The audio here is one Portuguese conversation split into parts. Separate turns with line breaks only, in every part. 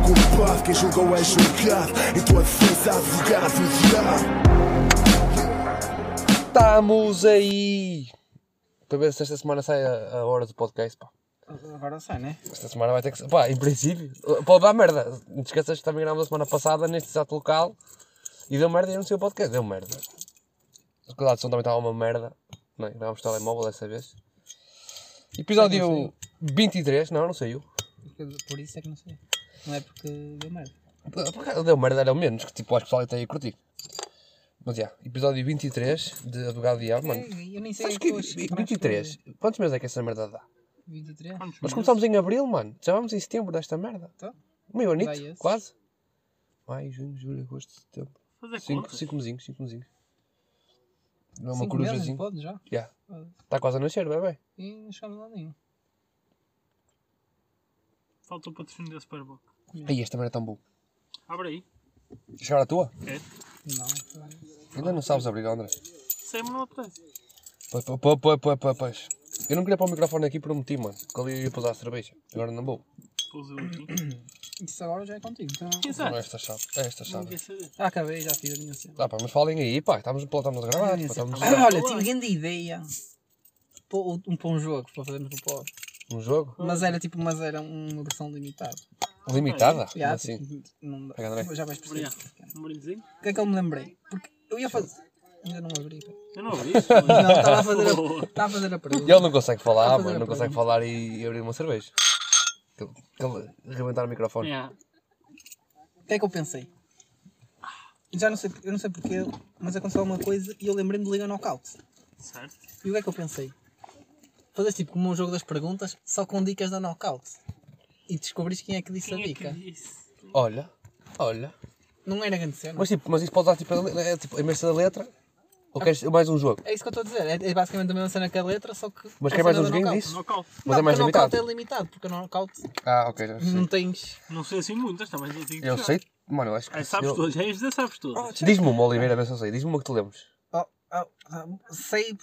culpado, quem julgou é julgado. Em tua defesa, advogado, advogado.
Estamos aí! Para ver se esta semana sai a, a hora do podcast, pá.
Agora sai, né?
Esta semana vai ter que ser. Pá, em princípio, pode dar merda. Não te esqueças que também gravámos a semana passada neste exato local e deu merda e não sei o podcast. Deu merda. A qualidade de som também estava uma merda. Não, é? gravámos telemóvel dessa vez. Episódio 23, não, não saiu.
Por isso é que não sei. Não é porque deu merda.
Por acaso Deu merda, era o menos, que tipo, acho que o pessoal até ia curtir. Mas já, episódio 23 de Advogado Diabo, mano.
É, Eu nem sei
Sabes
o
que
eu achei, como é que foi?
23? Quantos meses é que essa merda dá?
23?
Nós começámos em abril, mano. Já vamos em setembro desta merda.
Então?
Meio
Dá esse.
anito, quase. Maio, junho, julho, agosto, setembro.
Fazer
Cinco,
contas.
cinco mesinhos, cinco mesinhos. Não é uma
Cinco
coruja
meses,
assim.
pode já.
Já.
Pode.
Está quase a nascer, bebê.
E não chegámos lá nenhum.
Falta o patrocínio da Superboc.
Aí, esta merda é tão boa.
Abre aí.
Chegar à tua?
Não, foi-
Ainda não sabes abrir, André.
Sem não apetece.
Pois, pois, pois, pois, pois, pois, pois. Eu não queria pôr o microfone aqui, prometi, mano. Que ali eu ia pousar a cerveja. Agora não vou.
Pôs eu aqui.
isso agora já é contigo. Então...
Não
Quem
é
sabe?
esta chave. É esta
Tá. Não
chave.
quer saber.
Ah, acabei, já fiz a minha cena.
Ah, pá, mas falem aí, pá. Estamos, estamos a gravar, pá. tá Estamos
Ah, olha,
Olá.
tive grande ideia. Pô, um, para um jogo, para fazermos no pó.
num um jogo.
Mas era tipo, mas era uma versão limitada.
Limitada.
Ah, é. Já,
assim.
tipo, não dá.
Pega, André.
Já vais perceber.
Obrigado. Um brindzinho?
O que é que eu me lembrei? Porque eu ia fazer. Ainda não abri. pá.
Eu não ouvi isso.
Não, estava a fazer a,
Boa.
estava a, fazer a pergunta.
E ele não consegue falar,
Vou fazer
mano,
Tá a
não consegue
pergunta.
falar e, e abrir uma cerveja. Que ele- que ele rebentar o microfone.
Yeah.
O que é que eu pensei? Já não sei, eu não sei porquê, mas aconteceu alguma coisa e eu lembrei-me de ligar knockout.
Certo.
E o que é que eu pensei? Fazer tipo como um jogo das perguntas, só com dicas da knockout. E descobris quem é que disse
Quem
a
é
dica.
que disse?
Olha, olha.
Não era grande cena.
Mas tipo, mas isso pode dar tipo, a le- é, tipo, em vez da letra, ou queres mais um jogo?
É isso que eu estou a dizer. É, é basicamente a mesma cena que a letra, só que.
Mas
a
quer mais
cena
um
da
joguinho
knockout.
disso?
Knockout.
Mas é mais
porque o knockout
limitado.
é limitado, porque o knockout
Ah, ok, já
não
sei.
tens.
Não sei assim muitas, também não tenho que
Eu
puxar.
sei, mano, eu acho que.
Ah, sabes
eu- Ah,
todas, já este sabes todas.
Diz-me uma, Oliveira, vê se eu sei. Diz-me uma que te lemos.
Oh, oh, oh, sei.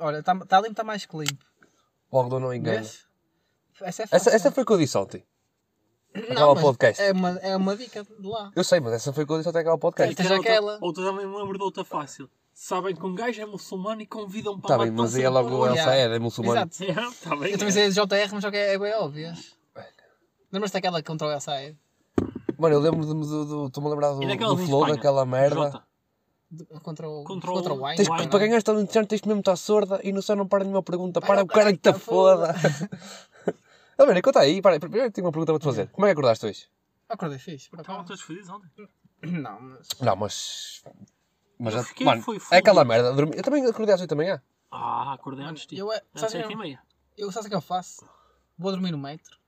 Olha, está tá limpo, está mais que limpo.
O algodão não engana.
Vês? Essa é fácil.
Essa, essa foi o que eu disse ontem.
Não,
Acaba o
mas
podcast.
É uma, é uma dica de lá.
Eu sei, mas essa foi o que eu disse ontem acaba o
E
podcast.
Sim.
tem
Tens
outra-
aquela.
Outra também me lembro de outra fácil. Sabem que um gajo é muçulmano e convidam para
Está bem, mas aí é logo
Yeah.
essa era, é muçulmano.
Exato.
Está tá bem.
Eu também sei de JR, mas só que é, é bem óbvio. Lembras-te daquela contra o Elsaid?
Mano, eu lembro-me do. do- Estou-me a lembrar do,
E daquela
do
de
flow,
Espanha?
daquela merda.
Jota.
Contra o, contra
Contra o-
o, contra o Wine?
Tens,
Wine,
para
não é?
ganhar esta alentejante tens mesmo de estar sorda e não só não para nenhuma pergunta. Para,
Para,
o cara que te
tá
foda.
foda.
Ah, Vera, conta aí. Para, primeiro tenho uma pergunta para te fazer. Como é que acordaste hoje?
Acordei fixe. por
Estavam
acaso.
todos fodidos ontem. Então,
Não, mas.
Não, mas... Mas,
Eu
já-
fiquei,
mano,
foi
é
fudido.
aquela merda. dormi- Eu também acordei às 8 da manhã.
Ah, acordei antes de ti.
Eu, é,
Era
sabes,
sete e
um-
eu,
meia.
eu, sabes o que eu faço? Vou dormir no metro.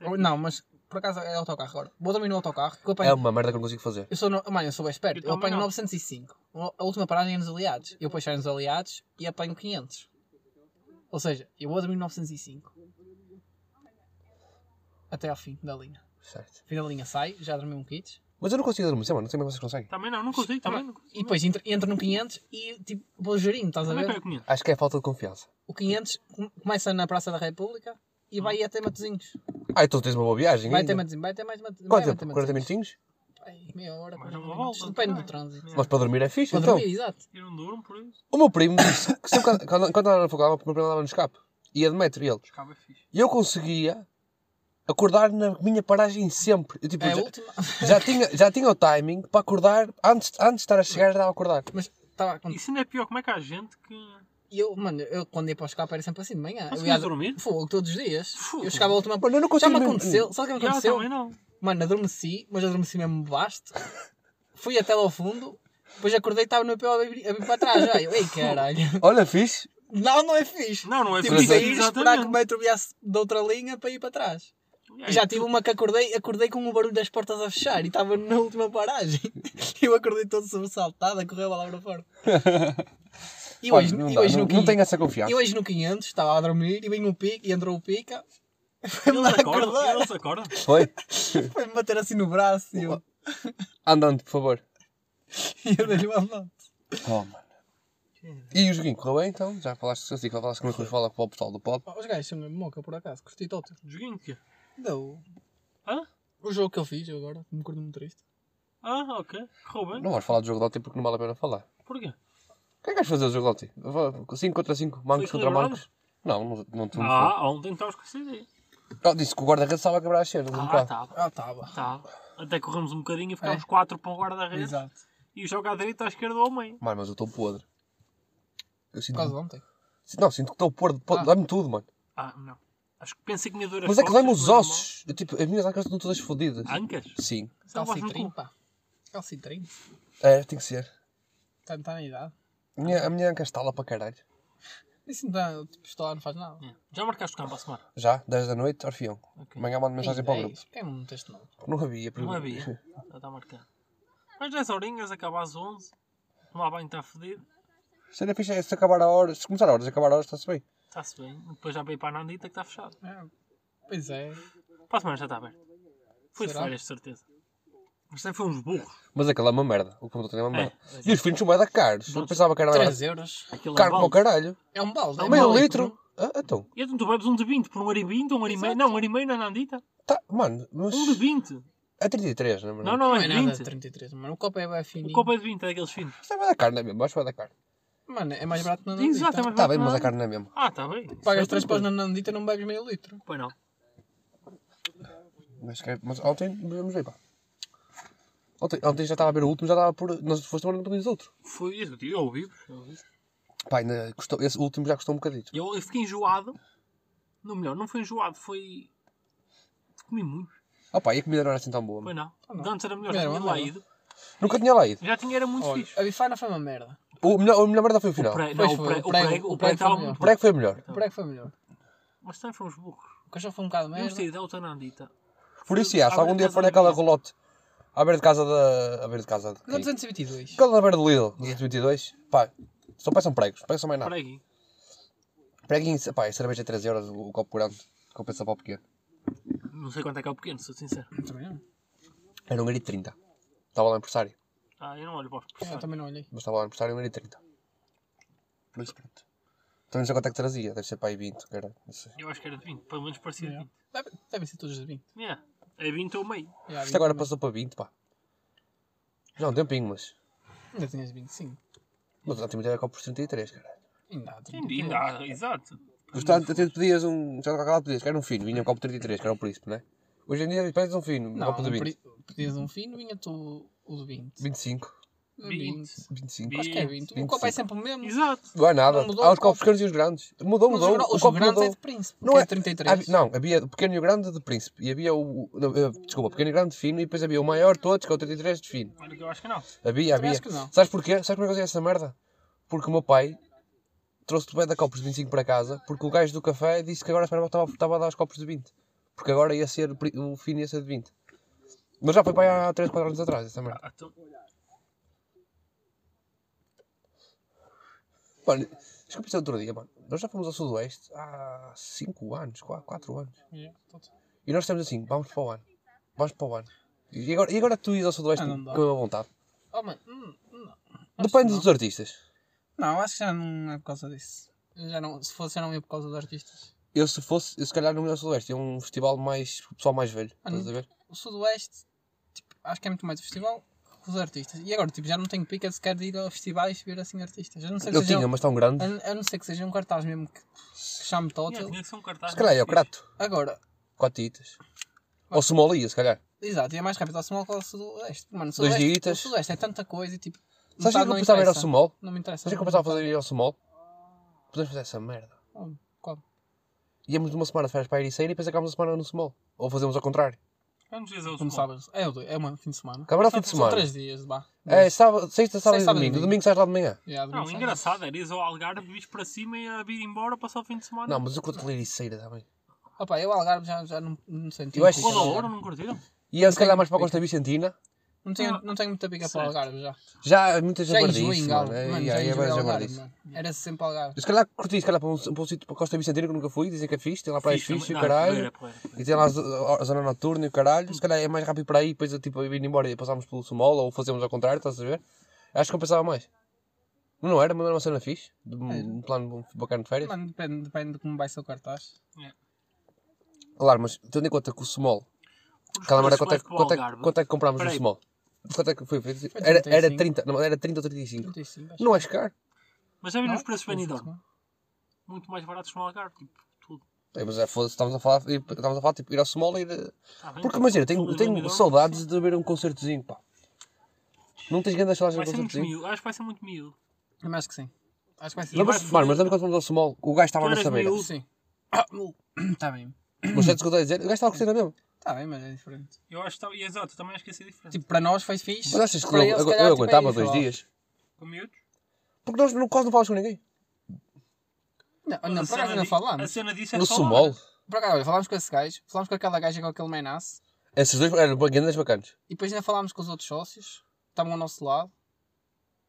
É
Ou- não, mas por acaso é autocarro agora. Vou dormir no autocarro. porque Eu, apanho,
É uma merda que eu não consigo fazer.
eu sou. No, mano, eu sou bem esperto.
Eu
Eu,
também
apanho
não.
905. A última paragem é nos aliados. Eu depois saio nos aliados e apanho 500. Ou seja, eu vou dormir no 905. Até ao fim da linha.
Certo.
Fim da linha sai, já dormi um kit.
Mas eu não consigo dormir, mano. Não sei como é que vocês conseguem.
Também não, não consigo, também não consigo.
E depois entro, entro no 500 e tipo, vou gerindo, estás a
Como é que
ver?
eu comia?
Acho que é falta de confiança.
O 500 com- começa na Praça da República e vai até Matozinhos.
Ah, então tens uma boa viagem.
Vai
ainda.
até Matozinhos, vai até mais Matozinhos.
Quanto
vai
tempo?
até
40
Matosinhos.
minutinhos?
Ai, meia hora,
Mais
40
uma
minutos.
volta,
Depende
não é?
do trânsito.
Mas para dormir é fixe,
Hum. Para
então.
dormir, exato.
Eu não durmo por isso.
O meu primo disse que sempre quando- quando quando andava na faculdade, o meu primo andava no escape. Ia de metro e ele...
Escava é fixe.
E eu conseguia acordar na minha paragem sempre. Eu, tipo,
É a
já,
última.
já tinha, já tinha o timing para acordar, antes, antes de estar a chegar, já estava a acordar.
Mas estava a acontecer.
Isso ainda é pior, como é que há gente que.
E eu, mano, eu quando ia para o escape era sempre assim de manhã.
Mas
eu ia
ias dormir?
Fogo, todos os dias.
Fogo.
Eu chegava à última.
Mano, eu não
Já
consigo
me
mesmo-
aconteceu. Sabe o que me
Já,
aconteceu?
também não.
Mano, adormeci, mas adormeci mesmo basto. Fui até lá ao fundo, depois acordei e estava no EPO a vir a vir para trás. Já. Eu, Ei, caralho.
Olha, fixe.
Não, não é fixe.
Não, não é
Tive
fixe,
de um sair e esperar que o
exatamente.
metro viesse de outra linha para ir para trás.
E
E
aí,
já
tu-
tive uma que acordei, acordei com o barulho das portas a fechar e estava na última paragem. Eu acordei todo sobressaltado a correr lá para fora. E hoje,
Olha, não,
e
dá,
hoje
não,
no
não
500,
tenho essa confiança.
e hoje no 500 estava a dormir e vem um pica e entrou o pica.
um
Foi-me lá
Eles acordam,
acordar,
eles acordam.
Foi?
foi-me bater assim no braço e eu,
Andando, por favor.
e eu dei-lhe uma mão.
Oh, mano. E o joguinho correu bem, então? Já falaste, eu sei que já falaste como é que fala com o pessoal do pod.
Os gajos são mesmo moca, por acaso, curti todo.
Joguinho que
Deu.
é? Hã?
O O jogo que eu fiz eu agora, que me curto muito triste.
Ah, ok. Correu bem?
Não vamos falar do jogo de Ontem porque não vale a pena falar.
Porquê?
O que é que vais fazer o jogo de Ontem? 5 contra 5, mancos
Foi
contra
equilibrado?
mancos? Não, não, não te ah.
Ah, ontem estavas com essa ideia.
Disse que o guarda-redes estava a quebrar as cenas. um
Ah,
bocado.
estava.
Ah, tava.
Estava. Até corremos um bocadinho e ficámos
É.
4 para o guarda-redes.
Exato.
E o jogo à direita, à esquerda ou ao meio.
Mano, mas eu estou podre. Eu
Por
sinto,
causa de ontem.
não, sinto que estou podre. podre
Ah.
Dá-me tudo, mano.
Ah, não. Acho que pensei que me ia doer as
Mas é que
costas,
dá-me os
doer a mão.
ossos. Eu, tipo, as minhas ancas estão todas fodidas.
Ancas?
Sim.
Isso é um voz no
Calcitrim,
cu.
pá. Calcitrim.
É, tem que ser.
Está tá na idade.
A minha, a minha anca está lá para caralho.
Isso não dá, tipo, estou lá, não faz nada.
É. Já marcaste o campo à semana?
Já, 10 da noite, Orfeão.
Ok. É
Amanhã mando mensagem para o grupo.
é Quem não meteste não?
Não havia.
Não havia. Já está marcado. Mas 10 horinhas, acaba às 11. Tomar banho tá está fedido.
Se ainda fixe é se acabar a hora, se começar a horas, acabar a horas, está-se bem.
Está-se bem. Depois já veio para a Nandita que está fechado.
É, Pois é.
Para a semana já está aberto. Fui de
Será?
férias, de certeza. Mas sempre foi uns burros.
Mas aquela é uma merda. O que eu estou a é uma
É,
merda.
pois
E os filhos são bué da caros. Eu pensava que era mais
3 euros.
Aquilo é
caro para o
balde.
caralho.
É um balde. é
Meio
mólico,
litro. Ah, então.
E então tu bebes um de 20 por um euro e 20, um euro e meio. Não, um euro e meio na Nandita.
Tá, mano, mas.
Um de 20.
É 33, não é?
Não, não,
Não
é
é
de
nada
20.
33, mano. O copo é bem
O
fininho.
copo é de 20, é daqueles finos.
Isto é bué da carne, não é mesmo? Acho bué da carne.
Mano, é mais barato na Nandita.
Exato, é mais
Está
barato
bem, mas a
nada.
carne não é mesmo.
Ah, está bem. Isso é
Pagas
outra
3 paus
coisa.
na Nandita e não bebes meio litro.
Pois não.
Mas, que- é- mas ontem, vamos ver, pá. Ontem, ontem já estava a ver o último, já estava por. Nós foste tomar não pedimos outro.
Foi isso, que eu tive, eu ouvi. Eu, ouvi.
Pá, ainda custou, esse último já custou um bocadito.
Eu- eu fiquei enjoado. Não, melhor, não foi enjoado, foi. Comi muito.
Ah, pá, e a comida não era assim tão boa.
Foi
mano.
não.
Ah, não.
De Antes Tá era melhor, já
Era
tinha
uma
lá
merda.
ido.
Nunca tinha lá ido.
Já tinha, era muito
Olha,
fixe.
a Bifana foi uma merda.
O melhor, a melhor merda foi o final.
Pre-
Pois
não, o
foi,
pre- o prego o prego
foi
estava
melhor.
muito
O prego foi o melhor.
O prego é foi melhor.
Mas também fomos burros.
O cachorro foi um bocado
Eu
merda.
gostei da outra Nandita.
Por isso, já, se
À
algum
beira de
dia
casa
for
da
naquela
minha.
rolote à beira de casa da. à beira de casa. De...
Na
quem?
222.
Aquela na beira do Lidl, 222, pá, só peçam pregos, pregos são mais nada.
Preguinho.
Preguinho, pá, a cerveja é 3 euros o o copo grande, compensa para o pequeno.
Não sei quanto é que é o pequeno, sou sincero.
Também não.
Era 1,30€. Estava lá em empresário,
Ah, eu não olho para os
É, Eu
professores.
também não olhei.
mas estava lá em empresário 1,30€. Por isso, pronto. Então não sei quanto é que trazia, deve ser para aí 20, cara, não sei.
Eu acho que era de 20, pelo menos parecia de
É.
20.
Deve- Devem ser todos de 20.
Yeah. É 20 ou meio.
Já,
Isto agora passou para 20, pá. Já há um tempinho, mas.
Ainda tinhas 25.
Mas antigamente era copo por 33, cara.
Ainda há
Sim,
33.
ainda há, Ah, exato.
Portanto, até te pedias um. Já calado pedias, que era um fino, vinha um copo 33, que era o príncipe, não é? Hoje em dia pedes um fino, um
Não,
copo de
um
20.
pri- pedias um fino, vinha tu o de 20.
25.
20.
25.
é Acho que é 20. O copo é sempre o mesmo.
Exato.
Não é nada.
Não mudou
Há
o
os copos
copo.
pequenos e os grandes. Mudou,
Mas
mudou.
gra-
o
os
copo
grandes
mudou.
é de príncipe.
Não
que
é-
é 33.
Havia- não, havia o pequeno e o grande de príncipe. E havia o. o- não, eh, Desculpa, o pequeno e o grande de fino. E depois havia o maior de todos, que é o 33 de fino.
Olha que eu acho que não.
Havia,
Também
havia.
acho que não.
Sabes porquê? Sabes como é que eu sei essa merda? Porque o meu pai trouxe-te bué da copos de 25 para casa. Porque o gajo do café disse que agora esperava que estava, estava a dar os copos de 20. Porque agora ia ser. pri- O fino ia ser de 20. Mas já foi pai há 3, 4 anos atrás, essa merda.
Ah, então,
Mano, acho que eu pensei outro dia, mano. Nós já fomos ao Sudoeste há 5 anos, 4 anos.
É, todos.
E nós estamos assim, vamos para o ano. Vamos para o ano. E agora, e agora tu ires ao Sudoeste
Ah,
com
não dá.
a vontade.
Oh, mano. hum, hum, acho que
Depende
não.
dos artistas.
Não, acho que já não é por causa disso. Já não, se fosse, já não ia por causa dos artistas.
Eu se fosse, eu se calhar não ia ao Sudoeste. É um festival mais. pessoal mais velho.
Ah, não.
Estás a ver?
O Sudoeste, tipo, acho que é muito mais o festival que os artistas. E agora, tipo, já não tenho pica sequer de ir a festivais ver assim artistas. Eu não sei que
Eu
seja,
tinha, mas tão grande.
a, a não ser que seja um cartaz mesmo que, que chame
yeah,
Tótil.
tinha que ser um cartaz.
Se calhar é o
fixe.
Crato.
Agora,
Quatro ditas. Ou Somalia, se calhar.
exato, e é mais rápido ao Sumol que ao Sudoeste. Mano,
Dois
o Sudoeste,
dias.
o Sudoeste é tanta coisa e tipo.
Sabes o que
metade
eu
não
pensava ir ao
interessa.
Sumol?
Não me interessa.
Sabes o que eu pensava fazer ir ao Sumol? Podemos fazer essa merda.
Oh, qual?
Íamos uma semana de férias para a Ericeira e depois acabámos uma semana no Sumol. Ou fazemos ao contrário.
Vamos dizer outro.
Como sabes, é, o do- é uma fim de semana.
Câmara ao fim
São-
de semana.
São três dias, vá. É.
É, sábado, sexta, sábado e
sábado e
domingo.
domingo.
Domingo sais lá de manhã.
Yeah,
Não, engraçado era ires ao Algarve, vires para cima e a vir embora, passar o fim de semana.
Não, mas eu curto a Ericeira tá também.
Opa, eu Algarve já, já não, não senti.
Eu acho é
Qual
pica,
da
não,
hora, não curtiram?
Ia se calhar
tenho
mais para a
pica.
Costa Vicentina.
não, tenho, não tenho muita pica para o
Certo.
Algarve já.
Já há muita
Já enjoei
jabardice,
em
mano.
Galvo.
É,
Mano,
é,
já
é, é,
enjoei em Algarve,
jabardice.
mano. Era sempre Algarve.
Eu se callar curti, se calhar para um, para um sítio, para Costa Vicentina que nunca fui, dizem que é fixe, tem lá praias
Fixe,
fixe e o
não,
caralho.
poeira, poeira, poeira.
E tem lá a zo- a zona noturna e o caralho. Se calhar é mais rápido para aí, depois eu, tipo, eu ir embora e passarmos pelo Sumol ou fazemos ao contrário, estás a ver? Acho que eu pensava mais. Mas Não era, mas era uma cena fixe, de um um plano bacana de férias.
Mano, depende, depende de como vai ser o cartaz.
Claro, mas tendo em conta que o Sumol
os
Aquela merda,
preços
quanto é, que-
mais para o
quanto, é, que-
Algarve.
quanto é que comprámos no
Peraí.
small? Quanto é que foi? Foi- Era, era 30, não, era 30 ou 35.
35, acho.
Não é caro.
Mas já viram os preços
Não,
bem
não.
Muito mais baratos no Algarve, tipo, tudo.
É, Mas é foda-se, estávamos a falar, estávamos a falar tipo, ir ao small e ir. a-
Tá bem,
Porque
tá.
imagina, tenho,
Tudo
tenho
iluminado,
saudades de ver um concertozinho, pá. Não tens grandes saudades de um
Vai ser muito
concertozinho?
miúdo, acho que vai ser muito miúdo.
Eu acho que sim. Acho que vai ser.
Não,
vai
mas,
ser-
mano, mas lembra quando fomos ao small? O gajo estava
Tu
na
eras
sabeira.
miúdo.
Sim. Ah, Está bem.
Mas sabes o que eu estou a dizer? O gajo estava a curtir mesmo.
Está bem, mas é diferente.
Eu acho que está. e Exato, também acho que ia ser diferente.
Tipo, para nós foi fixe.
Mas achas que
Para
eu,
eles, se
eu,
calhar,
eu
tipo, é
aguentava
isso,
dois
ó.
dias?
Com miúdos.
Porque nós não- quase não falas com ninguém. Ah,
Não, não
Mas a
por
cena
acaso ainda
di- A
falámos.
cena disso é
No
falar.
small.
Por acaso, olha, falámos com esse gajo, falámos com aquela gaja e com aquele menace.
Esses dois eram grandes bacanas.
E depois ainda falámos com os outros sócios. Estavam ao nosso lado.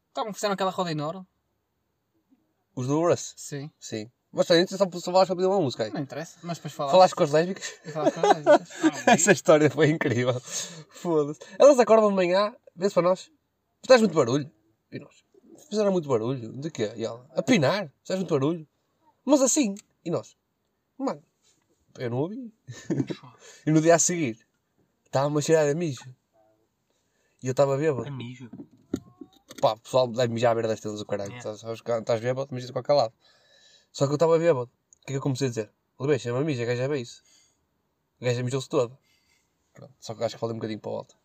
Estavam, fizeram aquela roda em ouro.
Os do Russ.
Sim.
Sim. Mas também só, só falaste para pedir uma música aí.
Não interessa, mas depois falámos.
Falaste com as lésbicas?
Falaste com as gajas.
Essa história foi incrível. Foda-se. Elas acordam de manhã, vê-se para nós. Fizeste muito barulho. E nós. Fizeram muito barulho. De quê? E ela. A pinar. Fizeste muito barulho. Mas assim. E nós. Mano. Eu não ouvi. e no dia a seguir. Estava-me a cheirar a mijo. E eu estava
É
bêbado.
mijo.
Pá, o pessoal deve mijar à beira das tendas do caralho.
Yeah.
Estás- Sabes que estás bêbado, mijas de qualquer lado. Só que eu estava bêbado. O que é que eu comecei a dizer? Levei, chama a mija, a gaja vê isso. A gaja mijou-se toda. Pronto, só que acho que falei um bocadinho para o alto.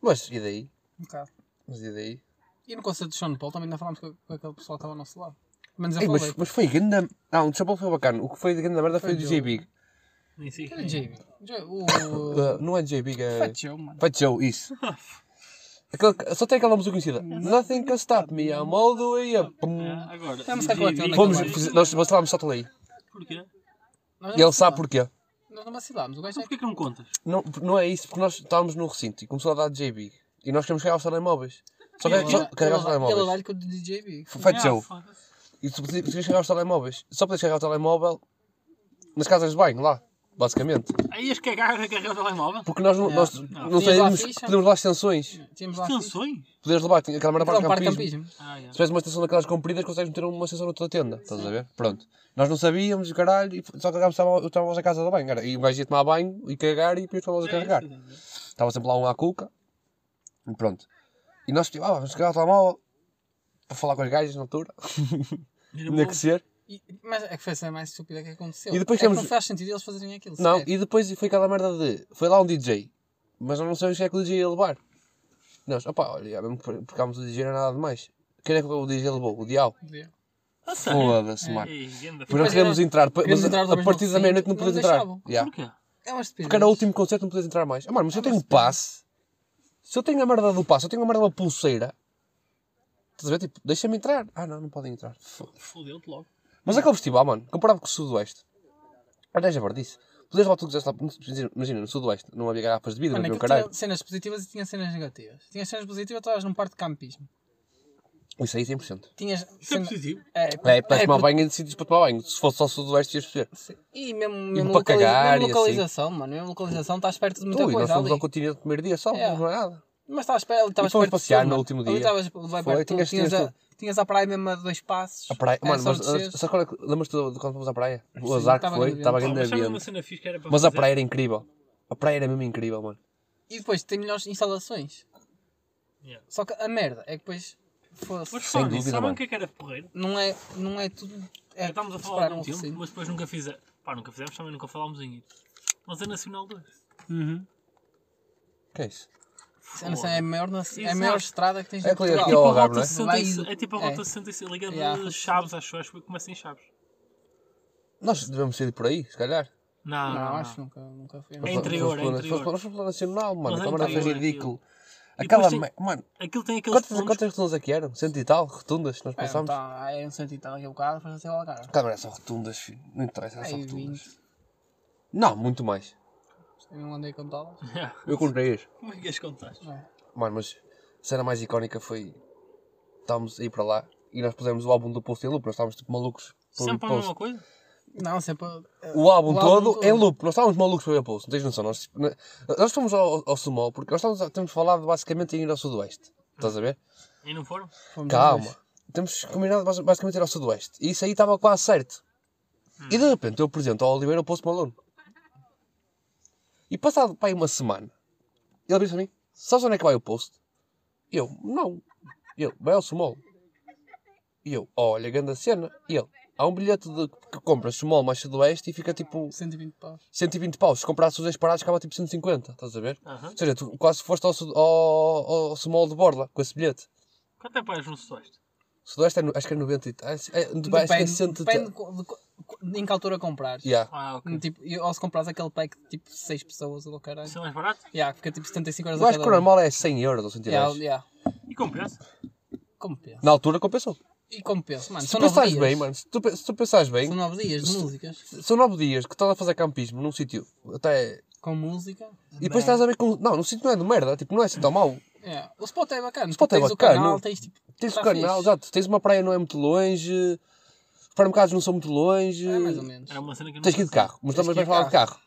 Mas e daí?
Um bocado.
Mas e daí?
E no concerto do Sean Paul também ainda falámos com, com aquele pessoal que estava ao nosso lado. Menos eu
Ei,
falei.
mas, mas foi grande. Não, o de São Paulo foi bacana. O que foi de grande merda foi,
Foi
o
Joe.
DJ Big.
Nem sei. é.
Era é Jamie. Jo- O.
Uh, não é DJ Big, é.
Fat Joe, mano.
Fat Joe, isso. Aquele- só tem aquela música conhecida. Nothing can stop me, I'm all the way up.
Ah, Agora.
Vamos
é
ficar com
DJ
aquele
Big.
Fomos,
Também.
fiz- nós bastelámos só ali.
Porquê?
Nós
E
não
ele sabe
vacilámos.
porquê.
Nós não vacilámos. O gajo
Então
é
porquê que não contas?
Não, não é isso, porque nós estávamos num recinto e começou a dar DJ Big. E nós queremos carregar os telemóveis. Só que é
Ele-
só carregar os
ele- Ele
telemóveis.
dá-lhe com o DJ Big.
Foi de
Ah,
show.
foda-se.
E tu podias podias carregar os telemóveis. Só podias carregar o telemóvel nas casas de banho, lá, basicamente.
Aí as cagadas a carregar o telemóvel.
Porque nós não,
Yeah.
nós,
Não.
não
Tinhas lá
sabíamos
ficha?
podíamos levar extensões.
Tínhamos lá. fixe.
Tensões?
Podias levar, tinha aquela merda
Aquela
para
um
o
parque de
campismo.
campismo.
Ah, é.
Se tivesse uma extensão daquelas compridas, consegues meter uma extensão na tua tenda. Estás a ver? Pronto. Nós não sabíamos, e o caralho, e só carregámos o telemóvel na casa de banho. cara. E o gajo ia tomar banho e cagar e depois estávamos a carregar. Estava sempre lá um à cuca. E pronto. E nós, tipo, ah, vamos chegar ao telemóvel para falar com as gajas na altura. Tinha que ser.
E- Mas é que foi a cena mais estúpida que aconteceu.
E depois
É que
temos-
Não faz sentido eles fazerem aquilo.
Não,
sequer.
e depois foi aquela merda de. Foi lá um DJ. Mas nós não sabemos quem é que o DJ ia levar. Nós, opá, olha, já mesmo que percámos o DJ não é nada demais. Quem é que o DJ levou? O Dial.
Ah, sério?
Foda-se, Marco.
Ei, ganda
Pois nós
Mas
queremos
era-
entrar, pa-
queremos
mas
entrar
a,
outra
a
vez
partir
no
da meia-noite
recinto,
não podemos
não
entrar.
deixavam.
Yeah.
Porquê?
É uma estupidez.
Porque era o último concerto, não podemos entrar mais. Ah, mano, mas se eu tenho um passe, se eu tenho a merda do passe, se eu tenho a merda da pulseira, estás a ver? Tipo, deixa-me entrar. Ah, não, não podem entrar. Foda.
Fodeu-te logo.
Mas é aquele festival, mano, comparado com o Sudoeste, olha, já disse, podias levar o que tu quisesse lá. Imagina, no Sudoeste não havia garrafas de vidro,
Mano,
não havia o
aquilo
caralho.
tinha cenas positivas e tinha cenas negativas. Tinha cenas positivas, estavas num parque de campismo.
Isso aí 100%.
Tinhas.
Isso é
cena-
positivo.
É,
É, para
é,
tomar banho, em sítios para tomar banho. Se fosse só o Sudoeste, ias perceber.
Sim. E mesmo, mesmo,
para
locali-
cagar
mesmo
e
localização, mano. Mesmo localização, estás perto de muita
Ui, nós
coisa
fomos
ali.
ao continente no primeiro dia só,
Yeah.
não é nada.
Mas estavas perto, ali estavas
fomos
perto de
passear
tudo,
no
mano.
último
Ali
dia.
estavas vai
Foi,
perto de tudo.
tinhas-
tinhas,
tinhas
a, tinhas a praia mesmo a dois passos.
A praia,
Era
mano,
É, só
mas,
desceres.
sabe qual é, que- lembras-te de de quando fomos à praia? O
Sim,
azar que
estava
foi,
grande
estava
vento.
grande
Ah, mas sabe uma
ambiente.
cena fixe que era para
Mas é- a
fazer?
praia era incrível. A praia era mesmo incrível, mano.
E depois tem melhores instalações.
Yeah.
Só que a merda é que depois. Foda-se.
Mas
Sem
falando
dúvida,
nisso, sabem
mano.
o que é que era porreiro?
Não é, não é tudo. É,
Já estávamos a falar há
separar
algum
um
tempo,
recinto.
mas depois nunca fizemos. Pá, nunca fizemos, também nunca falámos em ir. Mas é Nacional 2.
Que é isso?
Eu não sei, é a maior, nas- é a
Exato.
maior estrada que tens
É
de
aquele
Portugal.
aqui ao
Tipo a
Algarve, não
Rota
é?
66.
Vai-
É tipo a
é.
Rota 66, ligada
Yeah,
de
Rota
Chaves, acho eu. Acho que começa em Chaves.
Nós devemos sair por aí, se calhar.
Não,
Não,
não, não.
acho que nunca, nunca fui.
Ah. É interior,
Fomos- fomos
é
pela-
interior.
fomos- Nós fomos pela Nacional, mano. Então,
Mas é
Aquela merda foi
interior, aquilo.
ridículo.
E
Aquela.
depois
me- Mano,
Aquilo tem aqueles
quantas,
pontos.
quantas rotundas aqui eram? Cento e tal rotundas que nós
É,
passámos?
tá, é um sentido, está aqui o carro, depois não sei o assim Algarve.
Aquela merda são rotundas, filho. Não interessa, eram só
Aí
rotundas.
20.
Não, muito mais.
Eu não andei com dólares.
Yeah.
Eu comprei este.
Como é que as contas?
Mano, mas a cena mais icónica foi. Estávamos a ir para lá e nós pusemos o álbum do Post em loop. Nós estávamos tipo malucos. por
Sempre a
Post.
mesma coisa?
Não, sempre. eh,
O álbum
O álbum
todo
todo.
em loop. Nós estávamos malucos para ver Pulse, não tens noção. Nós, nós fomos ao, ao Sumol porque nós estávamos, a- temos falado basicamente em ir ao Sudoeste. Estás a ver?
E não foram?
fomos os
Calma.
dois.
Temos combinado bas- basicamente ir ao Sudoeste. E isso aí estava quase certo.
Hum.
E de repente eu apresento ao Oliveira o Post Malone. E passado para aí uma semana, Ele disse para mim: Sabes onde é que vai o post? E eu: Não. E ele: Vai ao Sumol. E eu: Olha, grande cena. E ele: Há um bilhete de, que compra Sumol mais Sudoeste e fica tipo
120 paus.
120 paus. Se comprasse os dois parados, acaba tipo 150. Estás a ver?
Aham.
Ou seja, tu quase foste ao, Sud- ao, ao Sumol de Borla com esse bilhete.
Quanto é que pagas no Sudoeste?
Sudoeste é, no- acho que é 90 e tal. Acho é, acho que é 100 e
depende
tal.
de, co- de, co- de em que altura comprares.
Yeah.
Ah, ok.
Tipo, e- ou se comprares aquele pack de tipo 6 pessoas ou caralho.
Isso é mais barato?
Yeah, fica tipo 75 euros
Eu
a
acho que
cada
o
um.
normal é 100 euros ou 110.
Yeah, yeah.
E compensa?
Compensa.
Na altura compensou.
E compensa, mano.
Se tu
São 9
pensares
dias.
bem, mano, se tu, pe- se tu pensares bem,
São 9 dias de músicas.
são nove dias que estás a fazer campismo num sítio até.
Com música.
E depois estás a ver com. Não, num sítio não é de merda, tipo, não é assim tão mau.
Yeah. O spot é bacana. O
spot é
tens
bacana.
O canal, tens tipo.
Tens
tá
o canal,
fixe.
exato, tens uma praia não é muito longe, os supermercados não são muito longe.
É mais ou menos.
Era uma cena que eu não
Tens que ir de carro, mas
Tens
também
que ir
vais falar de carro.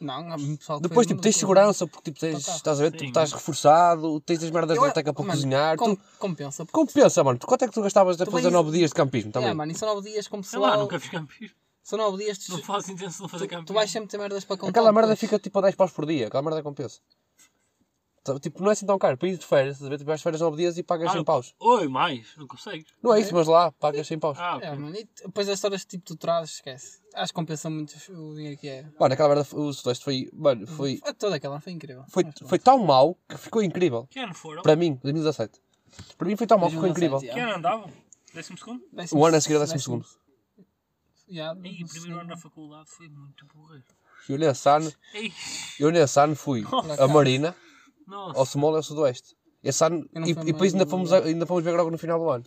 Não, há muito pessoal que
Depois,
faz
tipo, tens
música.
segurança, porque tipo, tens,
Tá, tá.
estás a ver,
Sim,
tipo, estás reforçado, tens as merdas
Eu-
da teca para
mano,
cozinhar.
com-
Tu...
Compensa. porque-
Compensa, mano, tu quanto é que tu gastavas a
Tu
fazer
vens-
nove dias de campismo Tá também?
Yeah, mano, e são 9 dias com
Sei
pessoal.
lá, nunca fiz campismo.
São 9 dias. de-
Não faço intenção de fazer
Tu,
campismo.
tu vais sempre ter merdas para contar.
Aquela merda
depois.
fica tipo a 10 paus por dia, aquela merda compensa. Tá, Tipo, não é assim tão caro. Para ir de férias, estás a ver? Tu vais de férias 9 dias e pagas
Ah,
100
não-
paus.
Oi, mais. Não consegues?
Não é isso, mas lá pagas 100 paus.
Ah, ok.
É, mano, e t- depois as horas que tipo, tu trazes, esquece. Acho que compensa muito o dinheiro que é.
Mano, aquela merda, o Sudeste foi. Mano, foi.
Foi toda aquela, foi incrível.
Foi,
Mas pronto.
foi tão mau que ficou incrível.
Que ano foram?
Para mim, 2017. Para mim foi tão mau que ficou incrível.
2017,
Que ano andavam? Décimo segundo?
Décimo-
O ano a seguir é décimo
décimo-
segundo.
Yeah,
Ei, o
décimo
primeiro ano
segundo.
da faculdade foi muito burro.
Eu nesse ano,
Ei,
eu nesse ano fui a Marina, ao
nossa.
Sumol e ao Sudoeste. Esse ano,
Eu não
e,
fui
e depois
mais
ainda
nenhum
fomos,
lugar.
a- ainda fomos ver logo no final do ano.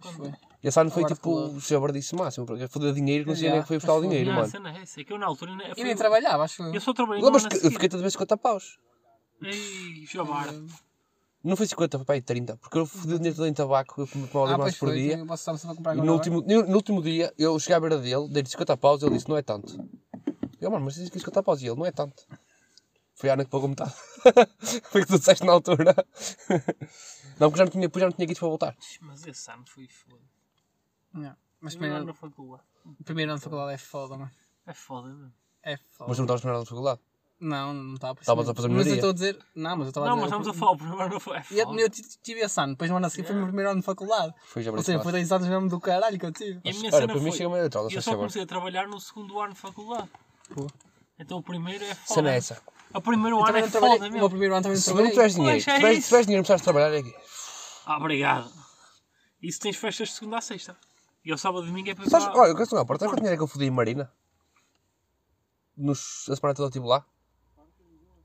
Foi.
Esse ano foi
Agora
tipo
que lá.
o seu bardice máximo, porque foder dinheiro, não sei
Já,
onde é que foi buscar o
mas foi.
dinheiro,
Ah, a
mano.
cena é essa. É que eu na altura ainda
E
fui-
nem trabalhava, acho Ah, eu.
Eu só trabalhei no ano
Lembras
a
que eu fiquei
seguir.
toda vez 50 paus.
Ei, chamar.
Não foi 50, foi para aí 30, porque eu fodi o dinheiro todo em tabaco, eu comi para
Ah,
ali
pois
mais por
foi.
dia.
Eu posso saber se vou comprar
E
agora,
no
não é?
último, no, no último dia eu cheguei à beira dele, dei-lhe 50 paus e ele disse: Não é tanto. Eu, mano, mas dizes que 50 paus e ele: Não é tanto. Foi a Ana que pagou metade. foi o que tu disseste na altura. não, porque já não tinha, depois já não tinha guito para voltar.
Mas esse ano foi foda.
É.
é? Yeah. Mas
Primeiro
primeiro,
ano da faculdade.
primeiro ano de faculdade é foda, mano.
É foda mesmo.
É
Mas
foda.
tu não estavas na primeira faculdade.
Não, não estava a perceber.
Estavas a fazer
Mas eu
melhoria.
estou a dizer. Não, mas eu estava a
Não,
dizer.
mas estamos a falar. É. O primeiro ano foi. É
E eu,
foda.
eu t- tive esse ano, depois no ano a seguir foi o meu primeiro ano de faculdade.
Foi já
Ou
bardice
seja,
máximo.
foi 10 anos mesmo do caralho que eu tive.
E a minha
Olha,
cena
para mim
foi.
chega meio atrás,
eu
deixa
só
agora.
comecei a trabalhar no segundo ano de faculdade.
Pô.
Então o primeiro é foda.
Cena é essa.
O primeiro
Eu
ano
também
é
não trabalhei.
foda
O meu
mesmo.
primeiro ano também não
Se não
trabalhei.
tiveres dinheiro,
Pois, é
se tiveres,
isso.
se tiveres dinheiro e começares a trabalhar, é aqui.
Ah, obrigado. Isso tens festas de segunda a sexta. E ao sábado e domingo é para ir
Sabes,
para-
olha, queres não, porta, sabes quanto dinheiro é que eu fodi em Marina? Nos, a semana toda eu estive lá?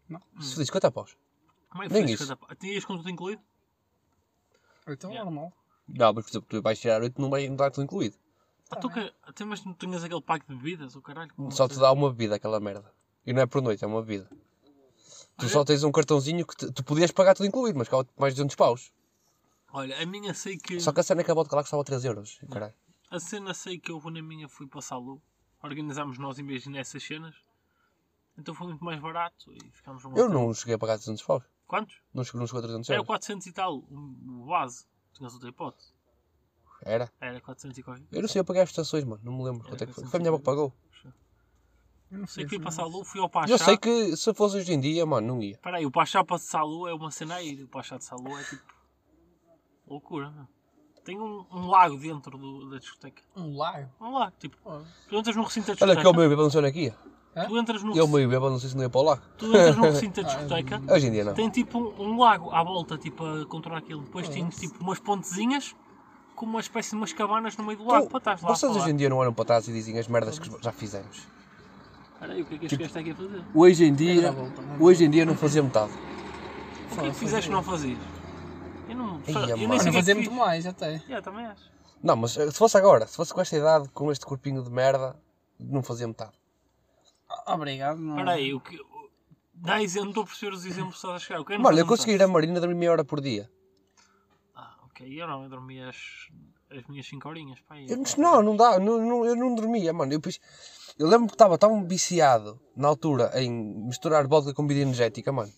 Não.
Se fodi 50 paus.
Como é
nem
que
isso.
fez? Tinhas com tudo incluído?
Então,
Yeah.
normal.
Não, mas por exemplo, tu vais tirar 8 não vai não dá tudo incluído.
Ah, tu que- até mas não tinhas aquele pack de bebidas, o caralho. como é?
Só
você-
te dá uma bebida aquela merda. E não é por noite, é uma bebida. Tu só tens um cartãozinho que te- tu podias pagar tudo incluído, mas cava mais de 200 paus.
Olha, a minha sei que.
Só que a cena acabou de calar que estava 3 euros. E Caralho.
A cena sei que eu vou na minha fui para Salou. Organizámos nós em vez de nessas cenas. Então foi muito mais barato e ficámos um
Eu não cheguei a pagar 200 paus.
Quantos?
Não cheguei, não chegou a 300
Era
euros.
400 e tal, o o base. Tinhas outra hipótese.
Era?
Era 400 e qualquer
Eu não sei, eu paguei as estações, mano. Não me lembro
Era
quanto é que foi.
400
Foi a minha avó que pagou.
Eu não
Sei
sei.
que fui
se-
para Salou, fui ao Pachá.
Eu sei que se fosse hoje em dia, mano, não ia.
Espera aí, o Pachá para Salou é uma cena aí. O Pachá de Salou é tipo. Loucura, não Tem um, um lago dentro do- da discoteca.
Um lago.
Um lago, tipo.
Pô.
Tu entras no recinto da discoteca.
Olha que eu meio bebo não sei onde é que ia.
Tu entras no,
Eu meio bebo não sei se não ia para o lago.
tu entras no recinto da discoteca.
Hoje em dia Ah, não.
Tem tipo um, um lago à volta, tipo, a controlar aquilo. Depois tem tipo umas pontezinhas com uma espécie de umas cabanas no meio do lago para estás lá. a
Então, Vocês
falar.
hoje em dia não olham para trás e dizem as merdas que já fizemos. É
Olha aí, o que é que este
Tipo,
gajo está aqui a fazer?
Hoje em dia, hoje em dia não fazia metade.
O que é que fizeste que não fazias? Eu não.
Ei,
eu
mano.
nem
Mano,
sei
eu
o que é
fazia
que
muito
fiz.
mais até.
Yeah, também acho.
Não, mas eh, se fosse agora, se fosse com esta idade, com este corpinho de merda, não fazia metade.
Obrigado, não.
Espera aí, o que. o- Dá exemplo, não estou a perceber os exemplos que estás a chegar. O que é que não
Mano, eu
fazemos
consegui ir à marina dormir meia hora por dia.
antes? Ah, ok, eu não, eu dormi as, as minhas 5 horinhas. Pá, aí.
Eu não, não, não dá, não, não- eu não dormia, mano. Eu, pis- eu lembro que estava tão viciado na altura em misturar vodka com bebida energética, mano.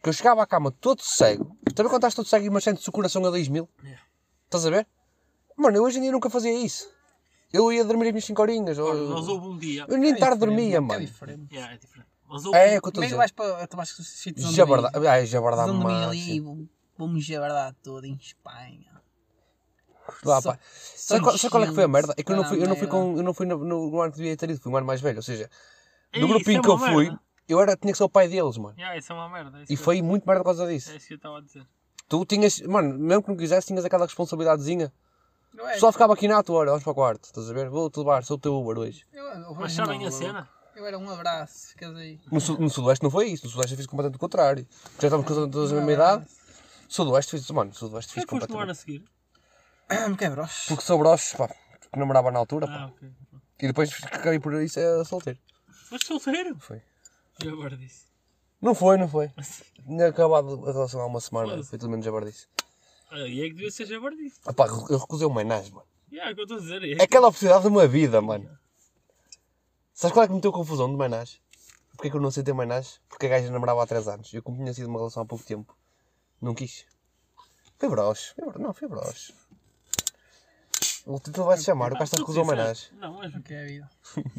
Que eu chegava à cama todo cego. Também quando estás todo cego e mas sentes o coração a 10 mil.
É.
Yeah.
Estás a ver? Mano, eu hoje em dia nunca fazia isso. Eu ia dormir as minhas 5 horinhas.
Olha, Nós
Ou...
houve um dia.
Eu nem
É
tarde
diferente,
dormia,
é
mano.
diferente.
Yeah, é diferente. Mas eu,
É, é o que eu estou a
Primeiro
dizer. é
vais para. Tu vais sítios onde
Jabarda.
vives.
Ai, Jabarda
Onde vives
Márcia.
ali e vou- vou-me jabardar todo em Espanha.
Lá,
Só-
pá. Sabe qual, sabe qual é que foi a
gente,
merda? É que eu não
tá
fui, eu não fui,
merda.
com, eu não fui no, no, no ano que devia ter ido, fui um ano mais velho. Ou seja,
Ei,
no
isso
grupinho
é
que eu
uma
fui,
merda.
eu era, tinha que ser o pai deles, mano.
Yeah, isso é uma merda. é isso
E
que eu-
foi muito merda por causa disso.
É isso que eu estava a dizer.
Tu tinhas, mano, mesmo que não quisesse, tinhas aquela responsabilidadezinha.
Não é?
Só ficava aqui na tua hora, vamos para o quarto, estás a ver? Vou-te levar, sou o teu Uber hoje.
Eu- eu-
Mas
não,
sabem a
maluco.
cena?
Eu era um abraço, ficas aí.
No, su- no Sudoeste não foi isso, no Sudoeste eu fiz completamente o contrário. Já estávamos quase todos da mesma idade. Sudoeste fiz, mano, Sudoeste fiz
Foi Ah. é que foste no ano a
completamente.
seguir?
Me quebras.
Porque sou broche, pá, que namorava na altura,
Ah,
pá.
ok.
E depois acabei por isso a solteiro.
Foste solteiro?
Foi.
Eu agora disse.
Não foi, não foi. Tinha acabado a relação há uma semana,
Foda-se.
foi tudo menos jabardice.
Ah, e é que devia ser jabardice.
Ah pá, eu recusei o mainás, mano.
Yeah, é o que eu estou a dizer.
É aquela oportunidade de uma vida, mano. Sabes qual é que me deu confusão de mainás? Porquê que eu não aceitei mainás? Porque a gaja namorava há 3 anos. Eu, como tinha sido uma relação há pouco tempo, não quis. Foi broche. Foi broche. Não, foi broche. O título vai-se chamar, o gajo
Sou
recusou o
sincero.
mainás.
Ah, Não, mas
O que é a vida?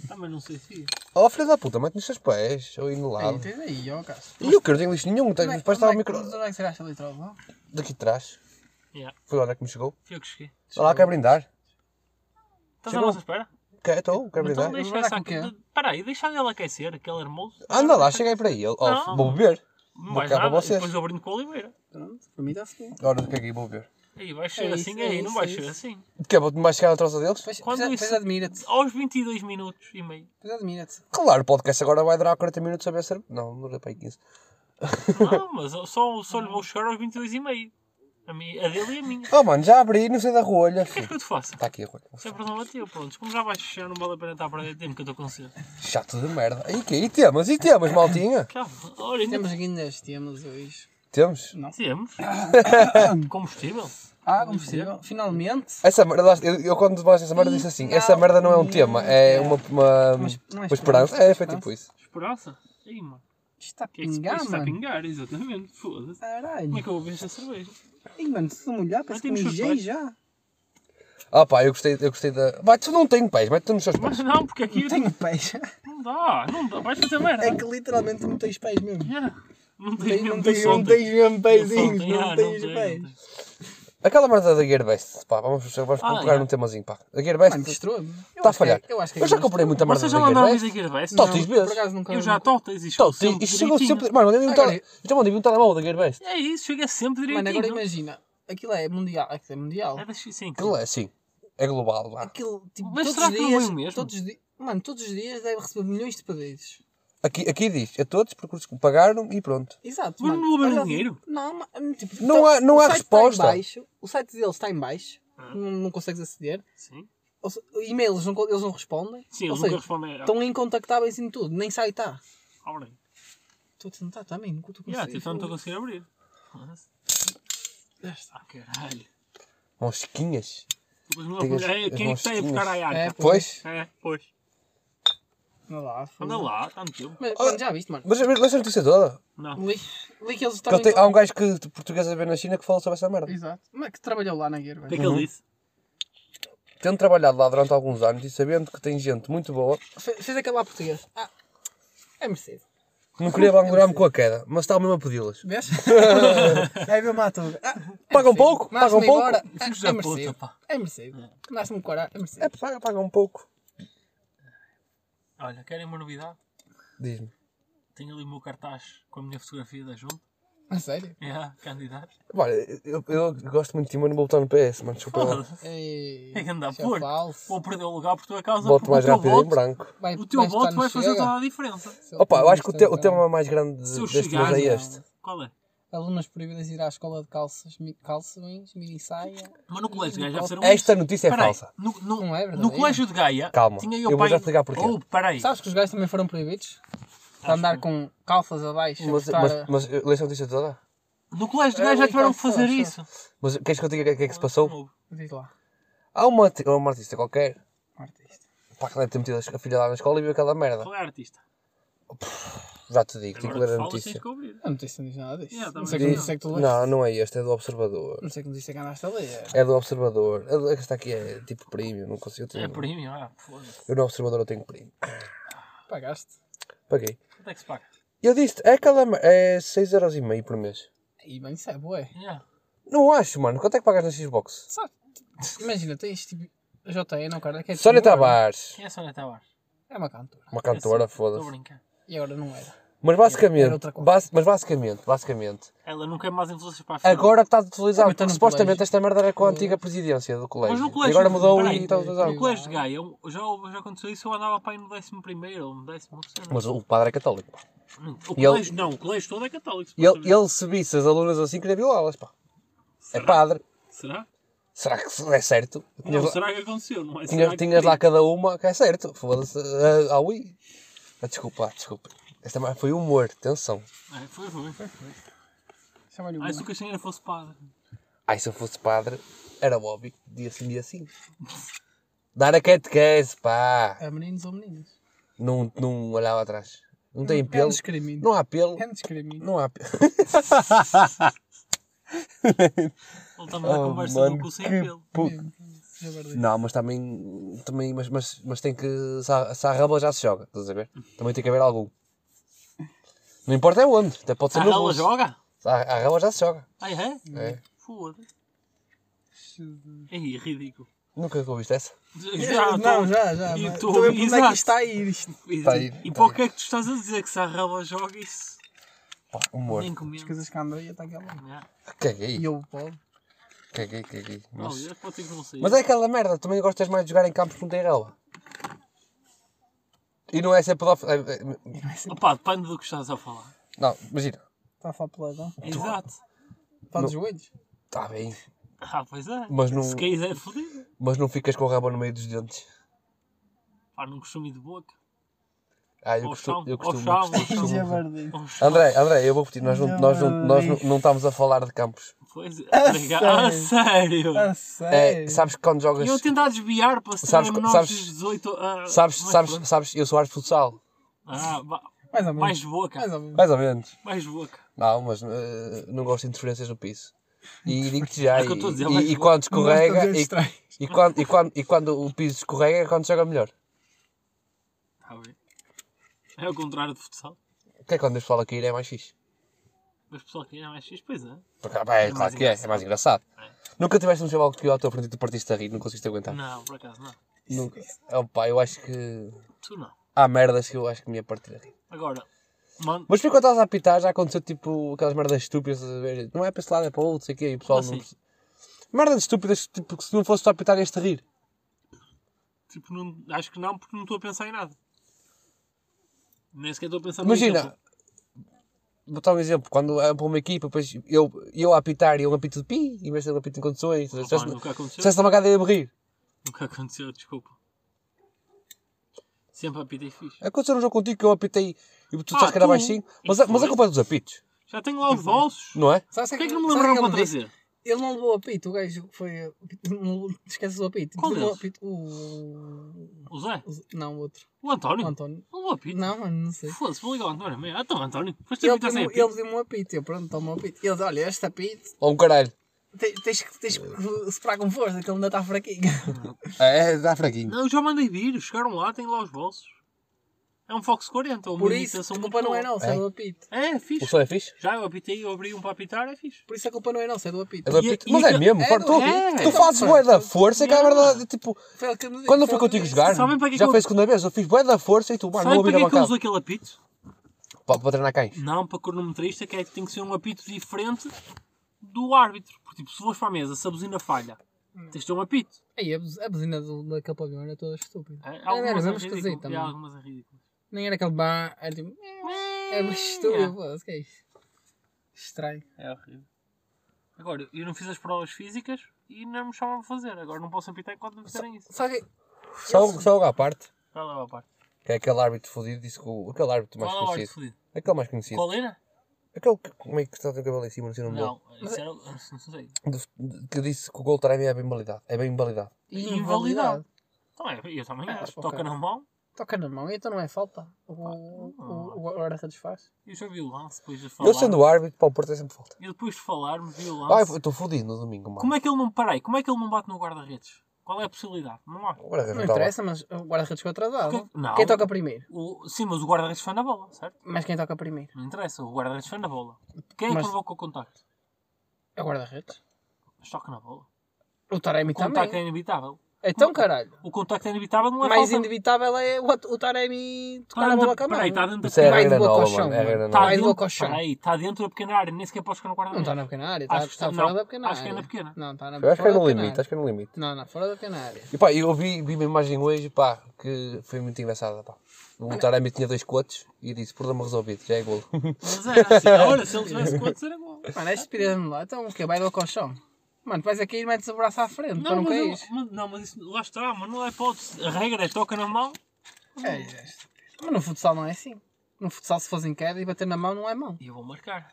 também não sei se ia.
Oh, filha da puta, mete nos seus pés, ou aí no
Aí,
lado.
tens aí, ó, caso.
E eu que não tenho lixo nenhum, tenho, os pais estavam micro...
Onde é que tiraste a litrola?
Daqui de trás.
Yeah,
Foi a hora que me chegou.
fui eu que cheguei.
Olha lá, quer brindar?
Estás à
Chegou.
nossa espera?
Quer, estou, quer
Então
brindar?
deixa
Vamos lá
essa
é. com Ah, o
aqui.
quê?
Espera aí, deixa ele aquecer, aquele hermoso.
Anda lá, cheguei para aí.
Não.
Oh, vou beber.
Não
Vou
vais
cá para
nada, e
vocês.
depois eu brindo com o Oliveira.
Pronto, para mim tá assim. está-se bem.
Ora, o que é que aí vou beber?
Aí vais ser
É
assim,
isso, é
aí não
isso,
vais
é
ser
isso.
assim.
Que é, vou-te mais chegar à troça deles?
Depois,
Quando
depois,
isso-
depois é, admira-te.
Aos 22 minutos e meio.
Depois admira-te.
Claro, o podcast agora vai durar 40 minutos a ver cerveja. Não, não dura para aí 15.
Não, mas eu só, só lhe vou chegar aos 22 e meio. A, mi- a dele e a minha. O
Oh mano, já abri, não sei da rolha.
que é que eu te faço?
Está aqui a rolha.
Isso é problema teu, pronto. Como já vais chegar, não vale a pena estar a perder tempo que eu estou com cedo.
Chato de merda. E que? E temas? E temas, maltinha?
Calma, olha, ainda
Temos guindas, temos hoje.
Temos?
temos. Combustível?
Ah, combustível. Finalmente.
Essa merda, lá- eu, eu quando baixo essa merda disse assim, essa merda não é um tema, é uma, uma,
Uma es-
uma
uma
esperança.
esperança.
É, foi tipo isso.
Esperança? Aí, mano.
Isto está a
Que é que se isto
pingar,
está a
mano.
pingar, exatamente. Foda-se.
Caralho.
Como é que eu vou ver esta cerveja?
Ih, mano, se molhar, parece que
temos
mijei
chutões.
já.
Ah pá, eu gostei, eu gostei da... Vai, tu não tens pés, mete-te nos seus pés.
Mas não, porque aqui
Não tenho pés.
não dá, não dá. Vais fazer merda.
É que literalmente não tens pés mesmo.
Yeah. Não
Não tens-
tens
Não
mesmo
tens não
som.
tens mesmo
Som
pezinhos.
tem- ah,
Não tens
tem,
pés.
não
Aquela merda da Gearbest, pá, vamos, vamos
Ah,
pegar
é.
num temazinho, pá. A
Mano,
Gearbest
mostrou-me.
tá
está
Eu
a
acho que é-
falhar.
Eu acho que é
Eu já
isto.
comprei muita merda
Vocês já
da
mandaram vir
Gearbest.
da Gearbest?
Tó, tens
Por
vezes.
acaso nunca
Eu já totas e
Tó,
chego
sim,
sempre
Isto chegou
direitinho.
sempre... Mano, eu mandei um
Agora-
tele- eu já mandei um telemóvel da Gearbest.
É isso, chega sempre direitinho.
Mano, agora imagina. Aquilo é mundial. Aquilo é mundial.
É das sim.
Aquilo é assim, é global, vá.
Aquilo, tipo,
Mas
todos
será
os
que não
dias,
é o mesmo?
Todos os di- Mano, todos os dias deve receber milhões de pedidos.
Aqui, aqui diz, a todos, porque os que pagaram e pronto.
Exato.
Mas
mano.
não houveram
Olha-
dinheiro?
Não, mas, tipo,
Não há- não
o
há
site
resposta.
Está em baixo, o site deles está em baixo.
Ah.
Não, não consegues aceder.
Sim.
Ou se- e-mails não, co- eles não respondem.
Sim,
Ou
eles
seja,
nunca respondem.
estão incontactáveis em tudo. Nem site está.
Ah, Abrem.
Estou a tentar também. Nunca estou a
Yeah,
conseguir.
tipo, não estou a conseguir abrir. Foda-se.
Já está.
Ah, caralho.
Mosquinhas.
Depois não
Tem as-
é,
as
quem é que está a
mãozinhas.
buscar a Yaka?
É,
Pois.
É, pois.
Anda lá. foda-se.
Anda lá, está no tempo.
Mas, mano, já viste, mano?
Mas mas leste a notícia
Tá
toda?
Não.
Li, li que eles
Que
estavam...
ele tem-
tá
em-
há um gajo que, de português a ver na China que fala sobre essa merda.
Exato. Mas que trabalhou lá na
O
Guerra.
que é que ele disse?
Tendo trabalhado lá durante alguns anos e sabendo que tem gente muito boa,
Fe- Fez aquela lá portuguesa. Ah, é Mercedes.
não queria abandonar-me com a queda, mas está mesmo a pedi-las.
Vês? é mesmo à toa. Ah, é
Pagam
um
Mercedes.
pouco, pagam
Nasce-me
pouco.
agora, ah,
Filhos
É
da puta,
Mercedes.
pá.
É Mercedes. Nasce-me agora,
É,
é Mercedes.
paga, paga um pouco.
Olha, querem uma novidade?
Diz-me.
Tenho ali o meu cartaz com a minha fotografia da junta.
A sério?
É, candidato.
Olha, eu, eu gosto muito de ti, mas não vou botar no PS, mano. Desculpa. lá.
Foda-se.
Ei,
É que anda a
isso
pôr.
falso.
Vou perder o lugar por tua causa.
Boto
porque
mais
o teu
rápido em
voto-
branco.
Vai-
O teu
vai estar
voto
no
vai fazer
Chega.
toda a diferença.
Se ele
Opa, eu acho que o, te, o
então,
tema mais grande
Se eu
deste mês
chegar.
é este.
Qual é?
Alunas proibidas de ir à escola de calças, mi- calções, mini saia.
Mas no colégio de Gaia já fizeram
Esta notícia é
Peraí,
falsa.
No, no,
Não é verdadeira.
no colégio de Gaia.
Calma,
Tinha
eu
eu
vou
pai.
já explicar porquê.
Oh, peraí.
Sabes que os gajos também foram proibidos? Para andar com calças abaixo.
Mas,
a
mas,
botar a-
mas leste a notícia toda?
No colégio de
É,
Gaia já
ali
tiveram
cá
que fazer
fora,
isso.
Mas queres que eu diga o que é que se passou?
Diz lá,
Há uma, arti- uma artista qualquer
artista.
Pá, que deve ter metido a filha lá na escola e viu aquela merda.
Qual é a artista?
Já te digo, tive que
Agora
ler a
tu falas, tens
notícia.
que ouvir.
A notícia não diz nada disso.
Yeah,
não
também
sei que
Diz-
notícia é que tu lês.
Não, não é este, é do Observador.
Não sei que notícia é que andaste a ler.
É do Observador. A do- Esta aqui é tipo premium, não consigo. Eu,
É
tenho,
premium, ah, foda-se.
eu no Observador eu tenho premium.
Pagaste.
Paguei.
Quanto é que se paga?
Eu disse, é aquela. mer- É 6,5€ por mês.
E bem, isso é bué.
Yeah.
Não acho, mano. Quanto é que pagas na Xbox?
Só, imagina, tens tipo. JE, não, cara, que é tipo
Sónia
agora.
Tavares.
Quem é a Sónia Tavares?
É uma cantora.
Uma
É
cantora,
assim, Estou a
foda-se.
brincar.
E agora não era.
Mas
Era
basicamente,
outra coisa.
bas- mas basicamente, basicamente,
Ela não quer mais influências para a filha.
agora está utilizado,
Também está
porque
no
supostamente
colégio.
esta merda era com a antiga presidência do colégio.
Mas no
e
colégio,
agora mudou
peraí,
e está utilizado.
No colégio de Gaia, eu- já, já aconteceu isso, eu andava para aí no 11 ou no décimo, não sei.
Mas o padre é católico. pá.
Não, o
e
colégio não, o colégio todo é católico.
E ele,
supostamente.
ele se visse as alunas assim, queria violá-las, pá. É padre.
Será?
Será que isso é certo? Tinhas,
Não,
lá-
será que aconteceu? Não é?
tinhas-
Será que
tinhas lá
acredito?
cada uma que é certo. Foda-se. Ah, ah, ui. Ah, desculpa, ah, desculpa. Esta merda foi humor, atenção.
É, foi, foi, foi. foi.
Chama-lhe uma.
Ah, se o Caixinha fosse padre.
Ai, se eu fosse padre, era óbvio, dia sim, dia sim. Dar a catequese, pá.
É meninos ou meninas.
não, não olhava atrás. Não tem
É um
pelo.
discrimínio.
Não há pelo.
É um discrimínio.
Não há pelo.
Ele estava na
Oh,
conversa
mano,
do cu sem
que
pelo.
pu-
É, Já guardei.
Não, mas também. também mas, mas, mas tem que. Se a, se há rabo, já se joga, estás a ver? Também tem que haver algum. Não importa é onde, até pode ser
Ah,
no
ela
bolso.
joga?
Se há- há rabo, já se joga.
Ai, é?
É.
Foda-se. Ei, ridículo.
Nunca ouviste essa?
Já,
não,
tô-
já, já.
E
mas-
tu-
Estou a ver por onde é que isto
exato.
está a ir. Isto.
E,
Tá aí,
e
tá
para o
aí.
que é que tu estás a dizer que se a Rela joga isso?
Pá, humor. Ah,
Nem comendo.
As coisas que a Andréia está aquela.
Yeah.
Caguei,
E eu, Paulo.
caguei, caguei.
Não,
Mas,
eu pode ser que não sei.
mas é aquela merda, também gostas mais de jogar em campos que não tem relva. E não é ser pedófilo. é- é-
Opa, depende do que estás a falar.
Não, imagina.
Está a falar peladão.
Então.
Exato.
Está dos joelhos.
Está tá bem,
Ah, pois é.
Mas não-
Se quiser foder.
mas não ficas com o rabo no meio dos dentes.
Pá, não costumo ir de boca.
Ah, eu
Ao chão.
costumo. Eu
Ao
costumo,
chão.
eu costumo.
ao chão.
Já guardei.
Ao chão.
André, André, eu vou repetir, nós, não, nós, não, nós não,
Ai.
não estamos a falar de campos.
Pois é.
A
Obrigado. Ah, sério.
Ah,
É,
sério.
sabes que quando jogas.
Eu a tentar desviar para ser
Sabes-
menores
sabes-
de 18 ah,
Sabes,
mas
sabes,
pronto.
sabes, eu sou arte futsal.
Ah, vá.
Mais ou menos.
mais boca.
Mais ou menos.
Mais ou menos.
Mais boca.
Não, mas eh, não gosto de interferências no piso. E digo-te já,
É o que eu
e,
estou a dizer,
e-
mas-
e quando escorrega,
Não
e,
estamos a dizer
e quando, e, quando, e quando o piso escorrega, é quando joga melhor.
Está Tá bem. É o contrário de futsal.
Que é quando eles falam que ir é mais fixe.
Mas o pessoal que não é X, pois é.
Porque, pá, é,
É mais É.
claro que é, é mais engraçado. Nunca tiveste um chaval que eu à tua frente e tu partiste a rir, não conseguiste aguentar.
Não, por acaso não.
Nunca. Oh, pá, eu acho que.
Tu não.
Há merdas que eu acho que me ia partir a rir.
Agora, mano,
Mas foi quando estavas a apitar, já aconteceu tipo aquelas merdas estúpidas, estás a ver? Não é para esse lado, é para o outro, sei o quê, e o pessoal
Como
não
assim?
perce- Merdas estúpidas, tipo, que se não fosse tu a apitar ias-te rir.
tipo, não, acho que não, porque não estou a pensar em nada. Nem sequer estou a pensar no
Imagina,
exemplo.
vou dar um exemplo, quando é para uma equipa, depois eu, eu a apitar e eu apito de pi, em vez de um apito em condições,
Opa,
se tivesse-
nunca
se
aconteceu.
tivesse uma cadeia a rir.
Nunca aconteceu, desculpa. Sempre apitei fixe.
Aconteceu no jogo contigo que eu apitei e tu
Ah,
estás que era
tu?
baixinho, mas, a- mas a
Foi?
culpa é dos apitos,
Já tenho lá os bolsos.
não é?
Sabes
Por que é que não me
sabes o
lembraram
ele
para
me disse?
trazer?
Ele não levou o apito, o gajo que foi. eh, não- Esqueces o apito.
Qual
Levou o
deles?
apito. O.
O Zé?
o- Não, o outro.
O António?
O António.
Não vou apitar.
Não, mano, não sei.
Foda-se, vou ligar ao António. amanhã. Ah, então, António, foste
Ele
apitar sem
pediu-me
apito.
ele pediu-me um apito. Eu, pronto, toma um apito. Ele disse: Olha, este apito
Ou um caralho.
te- tens, que- tens que separar com força, que ele ainda está fraquinho.
É, dá fraguinho.
Não, eu já mandei vir. Chegaram lá, tenho lá os bolsos. É um Fox 40. Uma
Por isso,
imitação
a
muito
culpa não é
boa.
nossa, é do apito.
É,
O
fixe.
som é fixe?
Já eu apitei, eu abri um para apitar, é fixe.
Por isso a culpa não é nossa, é do apito.
É do
E-
apito.
e
Mas
aqua-
é mesmo,
é
para
do-
tu,
é.
tu fazes bué da força, que é a verdade, tipo,
Foi ele que me disse,
Quando eu
foi
fui
ele que
contigo
me disse.
jogar,
Sabem para que é que
já
eu-
foi a segunda vez, eu fiz bué da força e tu, mano,
Sabe
não
para
ouvi na
que é que eu uso
bancada.
aquele apito?
Para, para treinar cães.
Não, para cronometrista, que é que tem que ser um apito diferente do árbitro. Porque, tipo, se fores para a mesa, se a buzina falha, tens de ter um apito.
Ei, a buz- a buzina do, da capa avião era toda estúpida.
Há- há
Não, era
Algumas é
mesmo esquisito
ridículas.
também.
Há algumas é ridículas.
Nem era aquele bar, era tipo. É muito estúpido, foda-se, que é isto? Estranho.
É horrível. Agora, eu não fiz as provas físicas e não me chamam a fazer. Agora não posso apitar enquanto não fizerem isso.
Só que.
Só, um- só algo à parte,
Vai lá, vai à parte.
que é aquele árbitro fodido, disse que o, aquele árbitro mais
Qual é o árbitro
conhecido.
fodido?
Aquele mais conhecido.
Colina?
Aquele que, como é que está o cabelo em cima, não sei o nome
Não, isso era. Não sei.
dele. De- de- Que disse que o gol de Taremi é bem validado. É bem validado.
Tá Invalidado. Também, Então é, eu também acho.
Ah, ok.
Toca na mão
Toca na mão, então não é falta. O, o, o, o hora satisfaz.
e eu já vi o lance depois de falar.
Eu sendo o árbitro, para o Porto é sempre falta.
E depois de falarmos, vi o lance.
Ai, eu estou fodido no domingo, mano.
Como é que ele não. Peraí, como é que ele não bate no guarda-redes? Qual é a possibilidade? Não há.
O guarda-redes
Não
não estava lá.
interessa, mas o guarda-redes ficou atrasado.
Porque- não.
Quem toca primeiro?
O, sim, mas o guarda-redes foi na bola, certo?
Mas quem toca primeiro?
Não interessa, o guarda-redes foi na bola. Quem é
Mas-
que provocou o contacto?
É o guarda-redes.
Mas toca na bola.
O Taremi
O contacto é
também.
inevitável.
Então, caralho.
O contacto é inevitável, não é
Mais
falta.
inevitável é o, o Taremi tocar a
dentro-
bola com a mão.
Peraí, está tá dentro
Isso é a
da
Vai de
regra
boca ao
nova,
chão,
mano. É a
mano.
regra
Tá
nova.
Vai de
dentro,
boca ao chão.
peraí, tá dentro da pequena área, nem sequer podes ficar no guarda
Não está na pequena área,
Acho
está
que
está
está-
fora
não,
da pequena área.
acho que é na pequena.
Não, está na
Eu acho que é
fora
no
da pequena
limite,
área.
acho que é no limite.
Não, não, fora da pequena área.
E pá, eu vi, vi uma imagem hoje, pá, que foi muito engraçada, pá. O Taremi tinha dois cotes e disse, problema resolvido, já é golo.
Mas era assim, agora se ele tivesse quantos era bom.
Mano, é estupidez-me lá. Então o quê? Vai de boca ao chão. Mano, tu vais a cair, metes o braço à frente para não
Não, mas, eu-
cair.
mas- não, mas isso, lá está, mas não é hipótese. A regra é toca na mão.
É, é estupidez. Mas no futsal não é assim. No futsal, se fosse em queda e bater na mão, não é mão.
E eu vou marcar.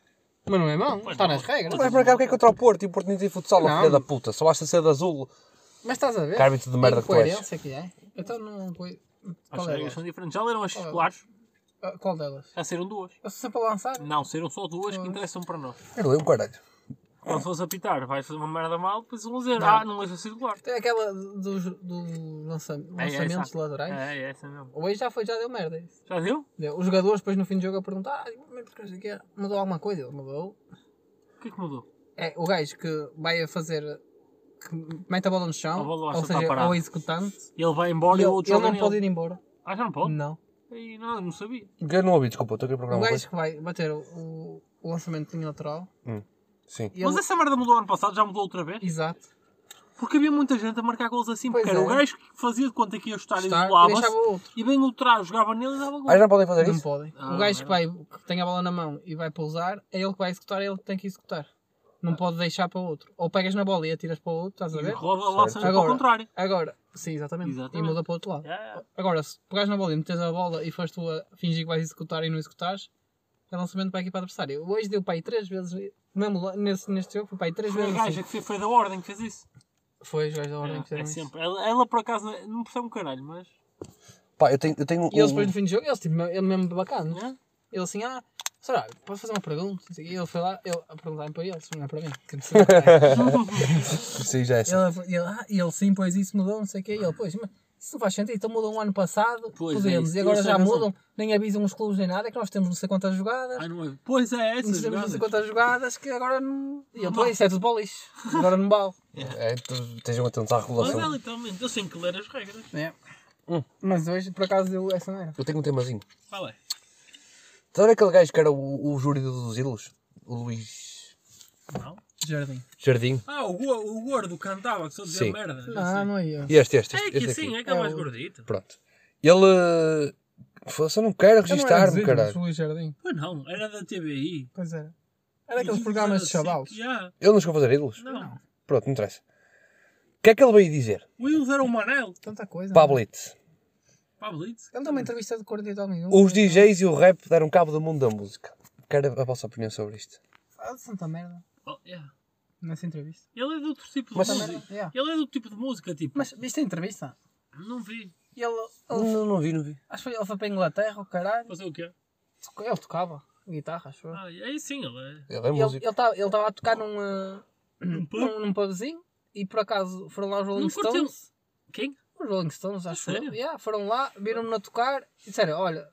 Mas não é mão,
Pois
está
não.
nas regras.
Tu vais marcar o que é contra o Porto e o Porto nem tem futsal, ó,
Não.
filha da puta. Só basta ser de azul.
Mas estás a ver?
Que árbitro de merda que tu és.
incoerência que é. Então não. coi-
As
Qual, é
regras
delas?
são diferentes. Já leram as
Qual é?
circulares?
Ah, Qual delas?
Já saíram duas.
Eu sou sempre a lançar.
Não, saíram só duas que interessam para nós.
Eu lembro, caralho.
Quando fores apitar, vais fazer uma merda mal, depois vão dizer, ah, não és a circular.
Tem aquela dos do lança-
É, é essa.
lançamentos laterais.
É, é essa mesmo.
Hoje já foi, já deu merda é isso.
Já viu?
Deu. Os jogadores depois no fim do jogo a perguntar, ah, mas porque não sei o quê, mudou alguma coisa? Ele mudou.
O que é que mudou?
É o gajo que vai a fazer, que mete a bola no
A
chão,
bola lá
ou
está
seja,
parada.
ao executante,
Ele vai
e
embora e
ele,
o outro
ele
joga
não
nele.
pode ir embora.
Ah, já não pode?
Não.
Ei, não, não sabia.
Eu não ouvi, desculpa, estou aqui a
O
programar uma
Um
coisa.
gajo que vai bater o, o- o lançamento de linha lateral,
Sim.
ele...
Mas é essa merda mudou ano passado, já mudou outra vez.
Exato.
Porque havia muita gente a marcar gols assim,
Pois
porque era
é.
o gajo que fazia de conta que ia chutar e
Estar, e deixava
isolava-se,
o outro.
e bem o trás jogava nele e dava gol.
Ah, já podem fazer
Não
isso?
podem.
Ah,
o gajo que,
não.
vai, que tem a bola na mão e vai pousar, é ele que vai executar, é ele que tem que executar. Não pode deixar para o outro. Ou pegas na bola e atiras para o outro, estás a
Ah. E
ver?
roda o lançamento para o
Agora-
contrário.
Agora, sim, exatamente. E
Exatamente.
muda para o outro lado.
Yeah, yeah.
Agora, se pegares na bola e metes a bola e foste tu a fingir que vais executar e não executares, é lançamento para a equipa adversária. Hoje deu para aí três vezes, mesmo lá- nesse, neste jogo, foi para aí três
Foi a
vezes.
gaja
assim.
que fez- foi da ordem que fez isso.
Foi os gajos da ordem que
É,
fizeram
é
isso.
sempre. Ela, ela, por acaso não percebe um caralho, mas.
Pá, eu tenho, eu tenho
E eles
Uhum.
um-
depois no fim do jogo, eles, tipo, ele mesmo bacana, não é?
né?
Ele assim, ah, será, posso fazer uma pergunta? Não sei o quê. E ele foi lá, ele a perguntar para ele, não é para mim, que não sei o que é.
Sim, já é assim.
Ele, ele, ah, e ele sim, pois isso mudou, não sei o quê. E ele, pois, mas isso não faz sentido. Então mudou um ano passado,
Pois é,
podemos,
isso
e agora
tem
já
essa razão.
mudam, nem avisam os clubes nem nada, é que nós temos não sei quantas jogadas.
Ai, não é. Pois é,
Nós
essas
temos não
jogadas.
sei quantas jogadas que agora não. E ele, pois, isso é tudo para o lixo. Agora não vale.
É, tu- estejam atentos à
Mas
regulação.
é literalmente, eu sempre que ler as regras.
É.
Hum.
Mas hoje, por acaso, deu essa não era.
Eu tenho um temazinho.
Qual é?
Sabe aquele gajo que era o, o júri dos ídolos? O Luís
Não.
Jardim.
Jardim?
Ah, o, go- o gordo cantava que só dizia
Sim.
merda. já
Não, não é eu.
E este, este, este,
sei. É que
este
assim,
aqui.
é que é o mais
É o-
gordito.
Pronto. Ele... eh, Fosse, eu não quero
Eu não era dos
registar-me,
ídolos,
caralho.
Luís Jardim.
Pois não, era da TBI.
Pois era. Era aqueles programas é um de chavalos.
eh, Já,
Ele não chegou a fazer ídolos?
não.
Pronto, não interessa. O que é que ele veio dizer?
O Wills era o Manel.
Tanta coisa.
Pablito.
Pablito.
Ele deu uma entrevista de 40 e tal minutos.
Os DJs e o rap deram cabo do mundo da música. Quero a vossa opinião sobre isto.
Ah, Santa merda.
Oh, yeah.
Nessa entrevista.
Ele é do outro tipo de
Mas-
música.
Também, yeah.
Ele é do tipo de música, tipo.
Mas viste a entrevista?
Não vi.
E ele. ele
Não, não vi, não vi.
acho que foi- ele foi para a Inglaterra, o caralho.
Fazer o quê?
Toca- Ele tocava guitarra, acho eu.
Ah, aí sim, ele é.
Ele é
E Ele
músico.
estava ele tava a tocar num, ah,
pub?
num, num pubzinho e por acaso foram lá os Rolling
Não curtiu.
Stones.
Quem?
Os Rolling Stones, acho eu.
sério?
Yeah, foram lá, viram-me a tocar e disseram: Olha,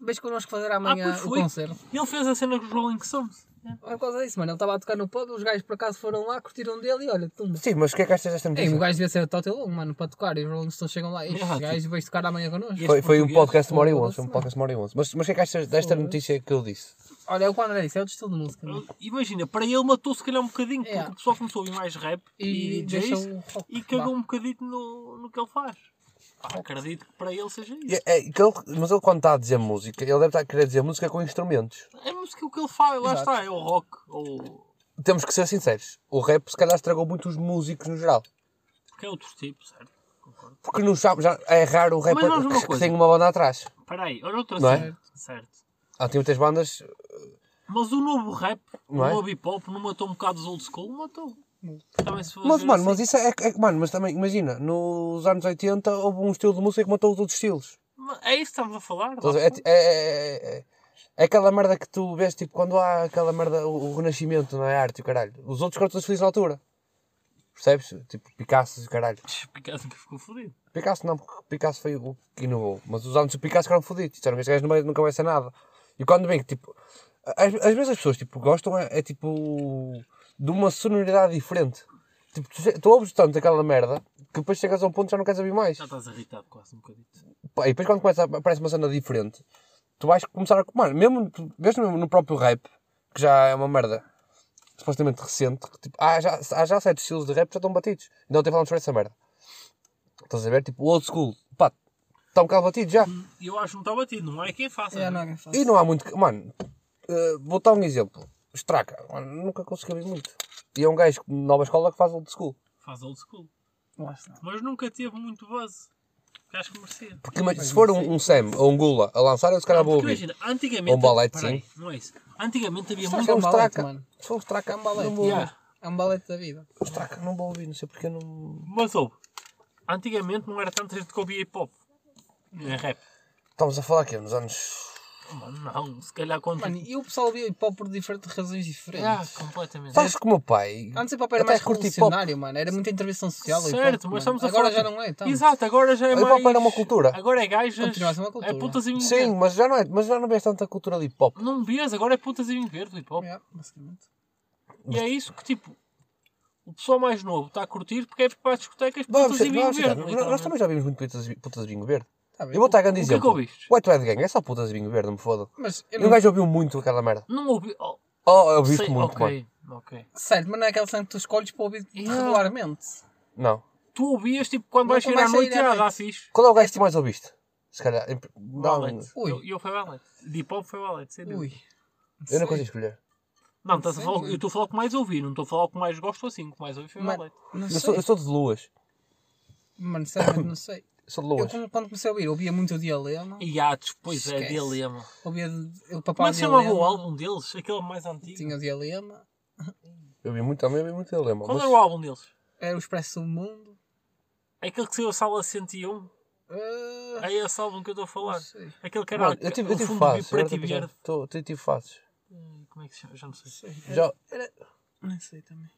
vejo connosco fazer amanhã
Ah, pois
o
foi.
concerto.
Ele fez a cena com os Rolling Stones.
É por causa disso, mano. Ele estava a tocar no pub, os gajos por acaso foram lá, curtiram dele e olha, tumba.
Sim, mas o que é que achas desta
Ei,
notícia?
o gajo devia ser a Total Long, mano, para tocar e os Rolling Stones chegam lá. Este
Ah,
gajo gajo veio tocar amanhã connosco.
Foi, foi um
português,
podcast de uma hora e onze.
foda-se,
Foi um
não.
podcast de uma hora e onze. Mas, mas o que é que achas desta notícia que eu disse?
Olha, é o que o André disse, é outro estilo de música. mano.
Imagina, para ele matou se calhar um bocadinho,
Yeah.
porque o pessoal começou a ouvir mais rap
E, é
e, DJs
deixou o rock.
e cagou
Vá.
um bocadito no, no que ele faz. Pá, acredito que para ele seja isso.
É- é que ele- mas ele quando está a dizer música, ele deve estar a querer dizer música com instrumentos.
É a música o que ele faz, lá
Exato.
está, é o rock. Ou...
Temos que ser sinceros. O rap se calhar estragou muito os músicos no geral.
Porque é outro tipo, certo? Concordo.
Porque não sabe, já é raro o rapper
vamos uma
que, que
coisa.
tem uma banda atrás.
Espera aí, olha outra
Não é?
cena. Certo.
Há muitas bandas.
Mas o novo rap,
Não é?
o novo hip hop, não matou um bocado os old school? Matou. Também se for
Mas
ver
mano, mas
assim,
isso é, é- Mano, mas também, imagina, nos anos 80 houve um estilo de música que matou os outros estilos.
mas É isso que estamos a falar?
Estás a ver? É, é- é- é- é aquela merda que tu vês, é? tipo, quando há aquela merda, o, o renascimento na arte, e o caralho. Os outros cortam os felizes na altura. Percebes? Tipo, Picasso e o caralho.
Picasso nunca ficou fodido.
Picasso não, porque Picasso foi o que inovou. Mas os anos do Picasso que eram fodidos. Disseram que este gajo não vai- nunca vai ser nada. E quando vem que, tipo... Às, às vezes as pessoas, tipo, gostam, é, é, tipo... De uma sonoridade diferente. Tipo, tu, se- tu ouves tanto aquela merda que depois chegas a um ponto que já não queres ouvir mais.
Já estás irritado quase um bocadito.
Pá, e depois quando começa, a- aparece uma cena diferente, tu vais começar a... Mano, mesmo, tu- mesmo no próprio rap, que já é uma merda supostamente recente, que, tipo, há, já, há já certos estilos de rap que já estão batidos. Ainda ontem falámos sobre essa merda. Estás a ver? Tipo, o old school, pá, está um bocado batido já.
E eu acho que não está batido, não é quem faça.
É,
né?
não, é fácil.
E não há muito... que- Mano, eh, vou dar um exemplo. Estraca, mano, nunca consegui ouvir muito. E é um gajo de nova escola que faz old school.
Faz old school.
Lá está.
Mas nunca teve muito buzz. Que acho que merecia.
Porque imagina, se for um, um Sam ou um Gula a lançar, eu se calhar vou
Porque
ouvir.
imagina, antigamente.
Ou um balete,
Espera aí, Não é isso. Antigamente havia
Se
Sabe
muito.
for um
É um balete,
Straca,
mano.
se for um Straca,
É um balete,
não vou ouvir.
Yeah.
É um balete da vida.
Straca, não vou ouvir, não sei porque eu não.
Mas ouve, antigamente não era tanta gente que ouvia hip hop. Não é rap.
Estamos a falar aqui nos anos.
Mano, não, se calhar quando.
Mano, e o pessoal ouvia hip hop por diferentes razões diferentes.
Ah, completamente.
Sabes que o meu pai.
Antes o hip hop era
Até
mais
curto hip hop.
revolucionário, mano. Era muita intervenção social. o hip hop,
É Certo,
mano.
mas estamos a
Agora
falar.
já não é, então.
Exato, agora já é
O
mais.
hip hop era uma cultura.
Agora é gajas.
Continua a ser uma cultura.
É putas e vinho
Sim,
verde.
mas já não, é, mas já não vês tanta cultura de hip hop.
Não vês, agora é putas e vinho verde o hip hop.
Yeah, basicamente.
E é isso que tipo. O pessoal mais novo está a curtir porque é para as discotecas
Vamos,
putas e vinho
vamos chegar.
verde.
Nós, nós também já vimos muito putas, putas de vinho verde.
Tá bem.
Eu vou estar a grande
o que é que
exemplo.
ouviste?
o White Red Gang é só putas de vinho verde, não me foda.
Mas eu
E o
não...
gajo ouviu muito aquela merda.
Não ouvi. Oh,
Oh, eu visto
sei-
muito, mano.
ok, ok.
Sério, mas não é aquela cena que tu escolhes para ouvir
Yeah.
regularmente.
Não.
Tu ouvias tipo quando
Não,
vais
quando
é
sair à
vais sair
noite
à
e ah, dá
noite.
fixe.
Qual é o gajo que tu mais ouviste? Se calhar. em- Não,
Wallet.
Ui.
Eu, eu foi Wallet. De hip hop foi Wallet, sem dúvida.
Ui.
eu não
sei.
consigo escolher.
Não, estás a
Sim,
falar,
mano.
eu estou a falar o que mais ouvi, não estou a falar o que mais gosto assim, o que mais ouvi foi
Mano,
Wallet.
Não
Eu sou, eu
sei.
sou de luas.
Mano, sinceramente não sei.
Eu sou de
Eu
luas.
como- quando comecei a ouvir, ouvia muito o Dilema.
E atos, pois é,
Esquece.
dilema.
Ouvia de- o Papá
Como é que se chamava o
Dilema.
álbum deles? Aquele mais antigo.
Tipo,
Tinha o Dilema.
Eu vi muito também, eu vi muito dilema.
Qual
mas-
era o álbum deles?
Era o Expresso do Mundo.
Aquele que saiu a sala 101?
Ah,
É esse álbum que eu estou a falar.
não sei.
Aquele que era
Mano, eu tive, eu
o
tive
fundo
fases. agora
preto
estou
e
a pensar.
verde.
Tô- Eu tive fases.
Hum, Como é que se chama? Já não sei.
Já,
Não sei também.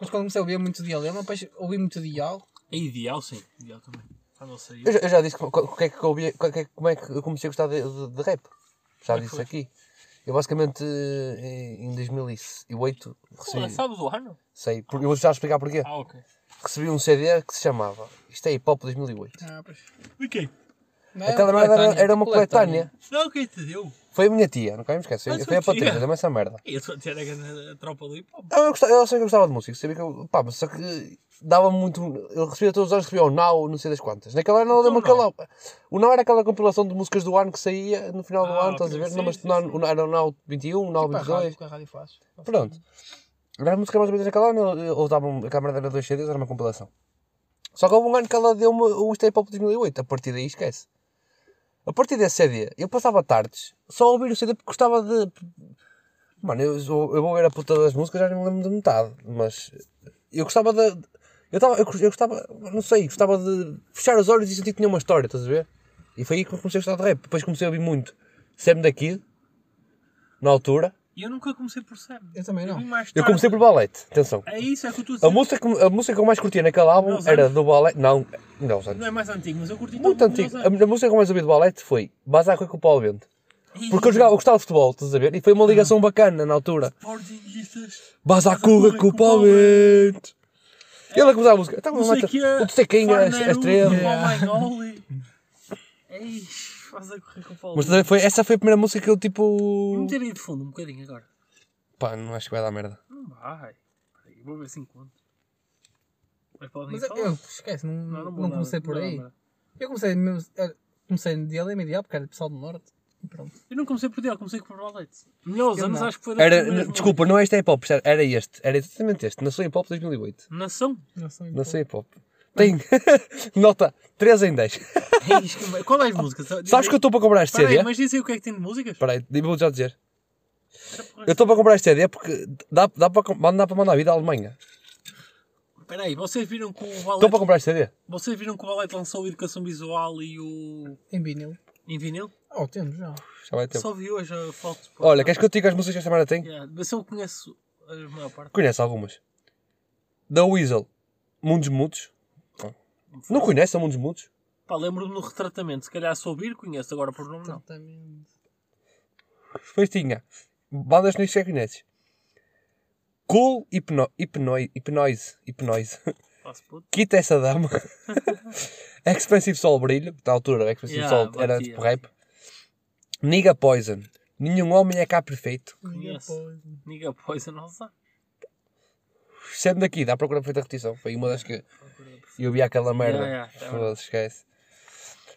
Mas quando comecei a ouvir muito Dilema, depois ouvi muito Dial.
É ideal, sim. Ideal também. Ah, não sei.
eu, já, eu já disse co- co- o que é que eu ouvia- co- que é que- como é que eu comecei a gostar de, de- de rap. Já disse
foi?
aqui. Eu basicamente eh, em em 2008
Pô,
recebi,
sabes o ano?
sei, por- eu vou já explicar porquê.
Ah, ok.
Recebi um CD que se chamava Isto é Hip Hop 2008.
Ah, pois.
De quem?
Não, é
Aquela merda era, era uma coletânea.
Tipo
Não, quem é te deu?
Foi a minha tia, nunca me esqueço.
Mas
Foi a
tua tia?
Patrícia, deu-me essa merda.
Eu estou a ter a grande tropa do hip hop.
Eu, eu, gostava, eu sei que eu gostava de música, sabia que eu, pá, mas só que dava muito. Eu recebia todos os anos, recebia o Now, não sei das quantas. Naquela era, não lembro
Então,
aquela. O Now era aquela compilação de músicas do ano que saía no final do
Ah,
ano, estás a
ok,
ver?
sim,
não, mas
sim,
não,
sim.
o Now era o Now 21, o Now
Tipo a
22.
rádio, que a rádio faz.
Pronto. Era a música mais ou menos naquela ano, eu- ou dava uma- a câmera era dois CDs, era uma compilação. Só que houve um ano que ela deu-me o Stay Pop 2008, a partir daí esquece. A partir desse CD, eu passava tardes só a ouvir o CD porque gostava de. Mano, eu, sou- eu vou ver a puta das músicas, já nem me lembro de metade, mas eu gostava de. Eu, tava, eu, eu gostava, não sei, gostava de fechar os olhos e sentir que tinha uma história, estás a ver? E foi aí que eu comecei a gostar de rap. Depois comecei a ouvir muito Sam da Kid, na altura.
E eu nunca comecei por Sam.
Eu também não.
vim mais
Eu
tarde.
comecei por balete, atenção.
É isso, é que eu estou a dizer.
A música, que- a música que eu mais curtia naquele álbum
Meus
era
anos.
do ballet. Não, não, Santos.
Não é mais antigo, mas eu curti
Muito
tanto o
antigo.
Meus
A,
Anos.
a música que eu mais ouvi do ballet foi Bazaco com o Paulo Bento.
Ih,
Porque eu, jogava, eu gostava de futebol, estás a ver? E foi uma ligação bacana na altura.
Sportingistas.
Bazacuga com o Paulo Bento. E ele a começar a música. Tá,
Não sei
mata,
o que é
o Tequinha, a estrela.
Ei, É faz a correr com o Paulo.
Mas também foi, essa foi a primeira música que eu tipo.
Vamos ter aí de fundo um bocadinho agora.
Pá, não acho que vai dar merda.
Não vai. Peraí, vou ver se encontro. Mas podem
Mas
falar.
eu, esquece, não, não,
vou nada,
comecei por
não um
aí.
dá nada.
Eu comecei mesmo. era- Comecei no Dilema e Dial, porque era de pessoal do Norte. E pronto.
Eu não comecei por dele, comecei por Valete. Melhores
Eu
anos
não.
acho que foi das
Era,
primeiras
desculpa, não é este hip hop, era este. Era exatamente este. Nação Hip Hop 2008.
músicas. Nação?
Não sei.
Não sei hip hop. Tem. Nota 3 em 10.
Ei, esque- Qual é as músicas? Diz
Sabes
aí.
que eu estou para comprar este
Espera
CD?
aí, mas dizem o que é que tem de músicas?
Espera aí, vou já dizer.
porra.
Eu estou para comprar este CD porque dá, dá, para, com- dá para mandar a vida à Alemanha.
Espera aí, vocês viram que o
Estou Então para
Valete,
comprar este CD.
vocês viram que o Valete lançou a Educação Visual e o
Em vinil.
em vinil?
Oh, temos já.
Já vai ter.
Só um vi hoje a foto.
Olha, queres que eu te diga as músicas que esta semana tem?
Yeah, mas eu conheço a maior parte.
Conhece algumas. Da Weasel, Mundos Mutos. Não conhece a Mundos Mutos?
Pá, lembro-me do retratamento. Se calhar se ouvir, conheço. Agora por nome, não.
Exatamente.
Feitinha. Bandas nisso já conheces. Cool Hipno... Hipnoi... Hipnoise. Hipnoise.
Passo puto.
Quita essa dama. Expensive Soul Brilho. Da altura, Expensive
Yeah,
Soul era
batia.
tipo rap. Niga Poison. Nenhum homem é cá perfeito.
Conheço. Niga Poison, não sei.
Sempre daqui, dá à procura perfeita repetição. Foi uma das que eu vi aquela merda.
Yeah, yeah, tá bem.
Foda-se, esquece.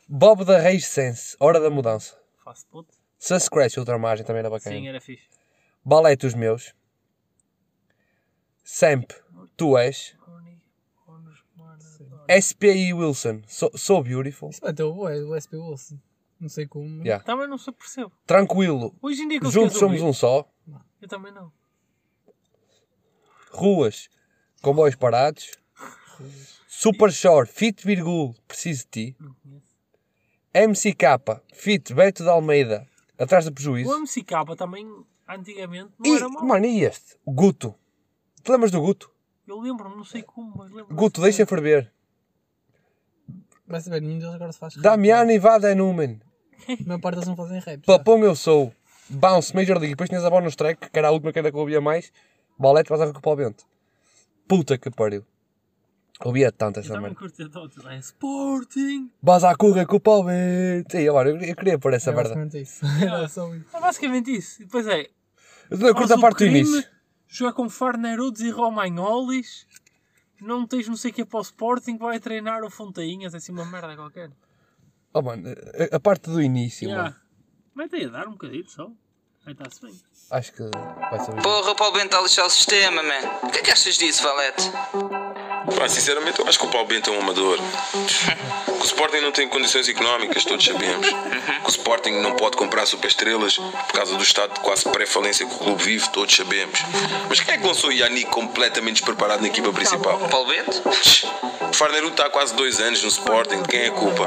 Bob da Reis Sense. Hora da mudança.
Faço puto.
Sun Scratch, outra margem também era bacana.
Sim, é. era fixe.
Balete os meus. Samp, tu és. SPI Wilson, so, so beautiful.
Isso bateu o é do SP Wilson. Não sei como.
Yeah.
Também não se percebe.
Tranquilo,
Hoje em dia que
juntos somos um só.
Eu também não.
Ruas, comboios parados. Super Shore, Fit Virgul, preciso de ti.
Não conheço.
MCK, Fit Beto de Almeida, atrás do prejuízo.
O MCK também, antigamente, não
E,
era mau.
mano, e este? O Guto. Tu lembras do Guto?
Eu lembro-me, não sei como, mas lembro-me.
Guto, deixa ferver.
Vai saber, nenhum deles agora se faz rap.
Damiano e Vada é Numen.
A maior parte deles não fazem É rap. já.
Papão eu sou. Bounce, Major League. Depois tinhas a bonus track, que era a última que era que eu ouvia mais. Balete, vais a recuperar o vento. Puta que pariu. Ouvia tanto
Eu
essa
também
merda.
curti tanto. É Sporting!
Vas à curra com o pau vento. E agora, eu, eu queria pôr essa
É
merda.
basicamente isso. Era só isso.
É basicamente isso. E depois é.
Eu não curto a
faz o
parte do
crime,
início.
Jogar com Farnerudes e Romagnolis. Não tens não sei o que é para o Sporting, vai treinar o Fontainhas, é assim uma merda qualquer.
Oh, mano, a, a parte do início, mano.
Yeah. Mete aí a dar um bocadinho só. Aí está-se bem.
Acho que vai saber.
Porra, o Paulo Bento está a lixar o sistema, man. O que é que achas disso, Valete?
Pá, sinceramente, eu acho que o Paulo Bento é um amador. Que o Sporting não tem condições económicas, todos sabemos. Que o Sporting não pode comprar superestrelas por causa do estado de quase pré-falência que o clube vive, todos sabemos. Mas quem é que lançou o Yannick completamente despreparado na equipa principal?
O Paulo Bento?
O Farneru está há quase dois anos no Sporting, de quem é a culpa?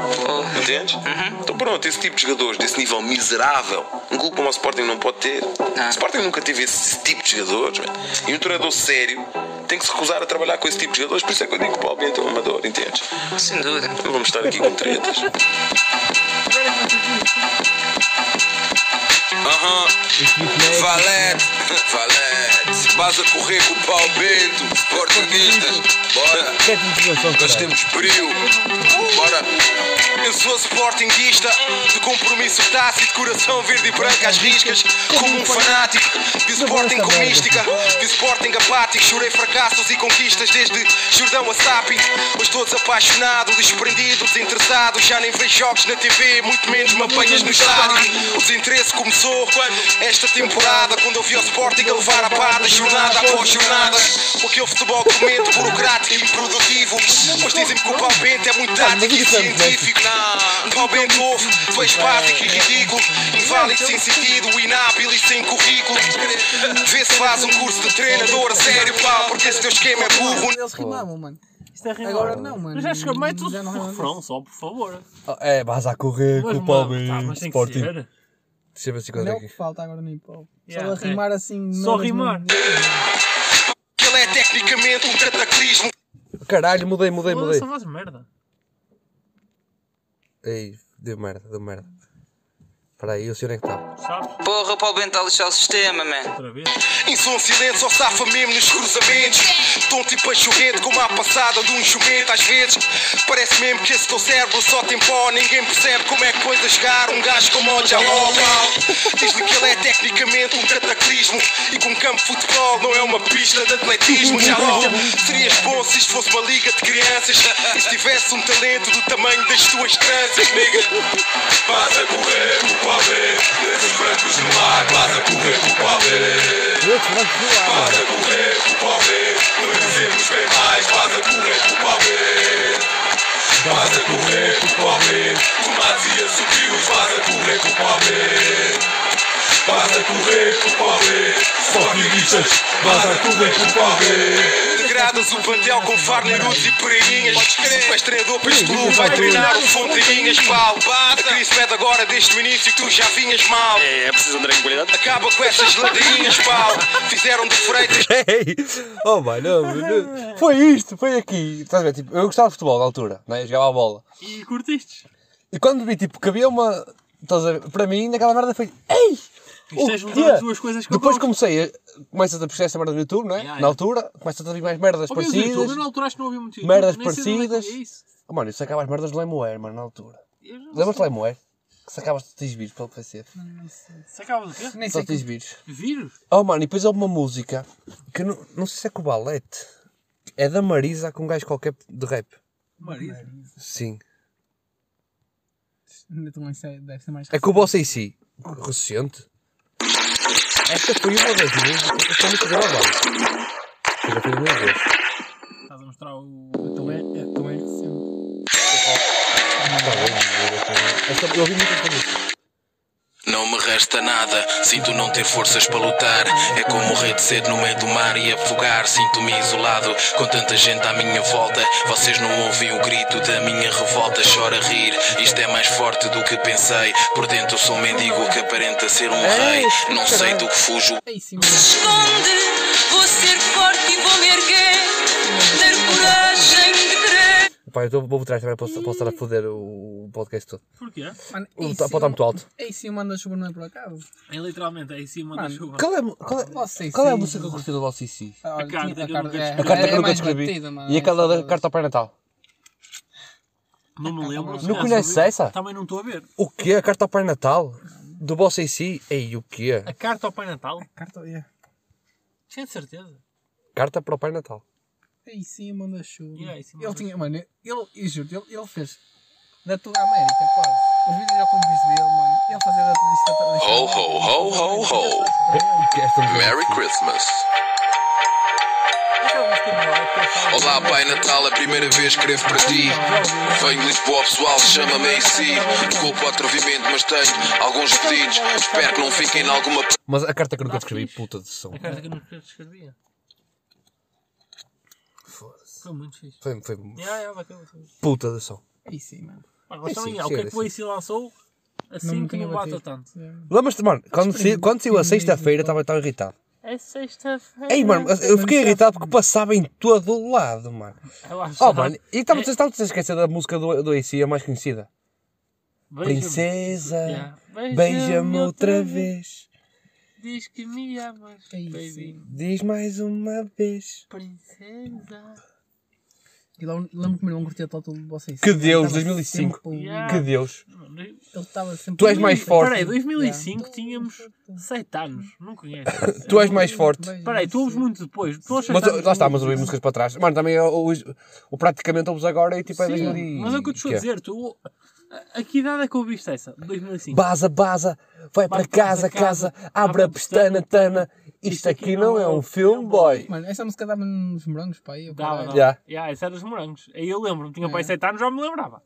Entendes? Então pronto, esse tipo de jogadores desse nível miserável, um clube como o Sporting não pode ter. O Sporting nunca teve esse tipo de jogadores. man. E um treinador sério tem que se recusar a trabalhar com esse tipo de jogadores, por isso é que eu digo que o Paulo Bento é um amador, entendes?
Sem dúvida.
Não vamos estar aqui com tretas. Aham, Valete, Valete, vas a correr com o pau bento, portuguistas, bora. Nós temos brilho. Bora. Eu sou sportinguista, de compromisso tácito, coração verde e branco às riscas, como um fanático. Vi o Sporting com mística, vi o Sporting apático, chorei fracassos e conquistas desde Jordão a Sapi. Hoje todos apaixonados, desprendido, desinteressado, já nem vejo jogos na TV, muito menos me apanhas no estádio. O desinteresse começou esta temporada, quando eu vi o Sporting a levar a barra jornada após jornada. Porque o futebol comento burocrático e improdutivo, mas dizem-me que o Paulo Bento é muito tático e científico. Não, Paulo Bento novo, foi espático e ridículo, inválido sem sentido, inábil e sem currículo. Vê se faz um curso de treinador a sério, pá, porque esse teu esquema é burro.
Eles rimavam, mano.
Isto é rimado.
Agora não, mano.
Mas já chegou mais tudo
Já não é
por
rima
refrão, só por favor.
Oh, É, vas a correr com
Mas,
o pau
mano, tá,
vento.
mas tem que
Sporting.
ser.
Deixa eu ver se
Não
encontro
é o que
aqui.
falta agora no hip hop.
Yeah,
Só a rimar assim.
Só
merdas
rimar.
mesmo.
Que ele é tecnicamente um cataclismo.
Caralho, mudei, mudei, mudei.
Foda-se, Só faz merda.
Ei, deu merda, deu merda. Espera aí, eu sei onde é que está.
Sabes?
Porra, o Paulo Bento está a lixar o sistema, man.
Outra vez.
Insão silêncio ou safa mesmo nos cruzamentos. Tão tipo a chorrente como a passada de um jumento às vezes. Parece mesmo que esse teu cérebro só tem pó. Ninguém percebe como é que pões a chegar um gajo como o Jalol. Diz-lhe que ele é tecnicamente um cataclismo. E com um campo de futebol não é uma pista de atletismo. Jalol, serias bom se isto fosse uma liga de crianças. E se tivesse um talento do tamanho das tuas tranças, nigga. Vas a correr com o pavê. Desses brancos no ar, vas a correr com o pavê. Faz a correr com o Palmeiras, não dizemos bem mais. Faz a correr com o Palmeiras. Faz a correr com o Palmeiras, com Mazia subiu. Faz a correr com o Palmeiras. Faz a correr com o Palmeiras, só amiguistas. Faz a correr com o Palmeiras. Sagradas, o plantel com farneirudos e pereirinhas. Sequestrador, pistolo, vai treinar o Fonteirinhas. Pau, bata. A crise pede agora desde o início que tu já vinhas mal.
É, é preciso de tranquilidade.
Acaba com essas ladainhas, pau. Fizeram de freitas.
Ei! Oh, mano, não- foi isto, foi aqui. Estás a ver? Tipo, eu gostava de futebol na altura, né? Eu jogava a bola.
E curtiste?
E quando vi, tipo, que havia uma. Estás a ver? Para mim, naquela merda foi. Ei!
Isto
o
é
quê?"
juntar as duas coisas que eu
Oh, Depois
gosto.
comecei a. Começas a puxar essa merda no YouTube, não é?
Ya,
Na
ya.
altura, começas a ouvir mais merdas
Ouvi o YouTube, eu
parecidas.
na altura acho que não ouvi muito.
Merdas
YouTube, nem sei de onde é que
parecidas.
é isso.
Oh, mano, eu sacava as merdas de Lemware, mano, na altura.
Eu já
Lembras-te de
sei.
Lemware? Que sacavas de tens vírus pelo PC.
Sacava do quê?
Nem
Só
sei.
tens vírus.
Vírus?
Oh, mano, e depois houve uma música que eu não, não sei se é com o Balete. É da Marisa com um gajo qualquer de rap.
Marisa.
Sim.
Ainda também sei, deve ser mais
É com o Bossa em si. Recente. Esta foi uma das músicas que foi muito gravada. Foi a primeira vez.
Estás a mostrar o.
Então é, é, então é recente.
Tá bom, esta- Eu ouvi muito esta música.
Não me resta nada, sinto não ter forças para lutar. É como morrer de sede no meio do mar e afogar. Sinto-me isolado, com tanta gente à minha volta. Vocês não ouvem o grito da minha revolta. Chora rir, isto é mais forte do que pensei. Por dentro sou um mendigo que aparenta ser um rei. Não sei do que fujo,
É isso,
esconde. Vou ser forte e vou me erguer. Ter coragem de crer.
Pá, eu estou- vou voltar também para para estar a foder o o podcast todo.
Porquê?
mano.
O- tá- Pode estar muito alto.
É isso, manda chuva não é por acaso.
É literalmente, é em cima da
Mano,
chuva.
Qual é, a mu- qual é,
Nossa, isso
qual é a
aí.
música que eu curti do Bossa em si?
Ah, olha,
carta
tinha-
que eu nunca
é-
escrevi.
A carta
é
que eu nunca
mais
escrevi.
batida, mano, é
E aquela da
essa-
carta ao Pai Natal.
Não me lembro. se
Não
calhar
conheces
soube.
essa?
Também não estou a ver.
O quê? A carta ao Pai Natal? Do Bossa em si? Ei, o quê?
A carta ao Pai Natal?
Carta, é.
Tinha de certeza.
Carta para o Pai Natal.
É em cima da chuva.
Yeah, em cima
ele
da
tinha, mano, ele, eu juro, ele, ele fez da tua América, quase. Os vídeos já como diz dele, mano. Ele fazia da tua lista toda.
Ho, ho, ho, ho, ho.
Que esta música- é
Merry Christmas.
é?
Olá, Pai Natal, a primeira vez escrevo para ti. Venho de Lisboa, pessoal, chama-me AC. Desculpa o atrevimento, mas tenho alguns pedidos. Espero que não fiquem em alguma.
Mas a carta que eu nunca escrevi, puta de som.
A carta que eu nunca escrevia.
Foda-se.
Foi muito fixe.
Foi, foi
Yeah, yeah, bateu, bateu.
puta de som.
É isso aí, mano.
Mas, mas
É
também
sim,
é, o que é
sim,
que o AC lançou assim
Não
que
tinha
não bata
batido.
tanto?
Lembras-te, mano, quando saiu, quando saiu a sexta-feira estava tão irritado.
É sexta-feira.
Ei, mano, eu fiquei irritado porque passava em todo o lado, mano. Oh, mano, e estamos
É.
a esquecer da música do, do AC, a mais conhecida. Princesa,
Yeah.
beija-me outra vez,
Diz que me amas,
É isso.
baby.
diz mais uma vez.
Princesa.
E lá, lembro que o meu irmão curtia total de vocês.
Que
Ele
Deus,
estava
2005.
sempre ali.
Yeah.
Que Deus.
Ele estava sempre.
Tu és mais forte.
Peraí, 2005 tínhamos 7 anos. Não conheces.
Tu és mais forte.
Peraí, tu ouves muito depois. Tu achas
Mas
que estamos
lá está,
muito-
mas ouvir músicas para trás. Mano, também o, praticamente ouves agora e tipo é
Sim,
2000 e...
mas é o que eu te estou a dizer. Tu, a, a que idade é que ouviste essa? 2005.
Baza, baza, vai para casa, casa, abre a pestana, tana. Isto aqui não é um filme, boy.
Mano, essa música dava nos morangos, pai. eu
Dava,
caralho.
Já.
dava. Já, essa era dos morangos. Aí eu lembro-me, tinha
É.
pai 7 anos, já me lembrava.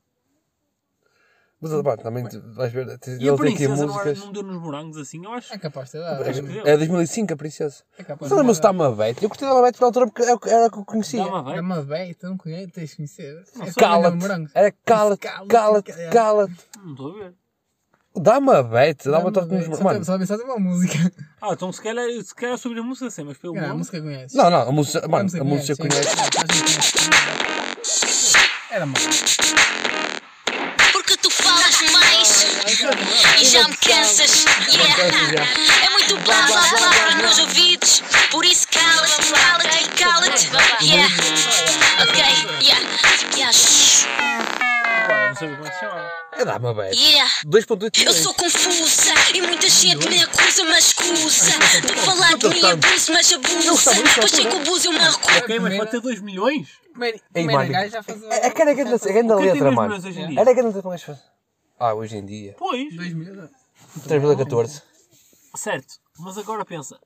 Mas pá, também tu vais ver, te-
E a
ele tem aqui
princesa não, era,
músicas.
não deu nos morangos assim, eu acho.
É capaz de dar.
Acho que deu.
É 2005 a princesa.
É capaz
Mas
de
lembra-se da
dar.
Mabete? Eu curti da Mabete por altura porque era o que- era o que eu conhecia.
Dava
É
bem.
uma velha, tu não conheces, tens de conhecer. É só
Cala-te.
olhar morangos.
Era cala-te,
Cala-te,
cala-te,
cala-te.
cala-te.
Não estou a ver.
Dá-me a bet, dá-me
Dá-me
a toque
uma
nos
vez.
mor- Mano,
é, Só tem- Só pensar em uma música.
Ah, então se calhar, se calhar sobre a música sim, mas pelo
Cara, a
nome.
música conheces.
não, não, a música,
A é,
mano, a música é
conheces,
conhece.
sim. um Era mal.
Porque tu falas mais e já me cansas. Yeah. É muito blá blá blá para os meus ouvidos. Por isso cala-te, cala-te, cala-te. Yeah. Ok, yeah. Yeah. shh,
Agora, não sabia como é que se chamava.
É dá-me a bet.
yeah.
2.8
Eu sou confusa e muita gente me acusa, mas escusa. De falar de mim abuso, mas abusa. Pois sei que o abuso é uma recusa.
Ok, mas para ter 2 milhões?
Primeiro,
Ei,
primeiro
mano,
gajo já fazia.
É que era grande, grande
O que é que tem
letra,
2
mano.
milhões hoje em dia?
Era grande letra para mais fácil. Ah, hoje em dia.
Pois,
2000.
3.14.
certo. Mas agora pensa,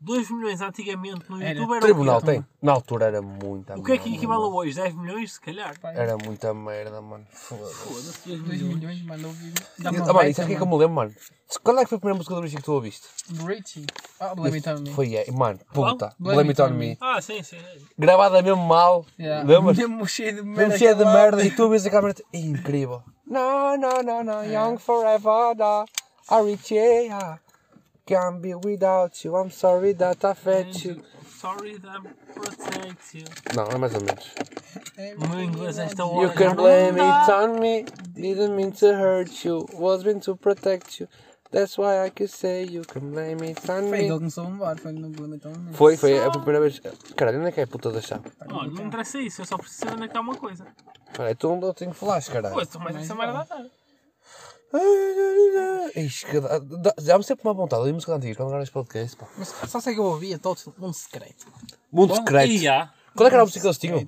2 milhões antigamente no
Era.
YouTube era o
Tribunal
quê?
tem. Na altura era muita
O que é que
merda,
equivale
mano.
hoje? 10 milhões, se calhar?
Era muita merda, mano. Foda-se.
Foda-se, 2
2
milhões.
milhões, mano, ouvi. Dá
Ah, mano, e sabes o que é que eu me lembro, mano? Qual é que foi a primeira música do Brasil que tu ouviste?
Brady. Ah, Blame It On Me.
Foi, é, mano, puta.
Blame
Blame
It
It
On
On Me.
Ah, sim, sim.
Gravada mesmo mal.
Yeah.
Lembras?
Mesmo cheio de merda.
Mesmo cheia de
aquela-
merda e tu vês a câmera. É incrível. É. No, no, no, no. Young forever, ah, da. Arichea. ah. Can't be without you. I'm sorry that I fed you.
Sorry, that protect you.
Não, é mais ou menos.
O meu inglês esta hora.
You
já
can
não
blame it
dá.
on me. Didn't mean to hurt you. Was meant to protect you. That's why I could say you can blame it on
Foi ele
me.
começou a bombar, foi no Blame It On Me.
Foi, foi a primeira vez. Caralho, onde é que é a puta da chave?
Oh, não interessa isso, eu só preciso saber onde é que há uma coisa.
Peraí, tu não tenho flash,
Pô,
caralho.
tu mais essa merda dá.
Ixi, que dá- dá- Dá-me sempre uma vontade de música antiga quando gravar este podcast, pá.
Mas só sei que eu ouvia todos de um secreto.
Mundo secreto.
E há.
Qual é que era a música que eles tinham?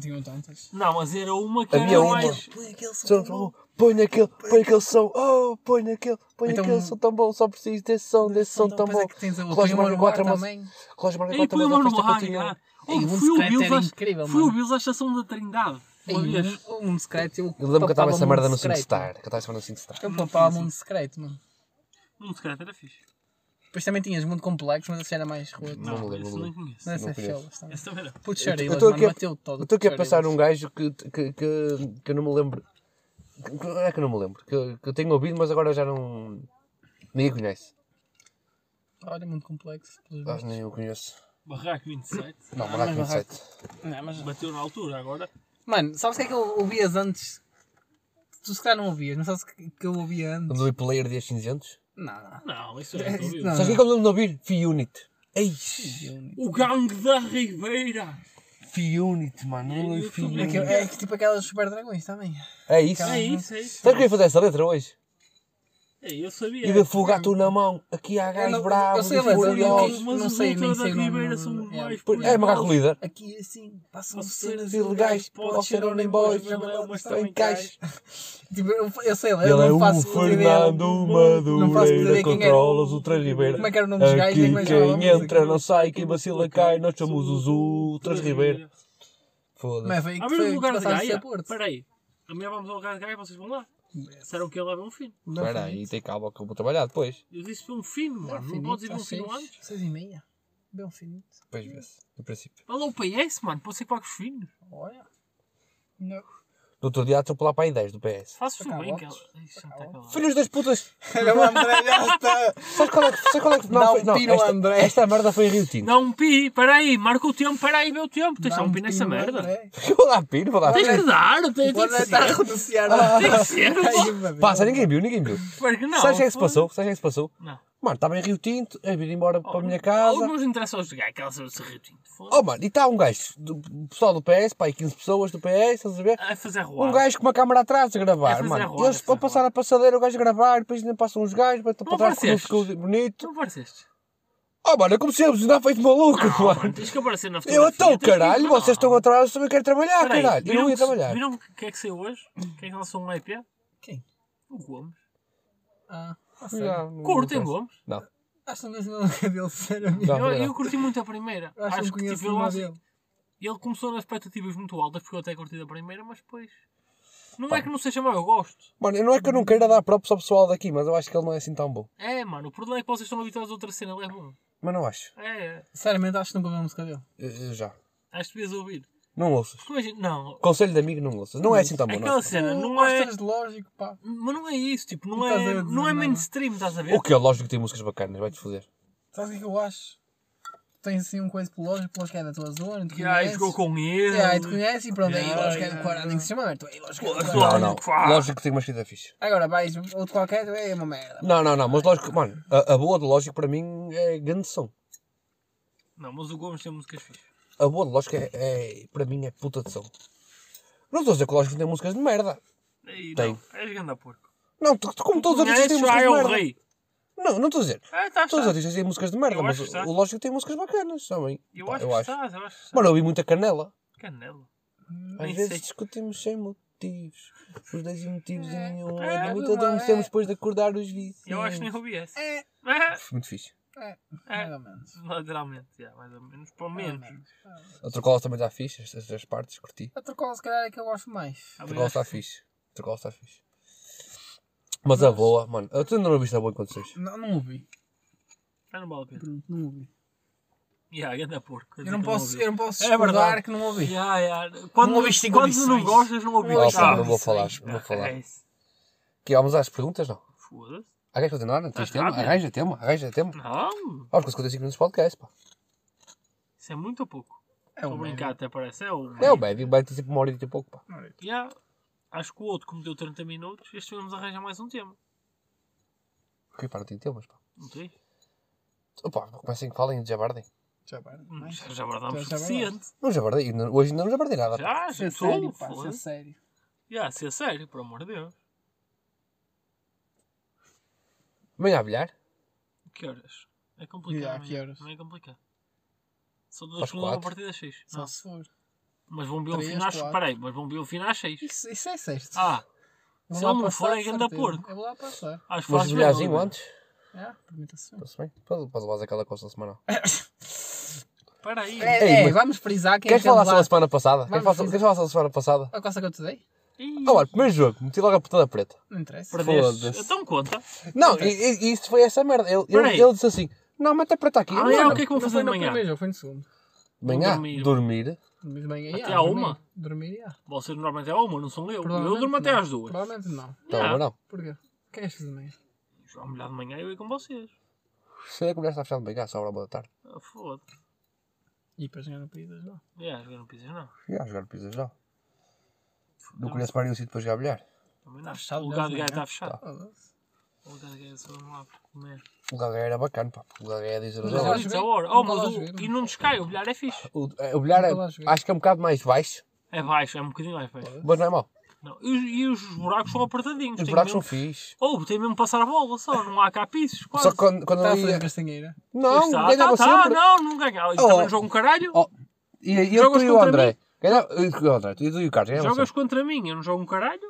Tinham tantas.
Não, mas era uma que
Havia
era
uma.
mais.
Só não falou, Põe naquele, põe aquele som, oh, põe naquele, põe
Então-
aquele som tão bom, só preciso desse som, desse som
Então,
tão
pois
bom.
é que tens a outra.
Relógio
Põe o
marca
Manuel
4
tambei.
mas. Relógio marca
Ei,
4
põe uma
mas.
no
a festa
rádio.
é continua.
ah.
Ei,
Oh,
um
Fui o
secreto
Bills
era
às-
incrível,
fui o
mano.
Bills à estação da Trindade.
Ei,
Uma vez.
um, um secreto. Eu,
Eu lembro que eu estava
papava
essa
um
merda no
secreto.
SingStar. Que eu estava essa merda no SingStar.
Eu papava um secreto, mano.
Um secreto era fixe.
Depois também tinhas muito complexo, mas esse era mais roto.
Não me lembro,
Esse
não me
não
lembro.
conheço.
Nessa
não conheço.
filas também.
Esse também não.
é Putz,
Eu- eu
Charilas,
tô aqui
mano,
a-
bateu todo.
Eu estou aqui a
Charilas.
passar num gajo que, que, que, que eu não me lembro. Que, que- é que eu não me lembro. Que, que eu tenho ouvido, mas agora já não. Ninguém conhece.
Olha, muito complexo. pelos
um- Ah,
vistos.
nem eu conheço.
Barraco 27.
Não, Manac
mas é
27.
Não, mas-
Bateu na altura agora.
Mano, sabes o que é que eu ouvias antes? Tu se calhar não ouvias, mas sabes o que que eu ouvia antes?
Quando eu vi player dias cinzentos.
Não, não.
Não, isso é.
Não,
horrível.
não.
Sabes o que é que eu me lembro de ouvir? F-Unit. Eish!
O gangue da Ribeira.
F-Unit, mano. Eu um- ouvi
É
F-Unit.
que, é que tipo aquelas super dragões também.
É isso.
É isso, é isso.
Sabes que eu ia fazer essa letra hoje?
É, eu sabia.
E de fogato na mão, aqui há
Eu
gajos
não- eu
bravos,
tipo,
sei a letra,
furiosos.
eu
Mas
Não
os
sei, nem
Ultra
sei o
da
nome,
Ribeira
não-
são
não-
mais
Por-
É macaco líder.
Aqui assim, passam
São
cenas
cenas
ilegais,
ilegais,
pode
pode
ser
ser
nem
nem
boys,
é?
boys, mas
estão em
também
caixa.
cais.
Tipo, eu, eu sei, eu
Ele é
não
o
faço ideia.
Fernando
não faço ideia
Madureira,
quem é era
controla
o-
os Ultra Ribeira.
como é que era o nome dos gajos, nem mais
Aqui
era a
quem
música.
entra não sai, quem vacila cai, nós somos os Ultras Ribeira. Foda-se.
Mas foi aí
Há
que
mesmo
foi
um
que
lugar de
passaste a
Gaia?
Porto.
Espera aí. Amanhã vamos ao lugar de Gaia e vocês vão lá. Disseram que ele leva um fino.
Não foi.
Espera aí, tem calma que eu vou trabalhar depois.
Eu disse para um fino,
É
Era
mano. Não
finito,
tá
podes ir para um
às
fino
seis-
antes.
Seis e meia. Bem um finito.
Depois vê-se, no princípio.
Olha o PS, mano. Pode ser para os finos.
Olha. Não.
No outro dia atropelar para aí 10 do PS.
Fazes-te
Para cá,
bem, que
botes.
ela- Ixi,
Tá
não está calado.
Filhos das putas!
Olha o André já está.
Sabes qual é que... Sabes qual é que
Dá
não,
um
foi, não
pino ao
esta,
André.
esta merda foi em Rio Tinto.
Dá um pi, peraí, marca o tempo, peraí, meu tempo. Tens de dar um pi nessa
é.
merda.
Vou dar pino, vou dar
Tens
pino.
que dar, tem tem
O
é
André
que
é. está a
ser.
renunciar.
Tem que ser, pô.
Passa, ninguém viu, ninguém viu.
Espero que não.
Sabes o que é que se
pô.
passou? Sabes o que é que se passou?
Não.
Mano, estava em Rio Tinto, a vir embora para a minha
Ou
casa.
nos interessa aos gajos, aquela cena de serretinho.
Oh mano, e está um gajo, do do pessoal do PS, pá, aí 15 pessoas do PS, estás a ver?
A fazer rolar.
Um gajo com uma câmara atrás a
É
gravar,
fazer
mano.
roda,
Eles
fazer
para passar a passadeira, o gajo a gravar, depois ainda passam uns gajos, para para
Não
trás com um
apareceste?
escudo bonito.
Tu apareceste.
Oh mano, eu comecei a buzinar feito maluco,
Não, Ah, mano,
mano.
tens que aparecer na fotografia.
Eu então,
tens que ir-
caralho,
Não.
vocês estão atrás, eu também quero trabalhar,
Peraí,
caralho. Eu
viram
não ia
que-
trabalhar.
Viram o que é que saiu hoje? Quem é que lançou um EP?
Quem?
O Gomes.
Ah,
Já, não
Curtem
interessa.
Gomes.
Não.
acho que não conheço o cabelo, sinceramente.
Já,
Eu,
já.
eu curti muito a primeira.
Acho que não
tipo,
conheço
ele,
o
lança-
dele.
ele começou nas expectativas muito altas, porque eu até curti da primeira, mas depois. Não é que não seja mau, eu gosto.
Mano, não é que eu não queira dar props ao pessoal daqui, mas eu acho que ele não é assim tão bom.
É, mano, o problema é que vocês estão habituados a outra cena, ele é bom.
Mas não acho.
É, é.
Sinceramente, acho que nunca ouvimos o cabelo.
Eu- eu já.
acho que devias ouvir.
Não ouças.
Porque imagina, não,
Conselho de amigo, não ouças. Não é assim tão bom, não.
aquela cena, não é.
gostas de lógico, pá.
Mas não é isso, tipo, não,
Não estás a
é,
dizer
não é
nada.
mainstream, estás a ver?
O que é? Lógico que tem músicas bacanas, vai-te foder.
Sabes o que é que eu acho? Tens assim um coisa pelo lógico, pelo lógico é da tua zona, tu
E aí jogou
conheces.
com ele.
E É, aí tu conheces e pronto, aí
Yeah,
lógico é do
yeah.
Quará, nem que se chama, mas tu aí lógico é do
Pô,
Não,
Quará.
não.
pá.
Lógico que tem uma escrita fixe.
Agora vais outro qualquer, é uma merda.
Não, não, não. Mas lógico, mano, a, a boa de lógico para mim é grande som.
Não, mas o Gomes tem músicas fixas.
A boa de lógico é, é- para mim é puta de som. Não estou a dizer que lógico tem músicas de merda.
Aí,
Tem.
não, és ganda porco.
Não, tu, tu- como todos os artistas têm
Conheces, ah,
músicas
é
de
o
merda.
rei.
Não, não estou a dizer.
Ah, tá,
Todos os
está.
artistas têm músicas de merda,
Eu
mas
acho que
o
está.
o lógico tem músicas bacanas também.
Eu
Pá,
acho que estás, eu acho que estás.
Mano, eu ouvi muita canela.
Canela.
Às
Nem
vezes
sei.
discutimos sem motivos. Os 10 motivos em um
É,
ano. Muito
não é?
adormecemos depois de acordar os vícios.
Eu acho que nem ouvi essa.
É.
Ah,
Foi muito fixe.
É,
É.
mais ou menos.
Lateralmente, já, mais ou menos. Pelo
Ah,
menos.
Autocola também está fixe, estas três partes, curti.
A Trocola, se calhar, é que eu gosto mais.
Autocola está fixe. Autocola está fixe. Mas a boa, mano. Eu tu ainda não viste a boa enquanto seis.
Não, não ouvi.
Ah, não vale a pena.
Pronto, não ouvi.
Yeah, ganda porco.
Eu não posso, eu não posso
É verdade.
discordar que não ouvi.
Yeah, yeah. Quando
Não ouviste em
quando não
condições.
gostas, não ouviste.
Não ouviste em
Ah,
não vou falar,
isso,
não vou
pá,
falar.
É isso.
Aqui, vamos às perguntas, não?
Foda-se.
Ah, queres continuar? Não tens
Tá
Estás
tema?
rápido.
Arranja tema, arranja tema.
Não,
Vamos com 55 minutos de podcast, pá.
isso é muito ou pouco.
É
Estou
o
a brincar, até parece. É o.
um É o médio, o médio tem sempre uma hora e tem pouco, pá.
Yeah. Acho que o outro, como deu 30 minutos, este vamos arranjar mais um tema.
Porque, pá, não tem temas, pá.
Não tem?
Então, pá, comecem que falem e desabardem.
Já para.
Hum,
mais.
Já já abordámos
é? Já- já
suficiente.
Não desabardei, ainda- hoje ainda não desabardei nada, pá.
Já,
Ser
já
é sério,
tudo.
pá, ser
foda-se.
sério.
Yeah, se é sério, por amor de Deus.
Amanhã a bilhar,
Que horas? É complicado.
Yeah, que horas?
Não é complicado. Só
Às
das segunda a
quatro.
partir das 6.
Só se for.
Mas vão ver o
Três,
final.
quatro.
Peraí, mas vão ver o final às 6.
Isso, isso é certo.
Ah,
Eu vou
se
lá
ele não for,
passar,
é
de
grande
certeza.
porco.
Eu vou lá passar.
Acho que
mas
faz
bilharzinho
bem,
antes.
Ah, permita-se.
Está-se bem? Depois depois levar aquela costa semanal.
Peraí.
É,
Ei,
é,
mas-
vamos frisar quem
Queres
é que
falar
anda
sobre
lá.
a semana passada? Queres
Vamos
falar
fazer-
queres falar sobre a semana passada?
A coça que eu te dei?
Ih,
Ah, mano, primeiro jogo, meti logo a putada preta.
Não interessa.
Perdeste.
foda-se.
Então conta.
Não, e, e- e isto foi essa merda. Ele, ele,
Peraí.
ele disse assim: Não, mete a preta aqui.
Ah,
Eu,
é,
mano,
o que é que
Não
vão fazer
foi
de
no
manhã?
primeiro jogo, foi no segundo.
Amanhã,
dormir.
dormir.
De manhã,
Até
já,
à
dormir.
uma?
Dormir, já.
Vocês normalmente é uma, não são eu. Eu
Provavelmente
durmo até
não.
às duas.
Provavelmente não.
Tá
Yeah.
bom, não.
Porquê? O que é que és fazer de manhã?
À melhor de manhã eu ia com vocês.
Sei que a mulher está fechada bem, cá, só a hora boa da tarde.
Ah, Foda-se.
E para jogar no país, não.
Yeah, jogar no pizzas não.
E a jogar pizzas já. Não conheço para nenhum sítio para jogar bilhar.
Também não.
Tá fechado,
o lugar
dez
de
da
gajo
manhã.
está fechado.
Foda-se.
O lugar de gajo só não lá para comer.
O Gaga era bacana, pá. O Gaga é 10 euros
Mas
a
lá
hora.
joguei.
Isso é hora. Oh,
Nunca
mas
lá
o-
joguei, nunca.
E não nos cai, o bilhar é fixe.
O, eh, o bilhar é-
Nunca lá joguei.
acho que é um bocado mais baixo,
É baixo, é um bocadinho mais baixo.
mas não é mau.
Não. E, os, e os buracos são apertadinhos.
Os
tem
buracos são
mesmo...
fixe.
Oh, tem mesmo que passar a bola só, não há cá pisos. Quase.
Só que quando, quando
Está a
eu
fazer
ia.
castanheira.
Não,
Tá Está,
ganhava
tá, tá,
sempre.
Não, não ganhava. Isso
Oh.
também não joga um caralho.
Oh, E e eu
Jogas
tu e o
contra
André. Ganhava- eu- eu- o André, tu e o Carlos ganhavam
Jogas
sempre.
contra mim, eu não jogo um caralho.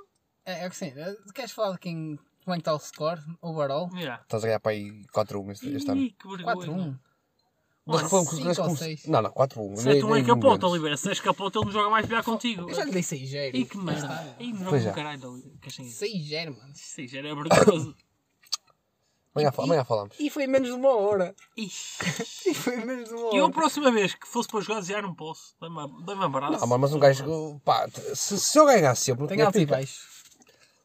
É, é que sim. é, Queres falar de quem... Como é que está o score? Overall?
Yeah.
Estás a ganhar para aí 4-1 este este ano.
Ih, que vergonha.
4-1.
Mas
Mano,
como que
cinco ou seis. um
Não, não, 4-1.
Se é tu
nem-
é
nem
capota,
menos.
Oliveira. Se és capota, ele não joga mais bilhar contigo.
Eu já lhe dei 6-0.
Ih, que
Já
merda.
está.
Ih, não
é Pois
joga
é.
um caralho, Oliveira. Que assim,
6-0, mano.
Sim, já era vergonhoso.
Amanhã, fa- amanhã falamos.
E foi em menos de uma hora.
Ixi.
E foi em menos de uma
E eu, a
hora.
próxima vez que fosse para jogar, já não posso. Dá-me dá abraço.
Não, mano, mas um gajo. Pá, se, se eu ganhasse sempre. não
Tem
tinha
altos e
pica.
baixos.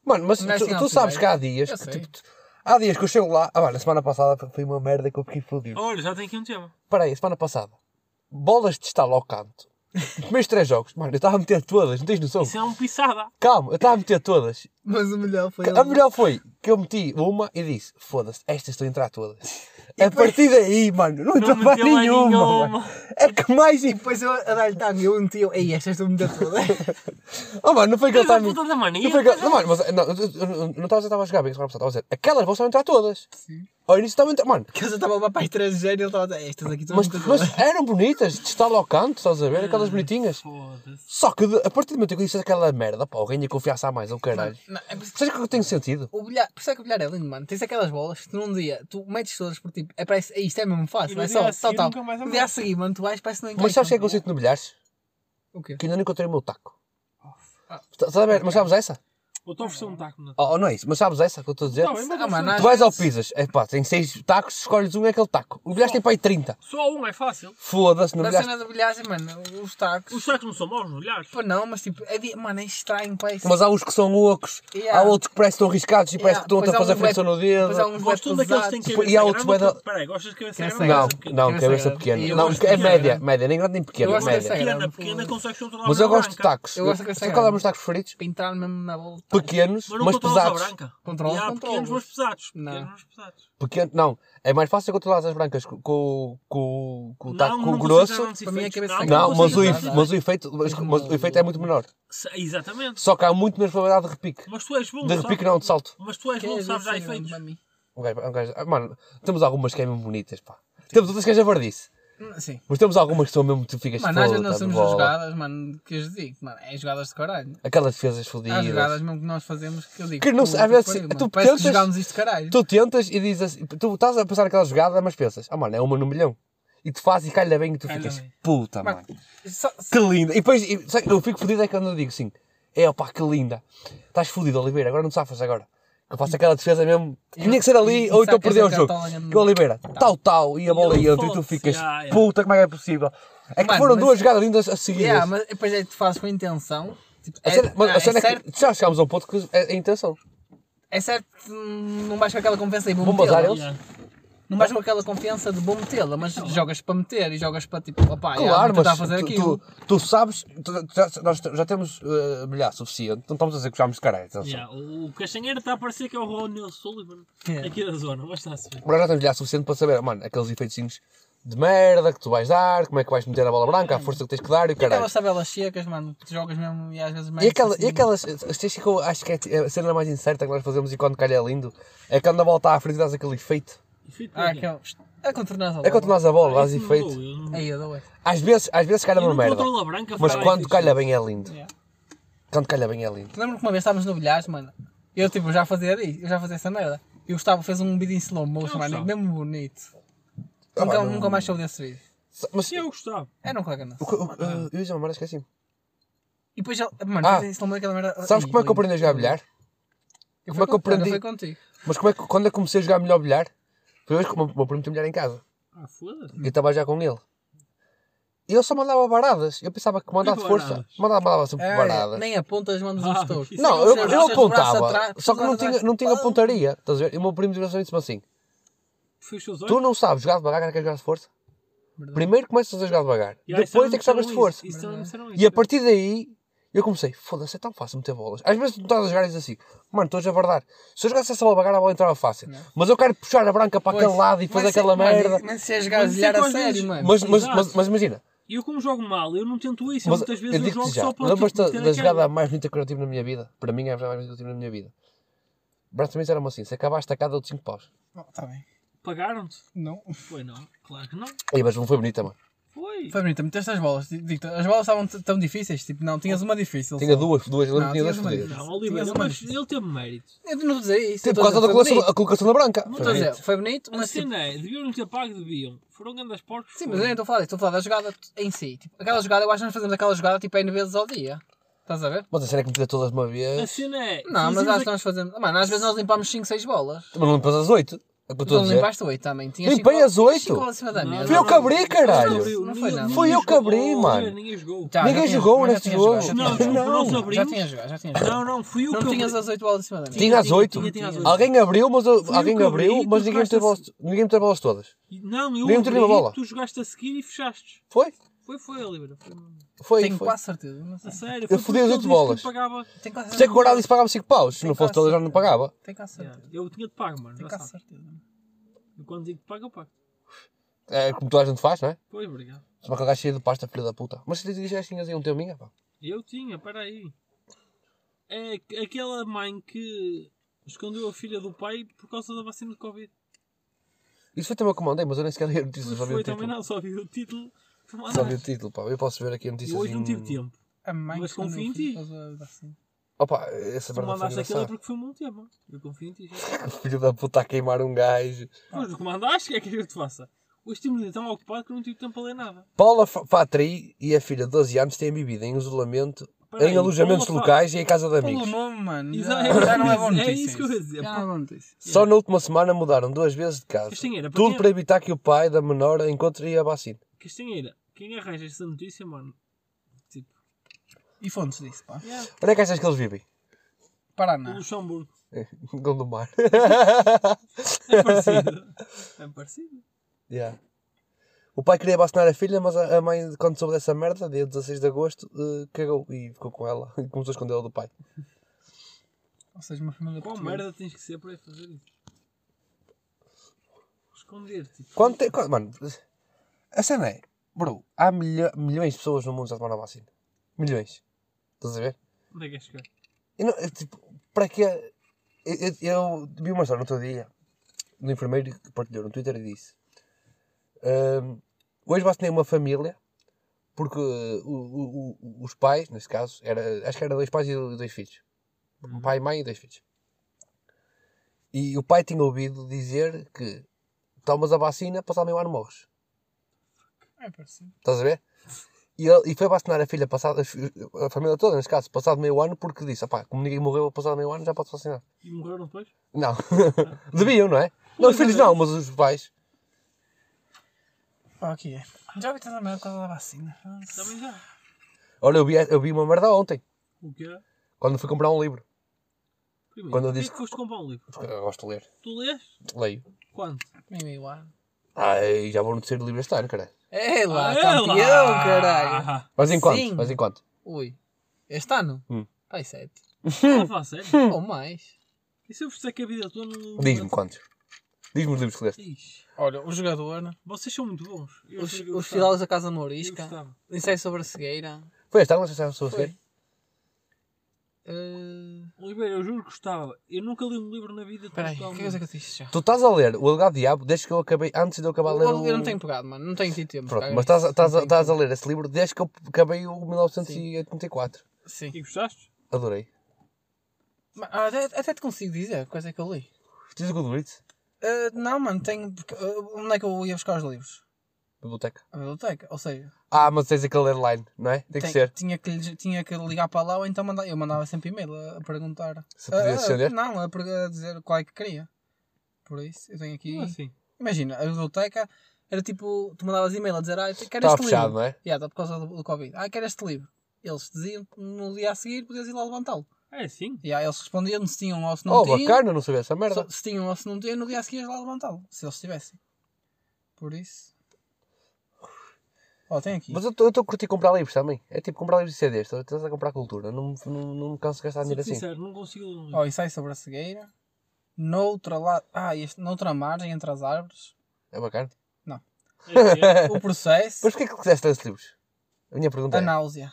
Mano, mas
Um
tu,
gajo tem
tu
altos e
sabes que há
baixos.
dias
Eu
que
sei.
tipo. tu- Há dias que eu chego lá. Ah, mano, a semana passada foi uma merda que eu fiquei
Oh.
fodido.
Olha, já tem aqui um tema.
Espera aí, a semana passada. Bolas de estalo ao canto. Os primeiros três jogos, mano, eu estava a meter todas, não tens noção.
Isso é um pisada.
Calma, eu estava a meter todas.
Mas o melhor foi
A melhor foi que eu meti uma e disse: foda-se, estas estão a entrar todas. A partir daí, mano, não entrou mais
meteu mais
nenhuma.
nenhuma.
mano. É que mais.
Depois eu a dar-lhe tango, eu meti eu, ei, esta estou muito toda.
Oh, mano, não foi que ele
Mas a
estava.
puta da mania.
Não, foi que- não, mano, mas é, não, eu- eu- eu- eu não estava a dizer que estava a jogar bem, estava a pensar, estava a dizer, aquelas vão só entrar todas. Sim. Ao início estavam a entrar, mano,
Que eu já estava a para aí 3 e ele estava a dizer, estas aqui estão
mas,
muito
mas
todas.
eram bonitas, de estar lá ao canto, estás a ver, aquelas bonitinhas.
Foda-se.
Só que de- a partir do momento em que eu disse aquela merda, pá, alguém ia confiança a mais, ou caralho.
Não, é por isso-
Sabes o que eu tenho sentido?
O bilhar, por isso é que o bilhar é lindo, mano. Tens aquelas bolas que tu num dia, tu metes todas por tipo, é, parece, "Ei, isto é mesmo
E
fácil,
no
é
dia
só,
a
só
seguir
tal.
nunca mais
No dia a seguir, mano, tu vais, parece que não
Mas sabes o que é que eu
encaixam.
sinto no bilhares?
O quê?
Que ainda não encontrei o meu taco. Estás a ver? Mas sabes essa?
Vou-te oferecer um taco na
Oh, oh, não é isso, mas sabes essa que eu estou a dizer?
Tá bem, mas
Ah, mano,
Tu vais ao Pisas, é pá, tem 6 tacos, escolhes um é aquele taco. O bilhares tem para aí 30.
Só um é fácil.
Foda-se, no
na
bilhares.
cena da bilhagem, mano, os tacos.
Os tacos não são maus, não olhares?
Pô, não, mas tipo, é, di- mano, é estranho, parece.
Mas há uns que são loucos,
Yeah.
há outros que parecem que estão arriscados e parece
Yeah,
que estão a
depois há
fazer
uns bué-
flexão no dedo.
depois há uns bué
Gosto daqueles que têm
pesados.
cabeça
Tipo, E há outros
grande.
bueda-
Peraí, gostas de cabeça
Cabeça
grande?
Não,
Cabeça pequena.
não,
Cabeça
cabeça
grande.
pequena.
Eu
Não,
gosto
é
de
média,
grande.
média, nem grande nem
Eu
pequena,
gosto de
média.
cabeça
Pequena,
grande,
pequena,
foda-se.
consegues controlar
Mas
uma
eu gosto de
branca.
tacos.
Eu gosto de
Eu-
cabeça
Sabe qual é
grande.
os meus tacos preferidos?
Para tipo, entrar mesmo na bola.
Pequenos,
Mas não
mas
controlas a
pesados.
branca.
Controlas,
E há pequenos,
controlas.
mas pesados.
Não.
Pequenos, mas pesados.
Pequeno, não, é mais fácil controlar as brancas com, com, com, com o taco
Não,
com
não
o
consigo dar
grosso.
tantos
Para mim é
efeitos.
cabeça grande.
Não, mas o,
consigo
efe-
dar,
mas o efeito, mas, mas o efeito é muito menor.
Se- Exatamente.
Só que há muito menos probabilidade de repique.
Mas tu és bom,
De
sabes?
repique não, de salto.
Mas tu és
é
bom, sabes dar efeitos.
é
Tipo-
Um gajo, um gajo- ah, mano, temos algumas que é mesmo bonitas, pá. Temos outras que é javardice.
Sim.
Mas temos algumas que são mesmo que tu ficas
Mano, às
"Foda,
vezes nós
tá de
somos
bola."
jogadas, mano, que eu te digo, mano, é jogadas de caralho.
Aquelas defesas
Há jogadas
fodidas.
mesmo que nós fazemos que eu digo.
Que não sei,
puta
às vezes, assim,
pariu,
tu
mano, Parece que
pensas-
jogámos isto de caralho.
Tu tentas e dizes assim, tu estás a pensar naquela jogada, mas pensas, ah mano, é uma no milhão. E tu fazes e calha bem e tu
Calha
ficas,
bem.
puta
Mano,
mano.
só-
Que linda! E depois, e, sabe, eu fico fodido é quando eu digo assim, é opá, que linda. Estás fodido, Oliveira, agora não safas agora. Eu faço aquela defesa mesmo, tinha que ser ali,
e
ou então
sacas
perdeu o
a
jogo.
cartola mesmo.
E o Oliveira, tal, tal, e a bola
ele
ia, e tu
foda-se,
ficas,
já, já.
puta, como é que é possível? É que
Mano,
foram
mas-
duas jogadas lindas a seguir.
Yeah, mas depois é que tu fazes com intenção. Tipo,
A
é,
cena- mas
ah,
a cena
é,
é
certo,
que já chegámos a um ponto que é a intenção.
é certo que não vais com aquela confiança e vou
Vão bazar
metê-la.
eles?
Yeah.
Não vais com aquela confiança de vou metê-la, mas jogas para meter e jogas para tipo, opá,
Claro,
vou tentar
mas
fazer
tu,
aquilo.
tu- tu sabes, tu- tu- já- nós já temos eh, milhar suficiente, não estamos a dizer que jogámos de caralho. atenção.
Yeah, O o Castanheira está a parecer que é o Ronald Sullivan
Yeah.
aqui da zona, mas está-se bem.
Agora já tens milhar suficiente para saber, mano, aqueles efeitos de merda que tu vais dar, como é que vais meter a bola branca, a força que tens que dar e o
E
caralho.
aquelas tabelas secas, mano, que tu jogas mesmo e às vezes assim, mais.
E, aquela, e aquelas, vocês que eu acho que é a cena mais incerta que nós fazemos e quando calha é lindo, é quando a bola está à frente e dás aquele efeito.
Efeito
Ah,
porquê?
aquela. É contornada.
É quando tu dás a bola, dás
Isso não dou,
efeito.
eu não-
Aí, eu dou.
Às vezes, às vezes calha
Eu
uma
não
É merda,
controlo a branca,
mas
fala,
quando
fixe.
calha bem é lindo.
Yeah.
Quando calha bem é lindo.
Te lembro que uma vez estávamos no bilhares, mano. Eu tipo, já fazia disso, eu já fazia essa merda. E o Gustavo fez um vídeo em slow motion,
Eu
mano,
gostava.
mesmo bonito.
Ah,
nunca,
pá, não-
nunca mais soube desse vídeo.
Mas,
Sim, eu gostava.
É, não colega não.
o que- o que- ah, eu já me esqueci
E depois ele. Mano,
Ah.
fez em slow motion aquela merda.
Sabes como
Ai,
é que eu
lindo.
aprendi a jogar bilhar?
Eu
como é
fui
que eu
contigo,
aprendi?
fui contigo.
Mas como é que, quando eu comecei a jogar melhor bilhar, foi hoje que o meu o meu primo tinha bilhar em casa.
Ah, foda-se.
E eu estava já com ele. E ele só mandava varadas. Eu pensava que mandava de
Que
força.
varadas?
Mandava, mandava sempre
É,
varadas.
nem apontas, mandas um
Ah,
gestor.
isso
Não, eu, eu
Puxas o braço
apontava.
atrás,
Só que
puxas
não
o braço
tinha, não
atrás.
tinha
Pum.
pontaria. Estás a ver? E o meu primo de disse-me assim:
Fecha os olhos.
Tu não sabes jogar devagar, queres jogar de força? Primeiro começas a jogar devagar.
Yeah, isso
Depois
não
é que sabes
me
de
disseram
força.
isso, Isso não me disseram
E a
isso.
partir daí eu comecei, foda-se, é tão fácil meter bolas. Às vezes tu estás a jogar e dizes assim, mano, estou a verdade. Se eu jogasse essa bola bagar, a bola entrava fácil. Mas eu quero puxar a branca para aquele
Pois,
lado e
mas
fazer
se-
aquela
mano,
merda.
Mas se é jogar a
Mas isso é
zilhar
com
a
as
sério,
vezes.
mano.
Mas, mas,
Exato.
mas, mas imagina,
E eu como jogo mal, eu não tento isso. eu
mas
muitas
eu
vezes eu jogo
digo-te já,
só para
tipo,
lembras-te
tipo,
da,
meter
da
a
jogada
cara.
mais bonita que eu tive na minha vida? Para mim é a jogada mais bonita que eu tive na minha vida. Braço também disseram-me assim, se acabaste tacada, dou-te 5 paus.
Tá bem.
Pagaram-te?
Não.
Foi não. Claro que não.
Aí, mas não foi bonita, mano.
Foi.
Foi bonito, meteste as bolas. Digo-te, as bolas estavam t- tão difíceis, tipo, não, tinhas uma difícil.
Tinha
só.
duas, duas, lembro
Não,
que tinha duas
tinhas uma
fodidas.
Não, Oliveira,
Tinhas uma
mas
difícil.
ele teve mérito.
Eu não vou dizer isso.
Tipo,
eu
por
tô a
causa da
dizer, foi
colocação,
bonito.
a colocação da branca.
Não estou a dizer, foi assim. bonito,
A
mas tipo,
cena é, deviam não ter pago, deviam. Foram grandes porcos.
Sim, mas é eu nem estou a falar disso, estou a falar da jogada em si. Tipo, aquela jogada, eu acho que nós fazemos aquela jogada tipo N vezes ao dia. Estás a ver?
Mas a cena é que me tira todas de uma
A
vez.
cena é...
Não, mas
fazíamos
acho que nós fazemos. Mano, às vezes nós limpámos 5, 6 bolas.
Mas não limpas as 8. É o que eu
Tu
estou a
não
dizer.
limpaste 8 também. Tinhas
Limpei
cinco
as
bolas-
oito?
cinco bolas em cima da mesa.
Fui eu que abri, caralho.
Não foi nada.
ninguém
Foi eu que abri,
jogou,
mano.
Oliveira, Ninguém jogou.
Já, já
Ninguém
tinhas-
jogou
mas já
neste
tinhas
jogo.
jogado,
Não,
Tá, já tinhas
desculpa,
jogado.
nós
Já
abrimos.
tinha jogado, já tinha jogado.
Não, não, fui eu
Não
que
tinhas
abri.
as 8 bolas em cima da mesa.
Tinha as
tinha,
8.
tinha, tinha as oito.
Alguém abriu, mas eu-
que
alguém
abri,
abriu,
tu
mas ninguém
tocaste
meteu, bolas,
assim.
ninguém meteu bolas todas.
Não, eu
Nem um tiro na bola.
abri, tu jogaste a seguir e fechaste.
Foi?
Foi, foi, Oliveira. Foi,
Foi.
Tenho
foi.
quase certeza. não sei.
a sério.
Eu
foi
fodi as
porque
oito
ele disse que
bolas.
Tenho
Pagava...
quase
Se é que o
certeza.
Guardado disse que pagava 5 paus, se não fosse todas já não pagava.
Tenho quase
Yeah,
certeza.
Eu tinha de pago, mano.
Tenho
Já
quase
sabes.
certeza. assim.
E Quando digo que pago, eu pago.
É como toda a gente faz, não é?
Pois, obrigado.
Se uma gajo cheia de pasta, filha da puta. Mas se já tinhas aí um teu minha, pá.
Eu tinha, peraí. É aqu- aquela mãe que escondeu a filha do pai por causa da vacina de Covid.
Isso foi também o que mandei, mas eu nem sequer li a notícia,
Mas
só vi o
foi também,
título.
não, só vi o título.
Só
Tu
vi o
mandaste.
título, pá. Eu posso ver aqui a
E
notícia. assim
hoje um tipo não tive tempo.
A mãe
Mas
que quando
confio em
eu fui
ti.
por causa da vacina.
Opa, essa
Tu
merda foi Ah.
mandaste aquilo é
engraçada.
porque foi um bom tema. Eu confio em ti. já.
O filho da puta a queimar um gajo.
Pois, o que mandaste, o que é que eu te faça? Hoje estive de tão ocupado que não tive tempo para ler nada.
Paula Fa- Fatri e a filha de 12 anos têm vivido em isolamento,
Peraí,
em alojamentos
Paula Fa-
locais e em casa de
Pelo
amigos.
nome, mano.
Exato,
Já já não é bom
é
notícia.
isso que eu ia dizer.
Já não é bom notícia.
Só na última semana mudaram duas vezes de casa.
Castanheira, para
Tudo
quem-
para evitar que o pai da menor encontre a vacina.
Castanheira, quem arranja essa notícia, mano? Tipo,
E fontes disso, pá.
yeah,
Onde é que achas que eles vivem? Ah.
o
Paraná.
Luxemburgo.
Gondomar.
É parecido. É parecido.
yeah. O pai queria vacinar a filha, mas a a mãe, quando soube dessa merda, dia 16 de agosto, eh, cagou e ficou com ela. E começou a escondê-la do pai.
Ou seja, uma família
Qual
portuguesa.
merda tens que ser para fazer isso? Esconder, tipo.
Quanto te... quanto- Mano, a cena é, bro, há milho- milhões de pessoas no mundo já tomaram a vacina. Milhões. Estás a ver?
Onde é que és chegar?
Eu não- eu, tipo, para que Eu, eu- eu vi uma história no outro dia, no enfermeiro que partilhou no Twitter e disse: "Ahm, Hoje você tem uma família, porque uh, o- o- o- os pais, nesse caso, era, acho que era dois pais e dois filhos. Um pai, mãe e dois filhos. E o pai tinha ouvido dizer que tomas a vacina, passado meio ano morres.
É parecido.
Estás a ver? E, ele, e foi vacinar a filha, passado, a família toda, nesse caso, passado meio ano, porque disse: opá, como ninguém morreu passado meio ano, já posso vacinar.
E morreram depois?
Não. Deviam, não é? Não, os filhos não, mas os pais.
Pá, aqui é. Já vi tanta merda por causa da vacina.
Também já.
Olha, eu vi, eu vi uma merda ontem,
O que é?
quando fui comprar um livro.
Primeiro,
Quando eu
porquê
disse-
que foste comprar um livro?
Porque eu gosto de ler.
Tu lês?
Leio.
Quanto?
Hum.
Meio meio ano.
Ai, já vou no terceiro livro este ano, caralho.
É lá,
Ah, é
campeão,
lá!
caralho.
Mas em quanto?
Sim.
Mas em quanto?
Ui. Este ano?
Hum.
Pai, sete.
Ah, pá, sério?
tipo Ou mais.
E se eu vos disser que a vida toda não... é
Diz-me quantos. Diz-me os livros que leste.
Ixi,
Olha, o jogador, né?
Vocês são muito bons. Eu
os,
achei que eu
os
gostava.
filósofos da Casa
Eu
Mourisca,
gostava.
ensaio sobre a cegueira.
Foi este ano, não sei se é sobre
Foi.
ler.
Eh,
Oliveira, eu juro que gostava. Eu nunca li um livro na vida.
Espera aí,
Gostava
o que é que eu sei
mesmo.
que eu disse já?
Tu estás a ler O Alegado Diabo desde que eu acabei, antes de eu acabar a ler
Eu,
o...
eu não tenho pegado, mano, não tenho tido tempo.
Pronto,
caga
mas estás,
nisso,
a- estás, a-
não tenho
estás a ler esse livro desde que eu acabei o 1984.
tempo. Sim.
E gostaste?
Adorei.
Mas, ah, até, até te consigo dizer quais é que eu li.
Tens o Goodreads?
Eh, não, mano, tenho. porque, eh, onde é que eu ia buscar os livros?
Biblioteca.
A biblioteca, ou seja,
Ah, mas tens aquele deadline, não é? Tem que
tem-
ser.
Tinha, que, lhes- tinha que ligar para lá ou então mandar. Eu mandava sempre e-mail a, a perguntar.
Se podia
Ah, ah,
acender?
Não, a, per- a dizer qual é que queria. Por isso, eu tenho aqui.
Como assim?
Imagina, a biblioteca era tipo, tu mandavas e-mail a dizer, ah, eu te- quero
Estava
este
fechado,
livro.
não é?
Yeah, tá por causa do, do Covid. Ah, quero este livro. Eles diziam no dia a seguir podias ir lá levantá-lo.
É assim?
Yeah, eles respondiam se tinham ou se não
Oh,
tinham.
bacana, não sabia essa merda.
Só- se tinham ou se não tinham, no dia a seguir ias lá levantá-lo. Se eles tivessem. Por isso. Ó, tem aqui.
Mas eu estou a curtir comprar livros também. É tipo comprar livros e CDs. Estás a comprar cultura. Não, me- não, não me canso de gastar
Sou
dinheiro assim.
sincero, não consigo ler um livro.
Ó, ensaio sobre a cegueira. Noutra lá. Ah, este, noutra margem entre as árvores.
É bacana.
É assim, é.
O processo.
Mas porquê que quiseste ler esses livros? A minha pergunta
a
é.
náusea.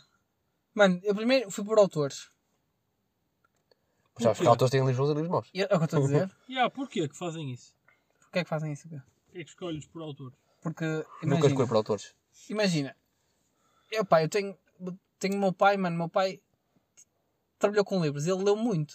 Mano, eu primeiro fui por autores.
Mas sabes que os autores têm livros bons e livros maus.
E É o que eu estou a dizer.
Ya, porquê que fazem isso?
Porquê é que fazem isso?
Porquê que escolhes por autores?
Porque.
Nunca
imagina-
escolho para autores.
Imagina, eu, pá, eu tenho, tenho meu pai, mano, meu pai trabalhou com livros, ele leu muito.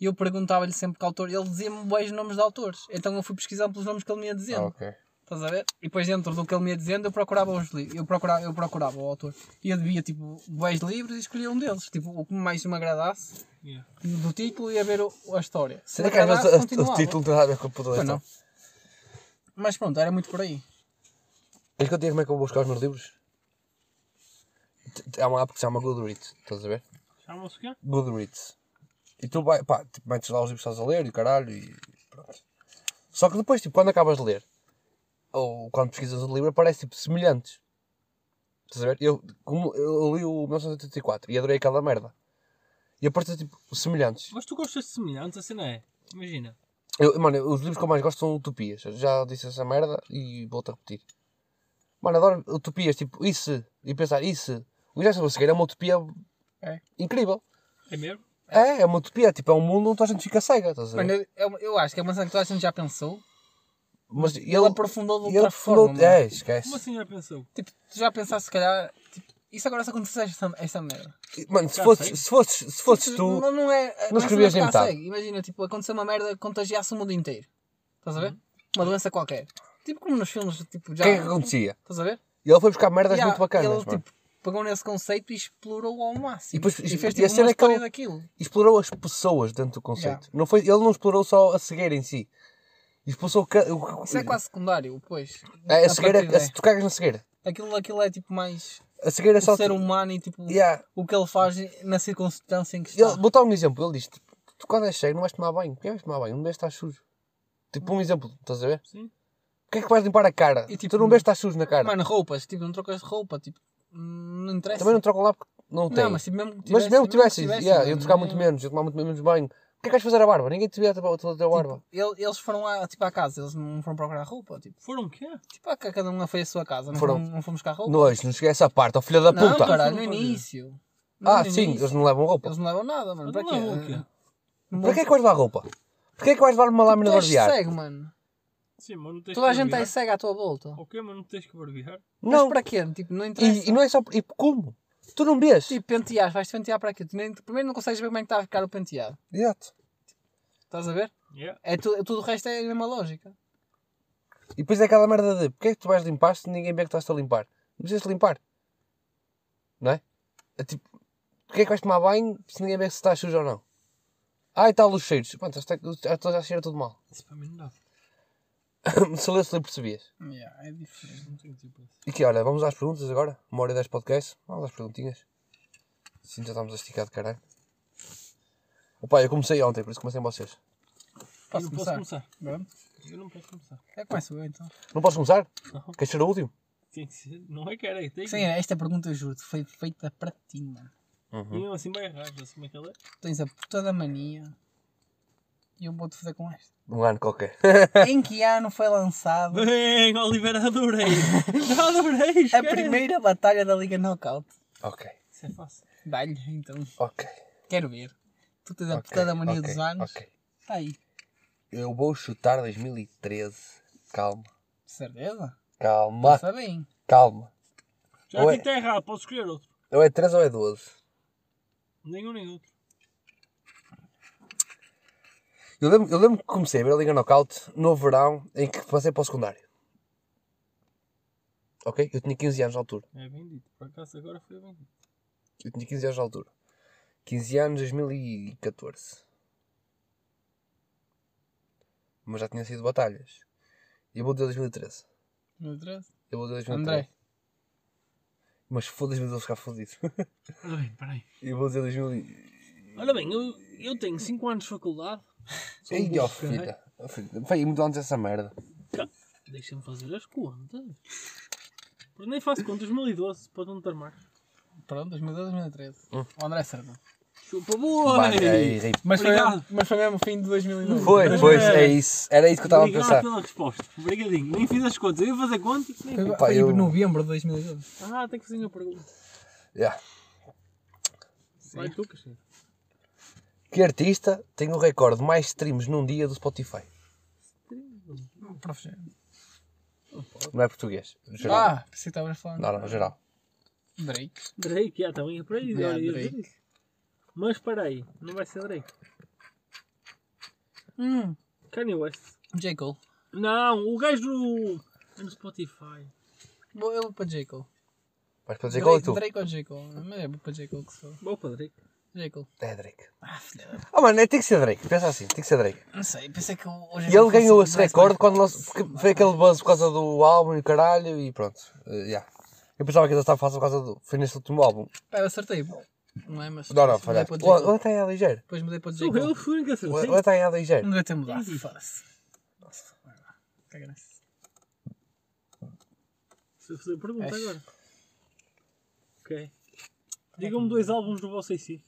E eu perguntava-lhe sempre que autor, ele dizia-me bons nomes de autores. Então eu fui pesquisando pelos nomes que ele me ia dizendo.
ok.
Estás a ver? E depois dentro do que ele me ia dizendo, eu procurava os livros, eu procurava, eu procurava o autor. E eu devia, tipo, bons livros e escolhia um deles. Tipo, o que mais me agradasse,
Yeah.
do título ia ver o- a história. Se
Será
me
que às vezes
agradasse,
o- o
continuava.
título tem nada a ver com o poder da
Pois não.
história?
Mas pronto, era muito por aí.
Mas que eu digo como é que eu vou buscar os meus livros? T- t- Há uma app que se chama Goodreads. Estás a ver?
Chamam-se o quê?
Goodreads. E tu vai, pá, tipo, metes lá os livros que estás a ler e o caralho e pronto. Só que depois, tipo, quando acabas de ler, ou quando pesquisas um livro, aparece tipo semelhantes. Estás a ver? Eu, como, eu li o 1984 e adorei aquela merda. E apareceu tipo semelhantes.
Mas tu gostas de semelhantes, assim não é? Imagina.
Eu, mano, os livros que eu mais gosto são utopias. Eu Já disse essa merda e volto a repetir. Mano, adoro utopias, tipo, isso, e pensar, isso. O Guilherme Silva Segueira é uma utopia
É.
incrível.
É mesmo?
É, é uma utopia, tipo, é um mundo onde toda a gente fica cega, estás a ver?
Mano, eu, eu- eu acho que é uma cena que toda a gente já pensou.
Mas
Ele,
ele
aprofundou de
ele
outra
aprofundou-
forma. mano.
É, esquece.
Como assim já pensou?
Tipo, tu já pensaste se calhar, tipo, isso agora se acontecesse essa, essa merda.
Mano, se
Já
fosses,
sei.
se fosses, se fosses tu.
Não, não é. é
escrevias
saber
nem
ficar
metade.
cego. Imagina, tipo, acontecer uma merda que contagiasse o mundo inteiro. Estás a ver? Uma doença qualquer. Tipo como nos filmes, tipo,
O
já.
que Uhum. é que acontecia?
Estás a ver?
E ele foi buscar merdas
E há-
muito bacanas,
Ele,
mano.
tipo, pegou nesse conceito e explorou ao máximo.
E depois-
e fez
e a
tipo,
cena
uma
é que ele-
história daquilo.
Explorou as pessoas dentro do conceito.
Já.
Não foi, ele não explorou só a cegueira em si. Explorou ca- o.
Isso é quase secundário, pois.
É, a
A
cegueira,
partir
a-
daí.
se tu cagas na cegueira.
Aquilo, aquilo é tipo mais
A cegueira é só.
o ser humano e tipo
Yeah.
o que ele faz na circunstância em que está.
Ele, vou dar um exemplo. Ele diz: tipo, Tu quando és cego não vais tomar banho. Porquê vais tomar banho? Não vais estar sujo. Tipo, um exemplo, estás a ver?
Sim.
Porquê é que vais limpar a cara?
Hum. E, tipo,
tu não vais estar sujo na cara.
Mano, roupas, tipo, não trocas de roupa, tipo, não interessa.
Também não trocam lá porque não tem.
Não, mas tipo, mesmo que
Mas mesmo que tivesse, é? yeah,
mano,
eu tocar muito
não-
menos, eu tomar muito menos banho. O que é que vais fazer a barba? Ninguém te vê a tua, a tua barba.
tipo, Ele- Eles foram lá, tipo, à casa, eles não foram procurar roupa, tipo,
Foram o quê?
tipo ah, cada um foi à sua casa, não
Foram.
foram, não fomos buscar roupa.
Não, isto não cheguei a essa parte, ó filha da
não,
puta.
caralho, no
Foram fazer.
início. Não,
ah,
no
sim,
início.
eles não levam roupa.
Eles não levam nada, mano, para
Mas não levam o
quê?
quê?
Não
Para que é que vais levar roupa? Para que é que vais levar uma lâmina de
Tu és
barbear?
cego, mano.
Sim, mas não tens
Toda a
que
gente aí
barbear.
cega à tua volta.
Ok, mas não tens que barbear.
Mas
Não,
para quê? Tipo, não interessa.
e, e não é só. E como? Tu não vês?
Tipo, pentear, vais-te pentear para aqui. Tu nem- primeiro não consegues ver como é que está a ficar o penteado.
Exato.
Estás a ver?
Yeah.
É tu, tudo o resto é a mesma lógica.
E depois é aquela merda de porque é que tu vais limpar se ninguém vê que estás a limpar? Não precisas limpar. Não é? É tipo, porque é que vais tomar banho se ninguém vê se estás sujo ou não? Ah, e tal os cheiros. Pronto, já está já cheira tudo mal.
Isso para mim não dá.
se lesse não percebias.
é diferente.
Não tenho tempo para isso.
E que olha, vamos às perguntas agora. Uma hora e dez podcast. Vamos às perguntinhas. Sim, já estamos a esticar de caralho. Opa, eu comecei ontem, por isso comecei em vocês.
Posso
eu
começar?
posso começar.
Pronto.
Eu não posso começar.
É, começo eu então.
Não posso começar?
Não.
Queres ser o último?
Tem que ser. Não é que era. Tem que
Sim, esta pergunta, eu juro, foi feita para ti, mano.
é.
E mesmo assim vai errar. Já sei como é que ela é.
Tens a puta da mania. E eu vou-te fazer com esta.
Um ano qualquer.
em que ano foi lançado
Uhum.
Bem, Oliver, adorei. adorei.
a
esquece.
primeira batalha da Liga Knockout?
ok,
Isso é fácil.
Dá-lhe, então.
ok.
Quero ver. Tu tens a
ok,
puta da mania
ok,
dos anos.
Ok.
Está aí.
Eu vou chutar 2013. Calma.
Certeza?
Calma.
Está bem.
Calma.
Já
Ou é-
te está errado. Posso escolher outro.
Ou é 13 ou é 12.
Nenhum nem outro.
Eu lembro, eu lembro que comecei a ver a Liga Knockout no verão em que passei para o secundário. Ok? Eu tinha 15 anos na altura.
É bem dito. Por acaso agora foi bem dito.
Eu tinha 15 anos na altura. 15 anos, 2014. Mas já tinha sido batalhas. E eu vou dizer 2013.
Meu Deus.
Eu vou dizer 2013.
André.
Mas foda-se, mas eu vou ficar fodido.
Ora bem, peraí.
eu vou dizer 2000. e-
Ora bem, eu, eu tenho 5 anos de faculdade. Sou um
Ei,
burro
ó,
de caralho.
filha. Ó, filha. Vai muito antes essa merda.
Deixa-me fazer as contas. Porque nem faço contas 2012 para não estar mais.
Pronto, 2012, 2013.
Hum.
O André acertou.
Chupa boa!
Bandeira.
Mas foi,
Obrigado.
mesmo, mas foi mesmo fim de 2009.
Foi,
Mas
pois,
era-
é isso. Era isso que eu estava a
Obrigado
pensar.
pela resposta. Obrigadinho. Nem fiz as contas. Eu ia fazer contas. Nem...
Foi,
Opa,
foi
eu-
em novembro de 2012.
Ah, tem que fazer uma pergunta.
Yeah.
Vai tu, Cristina.
Que artista tem o recorde de mais streams num dia do Spotify? Não é português. Geral.
Ah, pensei que estavas falando.
Não, não, geral.
Drake.
Drake, já também é por aí.
É,
olha, eu
Drake.
disse. Mas peraí, não vai ser Drake.
Hum.
Kanye West.
J. Cole.
Não, o gajo do. É no Spotify.
Vou- Eu vou para J. Cole.
Vais para dizer qual é
Drake,
tu?
Drake ou J. Cole? Mas é para J. Cole que se for.
Bom para Drake.
J. Cole.
É Drake. Ah, mano, é, tem que ser Drake. Pensa assim, tem que ser Drake.
Não sei, pensei que hoje...
E ele ganhou esse recorde quando lançou- porque foi aquele buzz por causa do álbum e o caralho e pronto. Eh, yeah. Eu pensava que ele estava fácil por causa do. Foi neste último álbum.
Pá, eu acertei. Não é, mas...
Não, não,
mudei
falhaste.
para J.
O
Cole.
o Letra é a ligeiro.
Depois mudei para J.
Sou eu,
Cole.
fui o único a
O
acertar.
Letra é a ligeiro.
Não devia ter mudado.
Entendi.
Foda-se. Nossa, que graça.
Vou fazer a pergunta
Ai.
agora. Ok. Digam-me dois álbuns do vosso AC.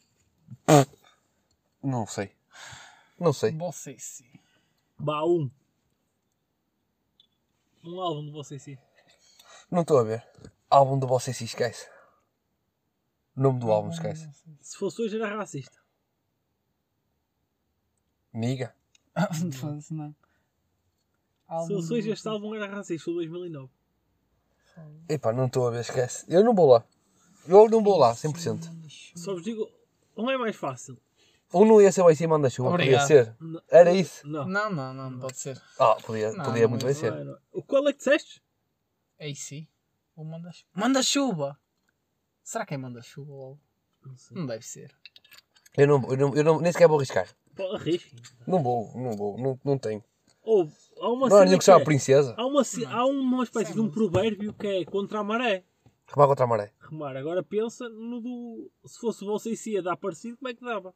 Não sei. Não sei.
Vocês sim.
Bah, um. Um álbum do vosso AC.
Não estou a ver. Álbum do Você se esquece. Nome do álbum esquece.
Se fosse hoje era racista.
Niga.
Foda-se, não.
Se fosse hoje este álbum era racista, sou 2009.
Epá, não estou a ver, esquece. Eu não vou lá. Eu não vou lá, 100%.
Só vos digo, um é mais fácil.
Ou não ia ser o Ice Manda Chuva, podia
Obrigado.
ser.
N-
Era isso.
Não.
Não, não, não, não pode ser.
Ah, podia,
Não,
podia
não
muito
ia
bem
não
ser.
era. O qual é que disseste?
AC? Ou manda-chuva? Manda-chuva! Será que é manda-chuva? ou-
Não sei.
Não deve ser.
Eu não, eu, não, eu não, nem sequer vou arriscar.
Pô, Arrisquem.
Não vou, não vou, não, não tenho.
Ou há uma
Não há
cena
nenhum que
que
chama
é-
Princesa.
Há uma, ce- há uma espécie de um provérbio que é contra a maré.
Remar contra a maré.
Remar. Agora pensa no do. Se fosse o Bolsa e se ia dar parecido, como é que dava?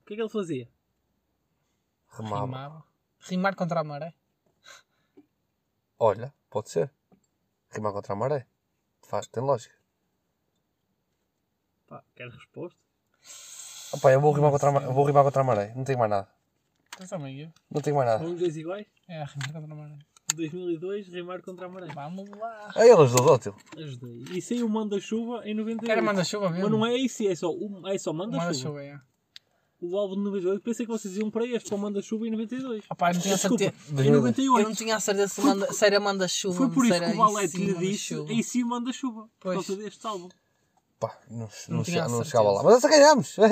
O que é que ele fazia?
Remava.
Rimava. Rimar contra a maré?
Olha, pode ser. Remar contra a maré. Faz, tem lógica.
Pá, quero resposta.
Ah, pá, eu vou rimar contra a, ma- eu vou rimar contra a maré. Não tenho mais nada.
Estás a meio?
Não tenho mais nada.
Vamos dois iguais?
É, rimar contra a maré.
2002, remar contra a maré.
Vamos lá.
Ah, ele ajudou, teu.
Ajudei. E saiu o Manda-Chuva em 98.
Quero manda-chuva mesmo.
Mas não é isso, é só, um- é só Manda-Chuva.
Manda-chuva, é.
o álbum de 98, pensei que vocês iam para este, para o Manda Chuva em 92.
Opá, eu não tinha a
Desculpa,
certeza.
em
Eu não
98.
tinha a certeza se, manda, se era Manda Chuva.
Foi por
se
isso
era
que o Valete lhe disse
Manda-Chuva.
em cima Manda Chuva, por
Pois.
causa deste álbum.
Pá, não, não,
tinha
che- não
certeza.
chegava lá. Mas nós ganhámos! Hey!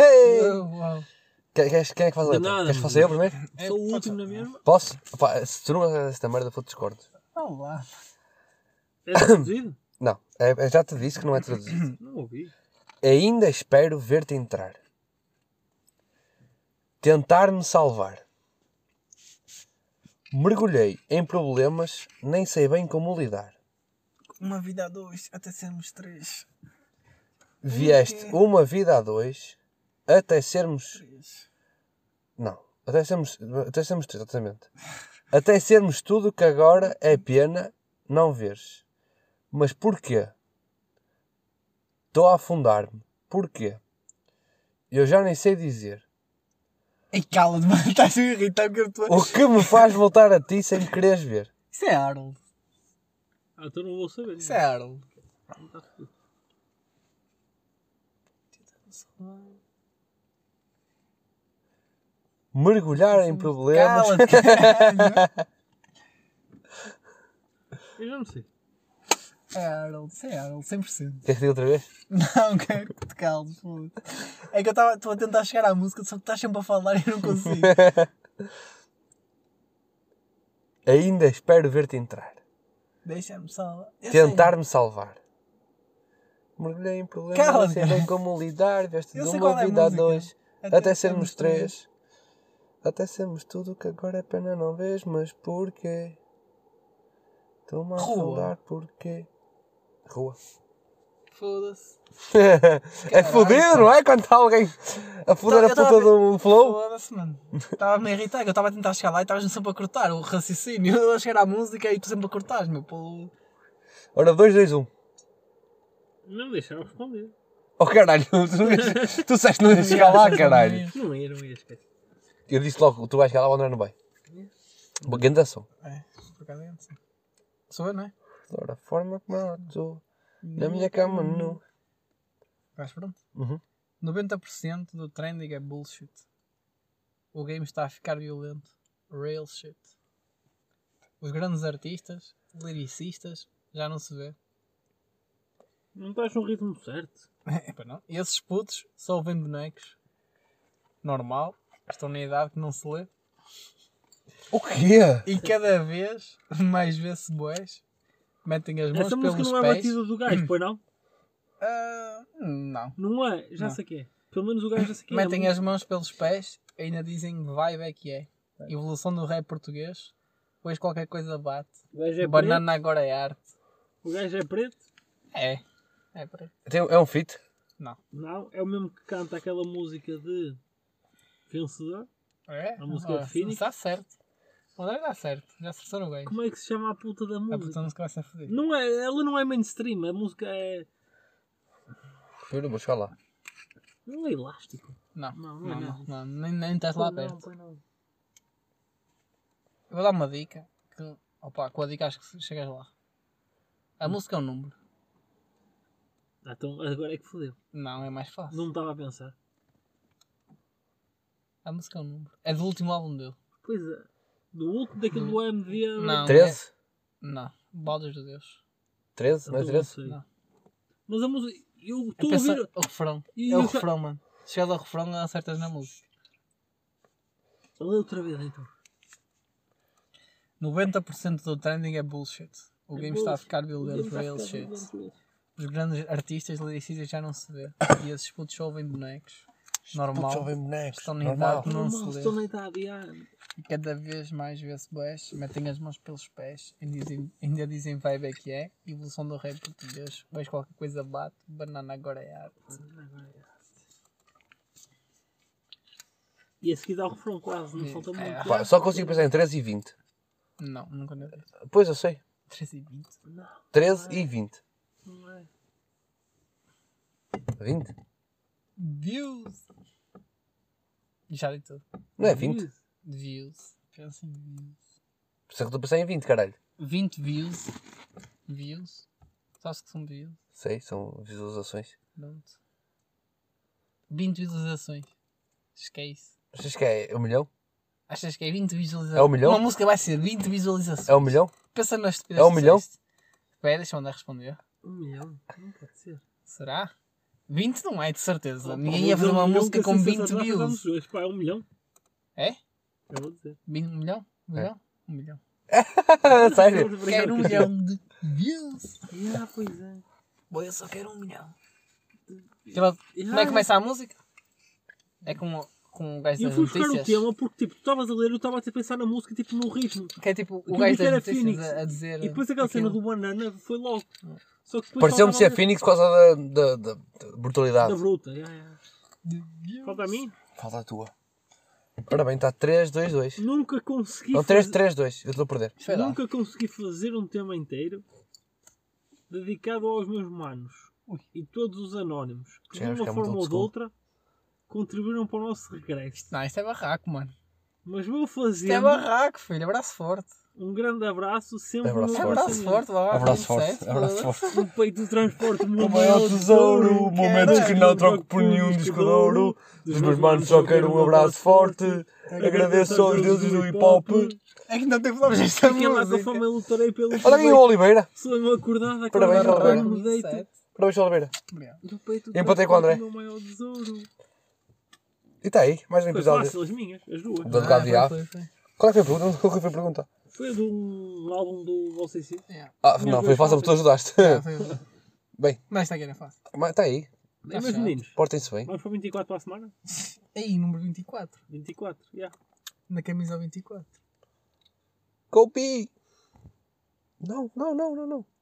Oh, uau.
Quem, quem, quem é que faz a
De
letra?
nada,
Queres que
mano.
faça eu primeiro?
É,
Sou o
pode
último
ser.
na mesma.
Posso? Pá, se tu não gostas desta merda, vou-te descorte.
Não lá.
É traduzido?
Não, é, é- já te disse que não é traduzido.
Não ouvi.
Ainda espero ver-te entrar. Tentar-me salvar. Mergulhei em problemas, nem sei bem como lidar.
Uma vida a dois, até sermos três.
Vieste uma vida a dois, até sermos
Três.
Não. Até sermos, até sermos três, exatamente. Até sermos tudo que agora é pena não veres. Mas porquê? Estou a afundar-me. Porquê? Eu já nem sei dizer.
Ei, cala-te, mano. Estás a irritar porque eu estou.
O que me faz voltar a ti sem me quereres ver?
Isso é Harold.
Ah, então não vou saber.
Isso é Harold.
Mergulhar em problemas.
Cala-te, caralho.
Eu já não sei.
É Harold. Isso é Harold, 100%.
Queres dizer outra vez?
Não, quero que te calmes, foda-se. É que eu estava- estou a tentar chegar à música, só que estás sempre a falar e eu não consigo.
Ainda espero ver-te entrar.
Deixa-me só. Eu sei.
Tentar-me salvar. Mergulhei em problemas, não
Cala-te,
sei bem
cara.
como lidar. Vieste
Eu
de
sei
uma
qual é a
vida a
música.
dois. Até sermos três. Até sermos tudo o que agora é pena não vês, mas porquê? Estou-me a
Rua.
falar porquê? Rua.
Foda-se.
é fodido, não é? Quando está alguém a foder
Eu
a
tava
puta
a ver-
do flow.
Foda-se, mano. Estava-me a irritar, que eu estava a tentar chegar lá e estavas sempre a cortar o raciocínio. Eu a chegar à música e tu sempre a cortares, meu pô.
Ora, 2, 2, 1.
Não me deixaram responder.
Oh caralho, tu, não ias- tu disseste que não ias chegar lá, caralho.
Não ia, não ia, esquece.
Eu disse logo, tu vais chegar lá, é o André não vai. Uma grande ação.
Por acaso é assim. Sou eu, não é?
Ora, a forma como eu estou, na minha cama nu.
Mas pronto.
Uhum.
90% do trending é bullshit. O game está a ficar violento. Real shit. Os grandes artistas, lyricistas, já não se vê.
Não estás no ritmo certo.
Epá, não. Esses putos só ouvem bonecos. Normal. Estão na idade que não se lê.
O quê?
E cada vez mais vê-se boés. Metem as mãos
Essa
pelos
música não é
pés.
batida do gajo, pois não?
Ah, não.
Não é, já sei que é. Pelo menos o gajo já sei que é.
Metem as mãos pelos pés, ainda dizem vibe é que é. Evolução do rap português, pois qualquer coisa bate.
O gajo é
Banana agora é arte.
preto. O gajo é preto.
É. É por aí.
Tem- É um fit?
Não, é o mesmo que canta aquela música de vencedor.
É?
A música de Phoenix.
Está certo. O André está certo. Já acertaram bem.
Como é que se chama a puta da
A
música?
puta música vai ser fodida.
Não é, ela não é mainstream, a música é.
Eu não vou chegar lá.
Não é elástico.
Não. Não,
Não, não
não,
é nada.
não. Nem, nem estás Tá lá
Não,
perto.
pois não.
Eu vou dar uma dica. Que, opa, com a dica acho que chegas lá. A música é um número.
Ah, então agora é que fodeu.
Não, é mais fácil.
Não me estava a pensar.
A música é um número. É do último álbum dele.
Pois é. Do último daquele do AMD.
Não.
13?
É. Não. Baldas de Deus.
13? Não é
Então, não
13?
sei.
Não. É
Mas a música. Eu
Eu
estou a
penso,
ouvir.
o refrão.
E
É o
eu já-
refrão, mano. Se é o refrão, acertas na música.
Lê outra vez então.
90% do trending é bullshit. O
É
game está a
bullshit.
ficar
O
violento
game
para
vai
eles
ficar
shit.
violento para eles.
Os grandes artistas lyricistas já não se vê. E esses putos só ouvem bonecos.
Putos,
Normal.
ouvem bonecos.
Estão na
Normal.
idade, não
Normal,
se
estou
lê.
na idade. ah,
E cada vez mais vê-se bash. Metem as mãos pelos pés. Ainda dizem, ainda dizem vibe é que é. Evolução do rei português. Vejo qualquer coisa bate. Banana agora é arte.
E a seguir dá o refrão quase, não
é,
falta muito.
Pá, só consigo pensar em 13 e 20.
Não, nunca na vida.
Pois eu sei.
13 e 20.
13 e 20.
Não é?
20?
Views! Já li tudo.
Não é 20?
Views. Pensa em views.
Por isso é que estou a pensar em 20, caralho.
20 views. Views. Sabes que são views?
Sei, são visualizações.
Pronto. 20 visualizações. Acho que é isso.
Achas que é um milhão?
Achas que é 20 visualizações?
É um milhão?
Uma música vai ser 20 visualizações.
É um milhão?
Pensa nas estupidez.
É um
que
milhão?
disseste. Espera, deixa-me andar a responder.
Um milhão? Não pode ser.
Será? 20 não é, de certeza. Ninguém ia fazer
um
uma música assim com 20 views.
Hoje, pá, é um milhão.
É?
Eu vou dizer.
20 um milhão? Um
É.
milhão? Um milhão.
Sério?
Quero um milhão de views.
Ah, pois é.
Boa, eu só quero um milhão. Como é
Ah,
que começa a música? É com, com o gajo
Eu
das
fui buscar
notícias.
o tema porque, tipo, tu estavas a ler e eu estava a pensar na música, tipo, no ritmo.
Que é tipo o
Aquilo
gajo
que
das
era
notícias
Phoenix.
a, a dizer.
E depois aquela cena
aquilo.
do Banana foi logo. Só que depois
Pareceu-me ser
faltava-
Phoenix por causa da, da, da- da brutalidade.
Da bruta, é, é. Falta a mim?
Falta a tua. Ora bem, está 3, 2, 2.
Nunca consegui
Não, 3,
fazer-
3, 2. Eu estou a perder.
Sei lá.
Nunca consegui fazer um tema inteiro dedicado aos meus manos e todos os anónimos que
Chegamos
de uma
cá é muito
forma ou
old
de
school.
outra contribuíram para o nosso regresso.
Não, isto é barraco, mano.
Mas vou
Isto é
fazer
barraco, filho. Abraço forte.
um grande abraço sempre
Abraço
no
forte.
Abraço forte, barraco.
Abraço
não sei,
forte. Abraço
foda-se.
forte.
No peito do transporte,
O maior tesouro, momentos que não troco por nenhum disco de ouro. Dos meus manos só quero um abraço forte. Agradeço aos deuses do hip hop.
É que não tem problemas esta
Fiquei lá com a
música.
fama, eu lutarei pelo
Olha aqui o Oliveira.
Sou eu acordado,
Parabéns,
acordado,
Oliveira.
me deito.
27.
Parabéns, Oliveira.
Obrigado.
Do peito do
Empatei com o André.
transporte, meu maior tesouro.
E está aí, mais um
Foi
episódio.
fácil, as minhas, as duas.
Do Advogado
Ah,
Diabo.
foi, foi, foi.
Qual é que foi a pergunta? Qual é que foi a pergunta?
Foi do álbum do OCC.
Ah,
Minhas
não, foi
duas
fácil porque tu ajudaste.
Ah, foi.
Bem,
Mas está aqui era fácil.
mas está aí.
Mas
chato.
meninos,
Portem-se bem.
vamos para 24 para a semana?
Aí, número 24.
24, já.
Na camisa 24.
Copi! Não, não, não, não, não.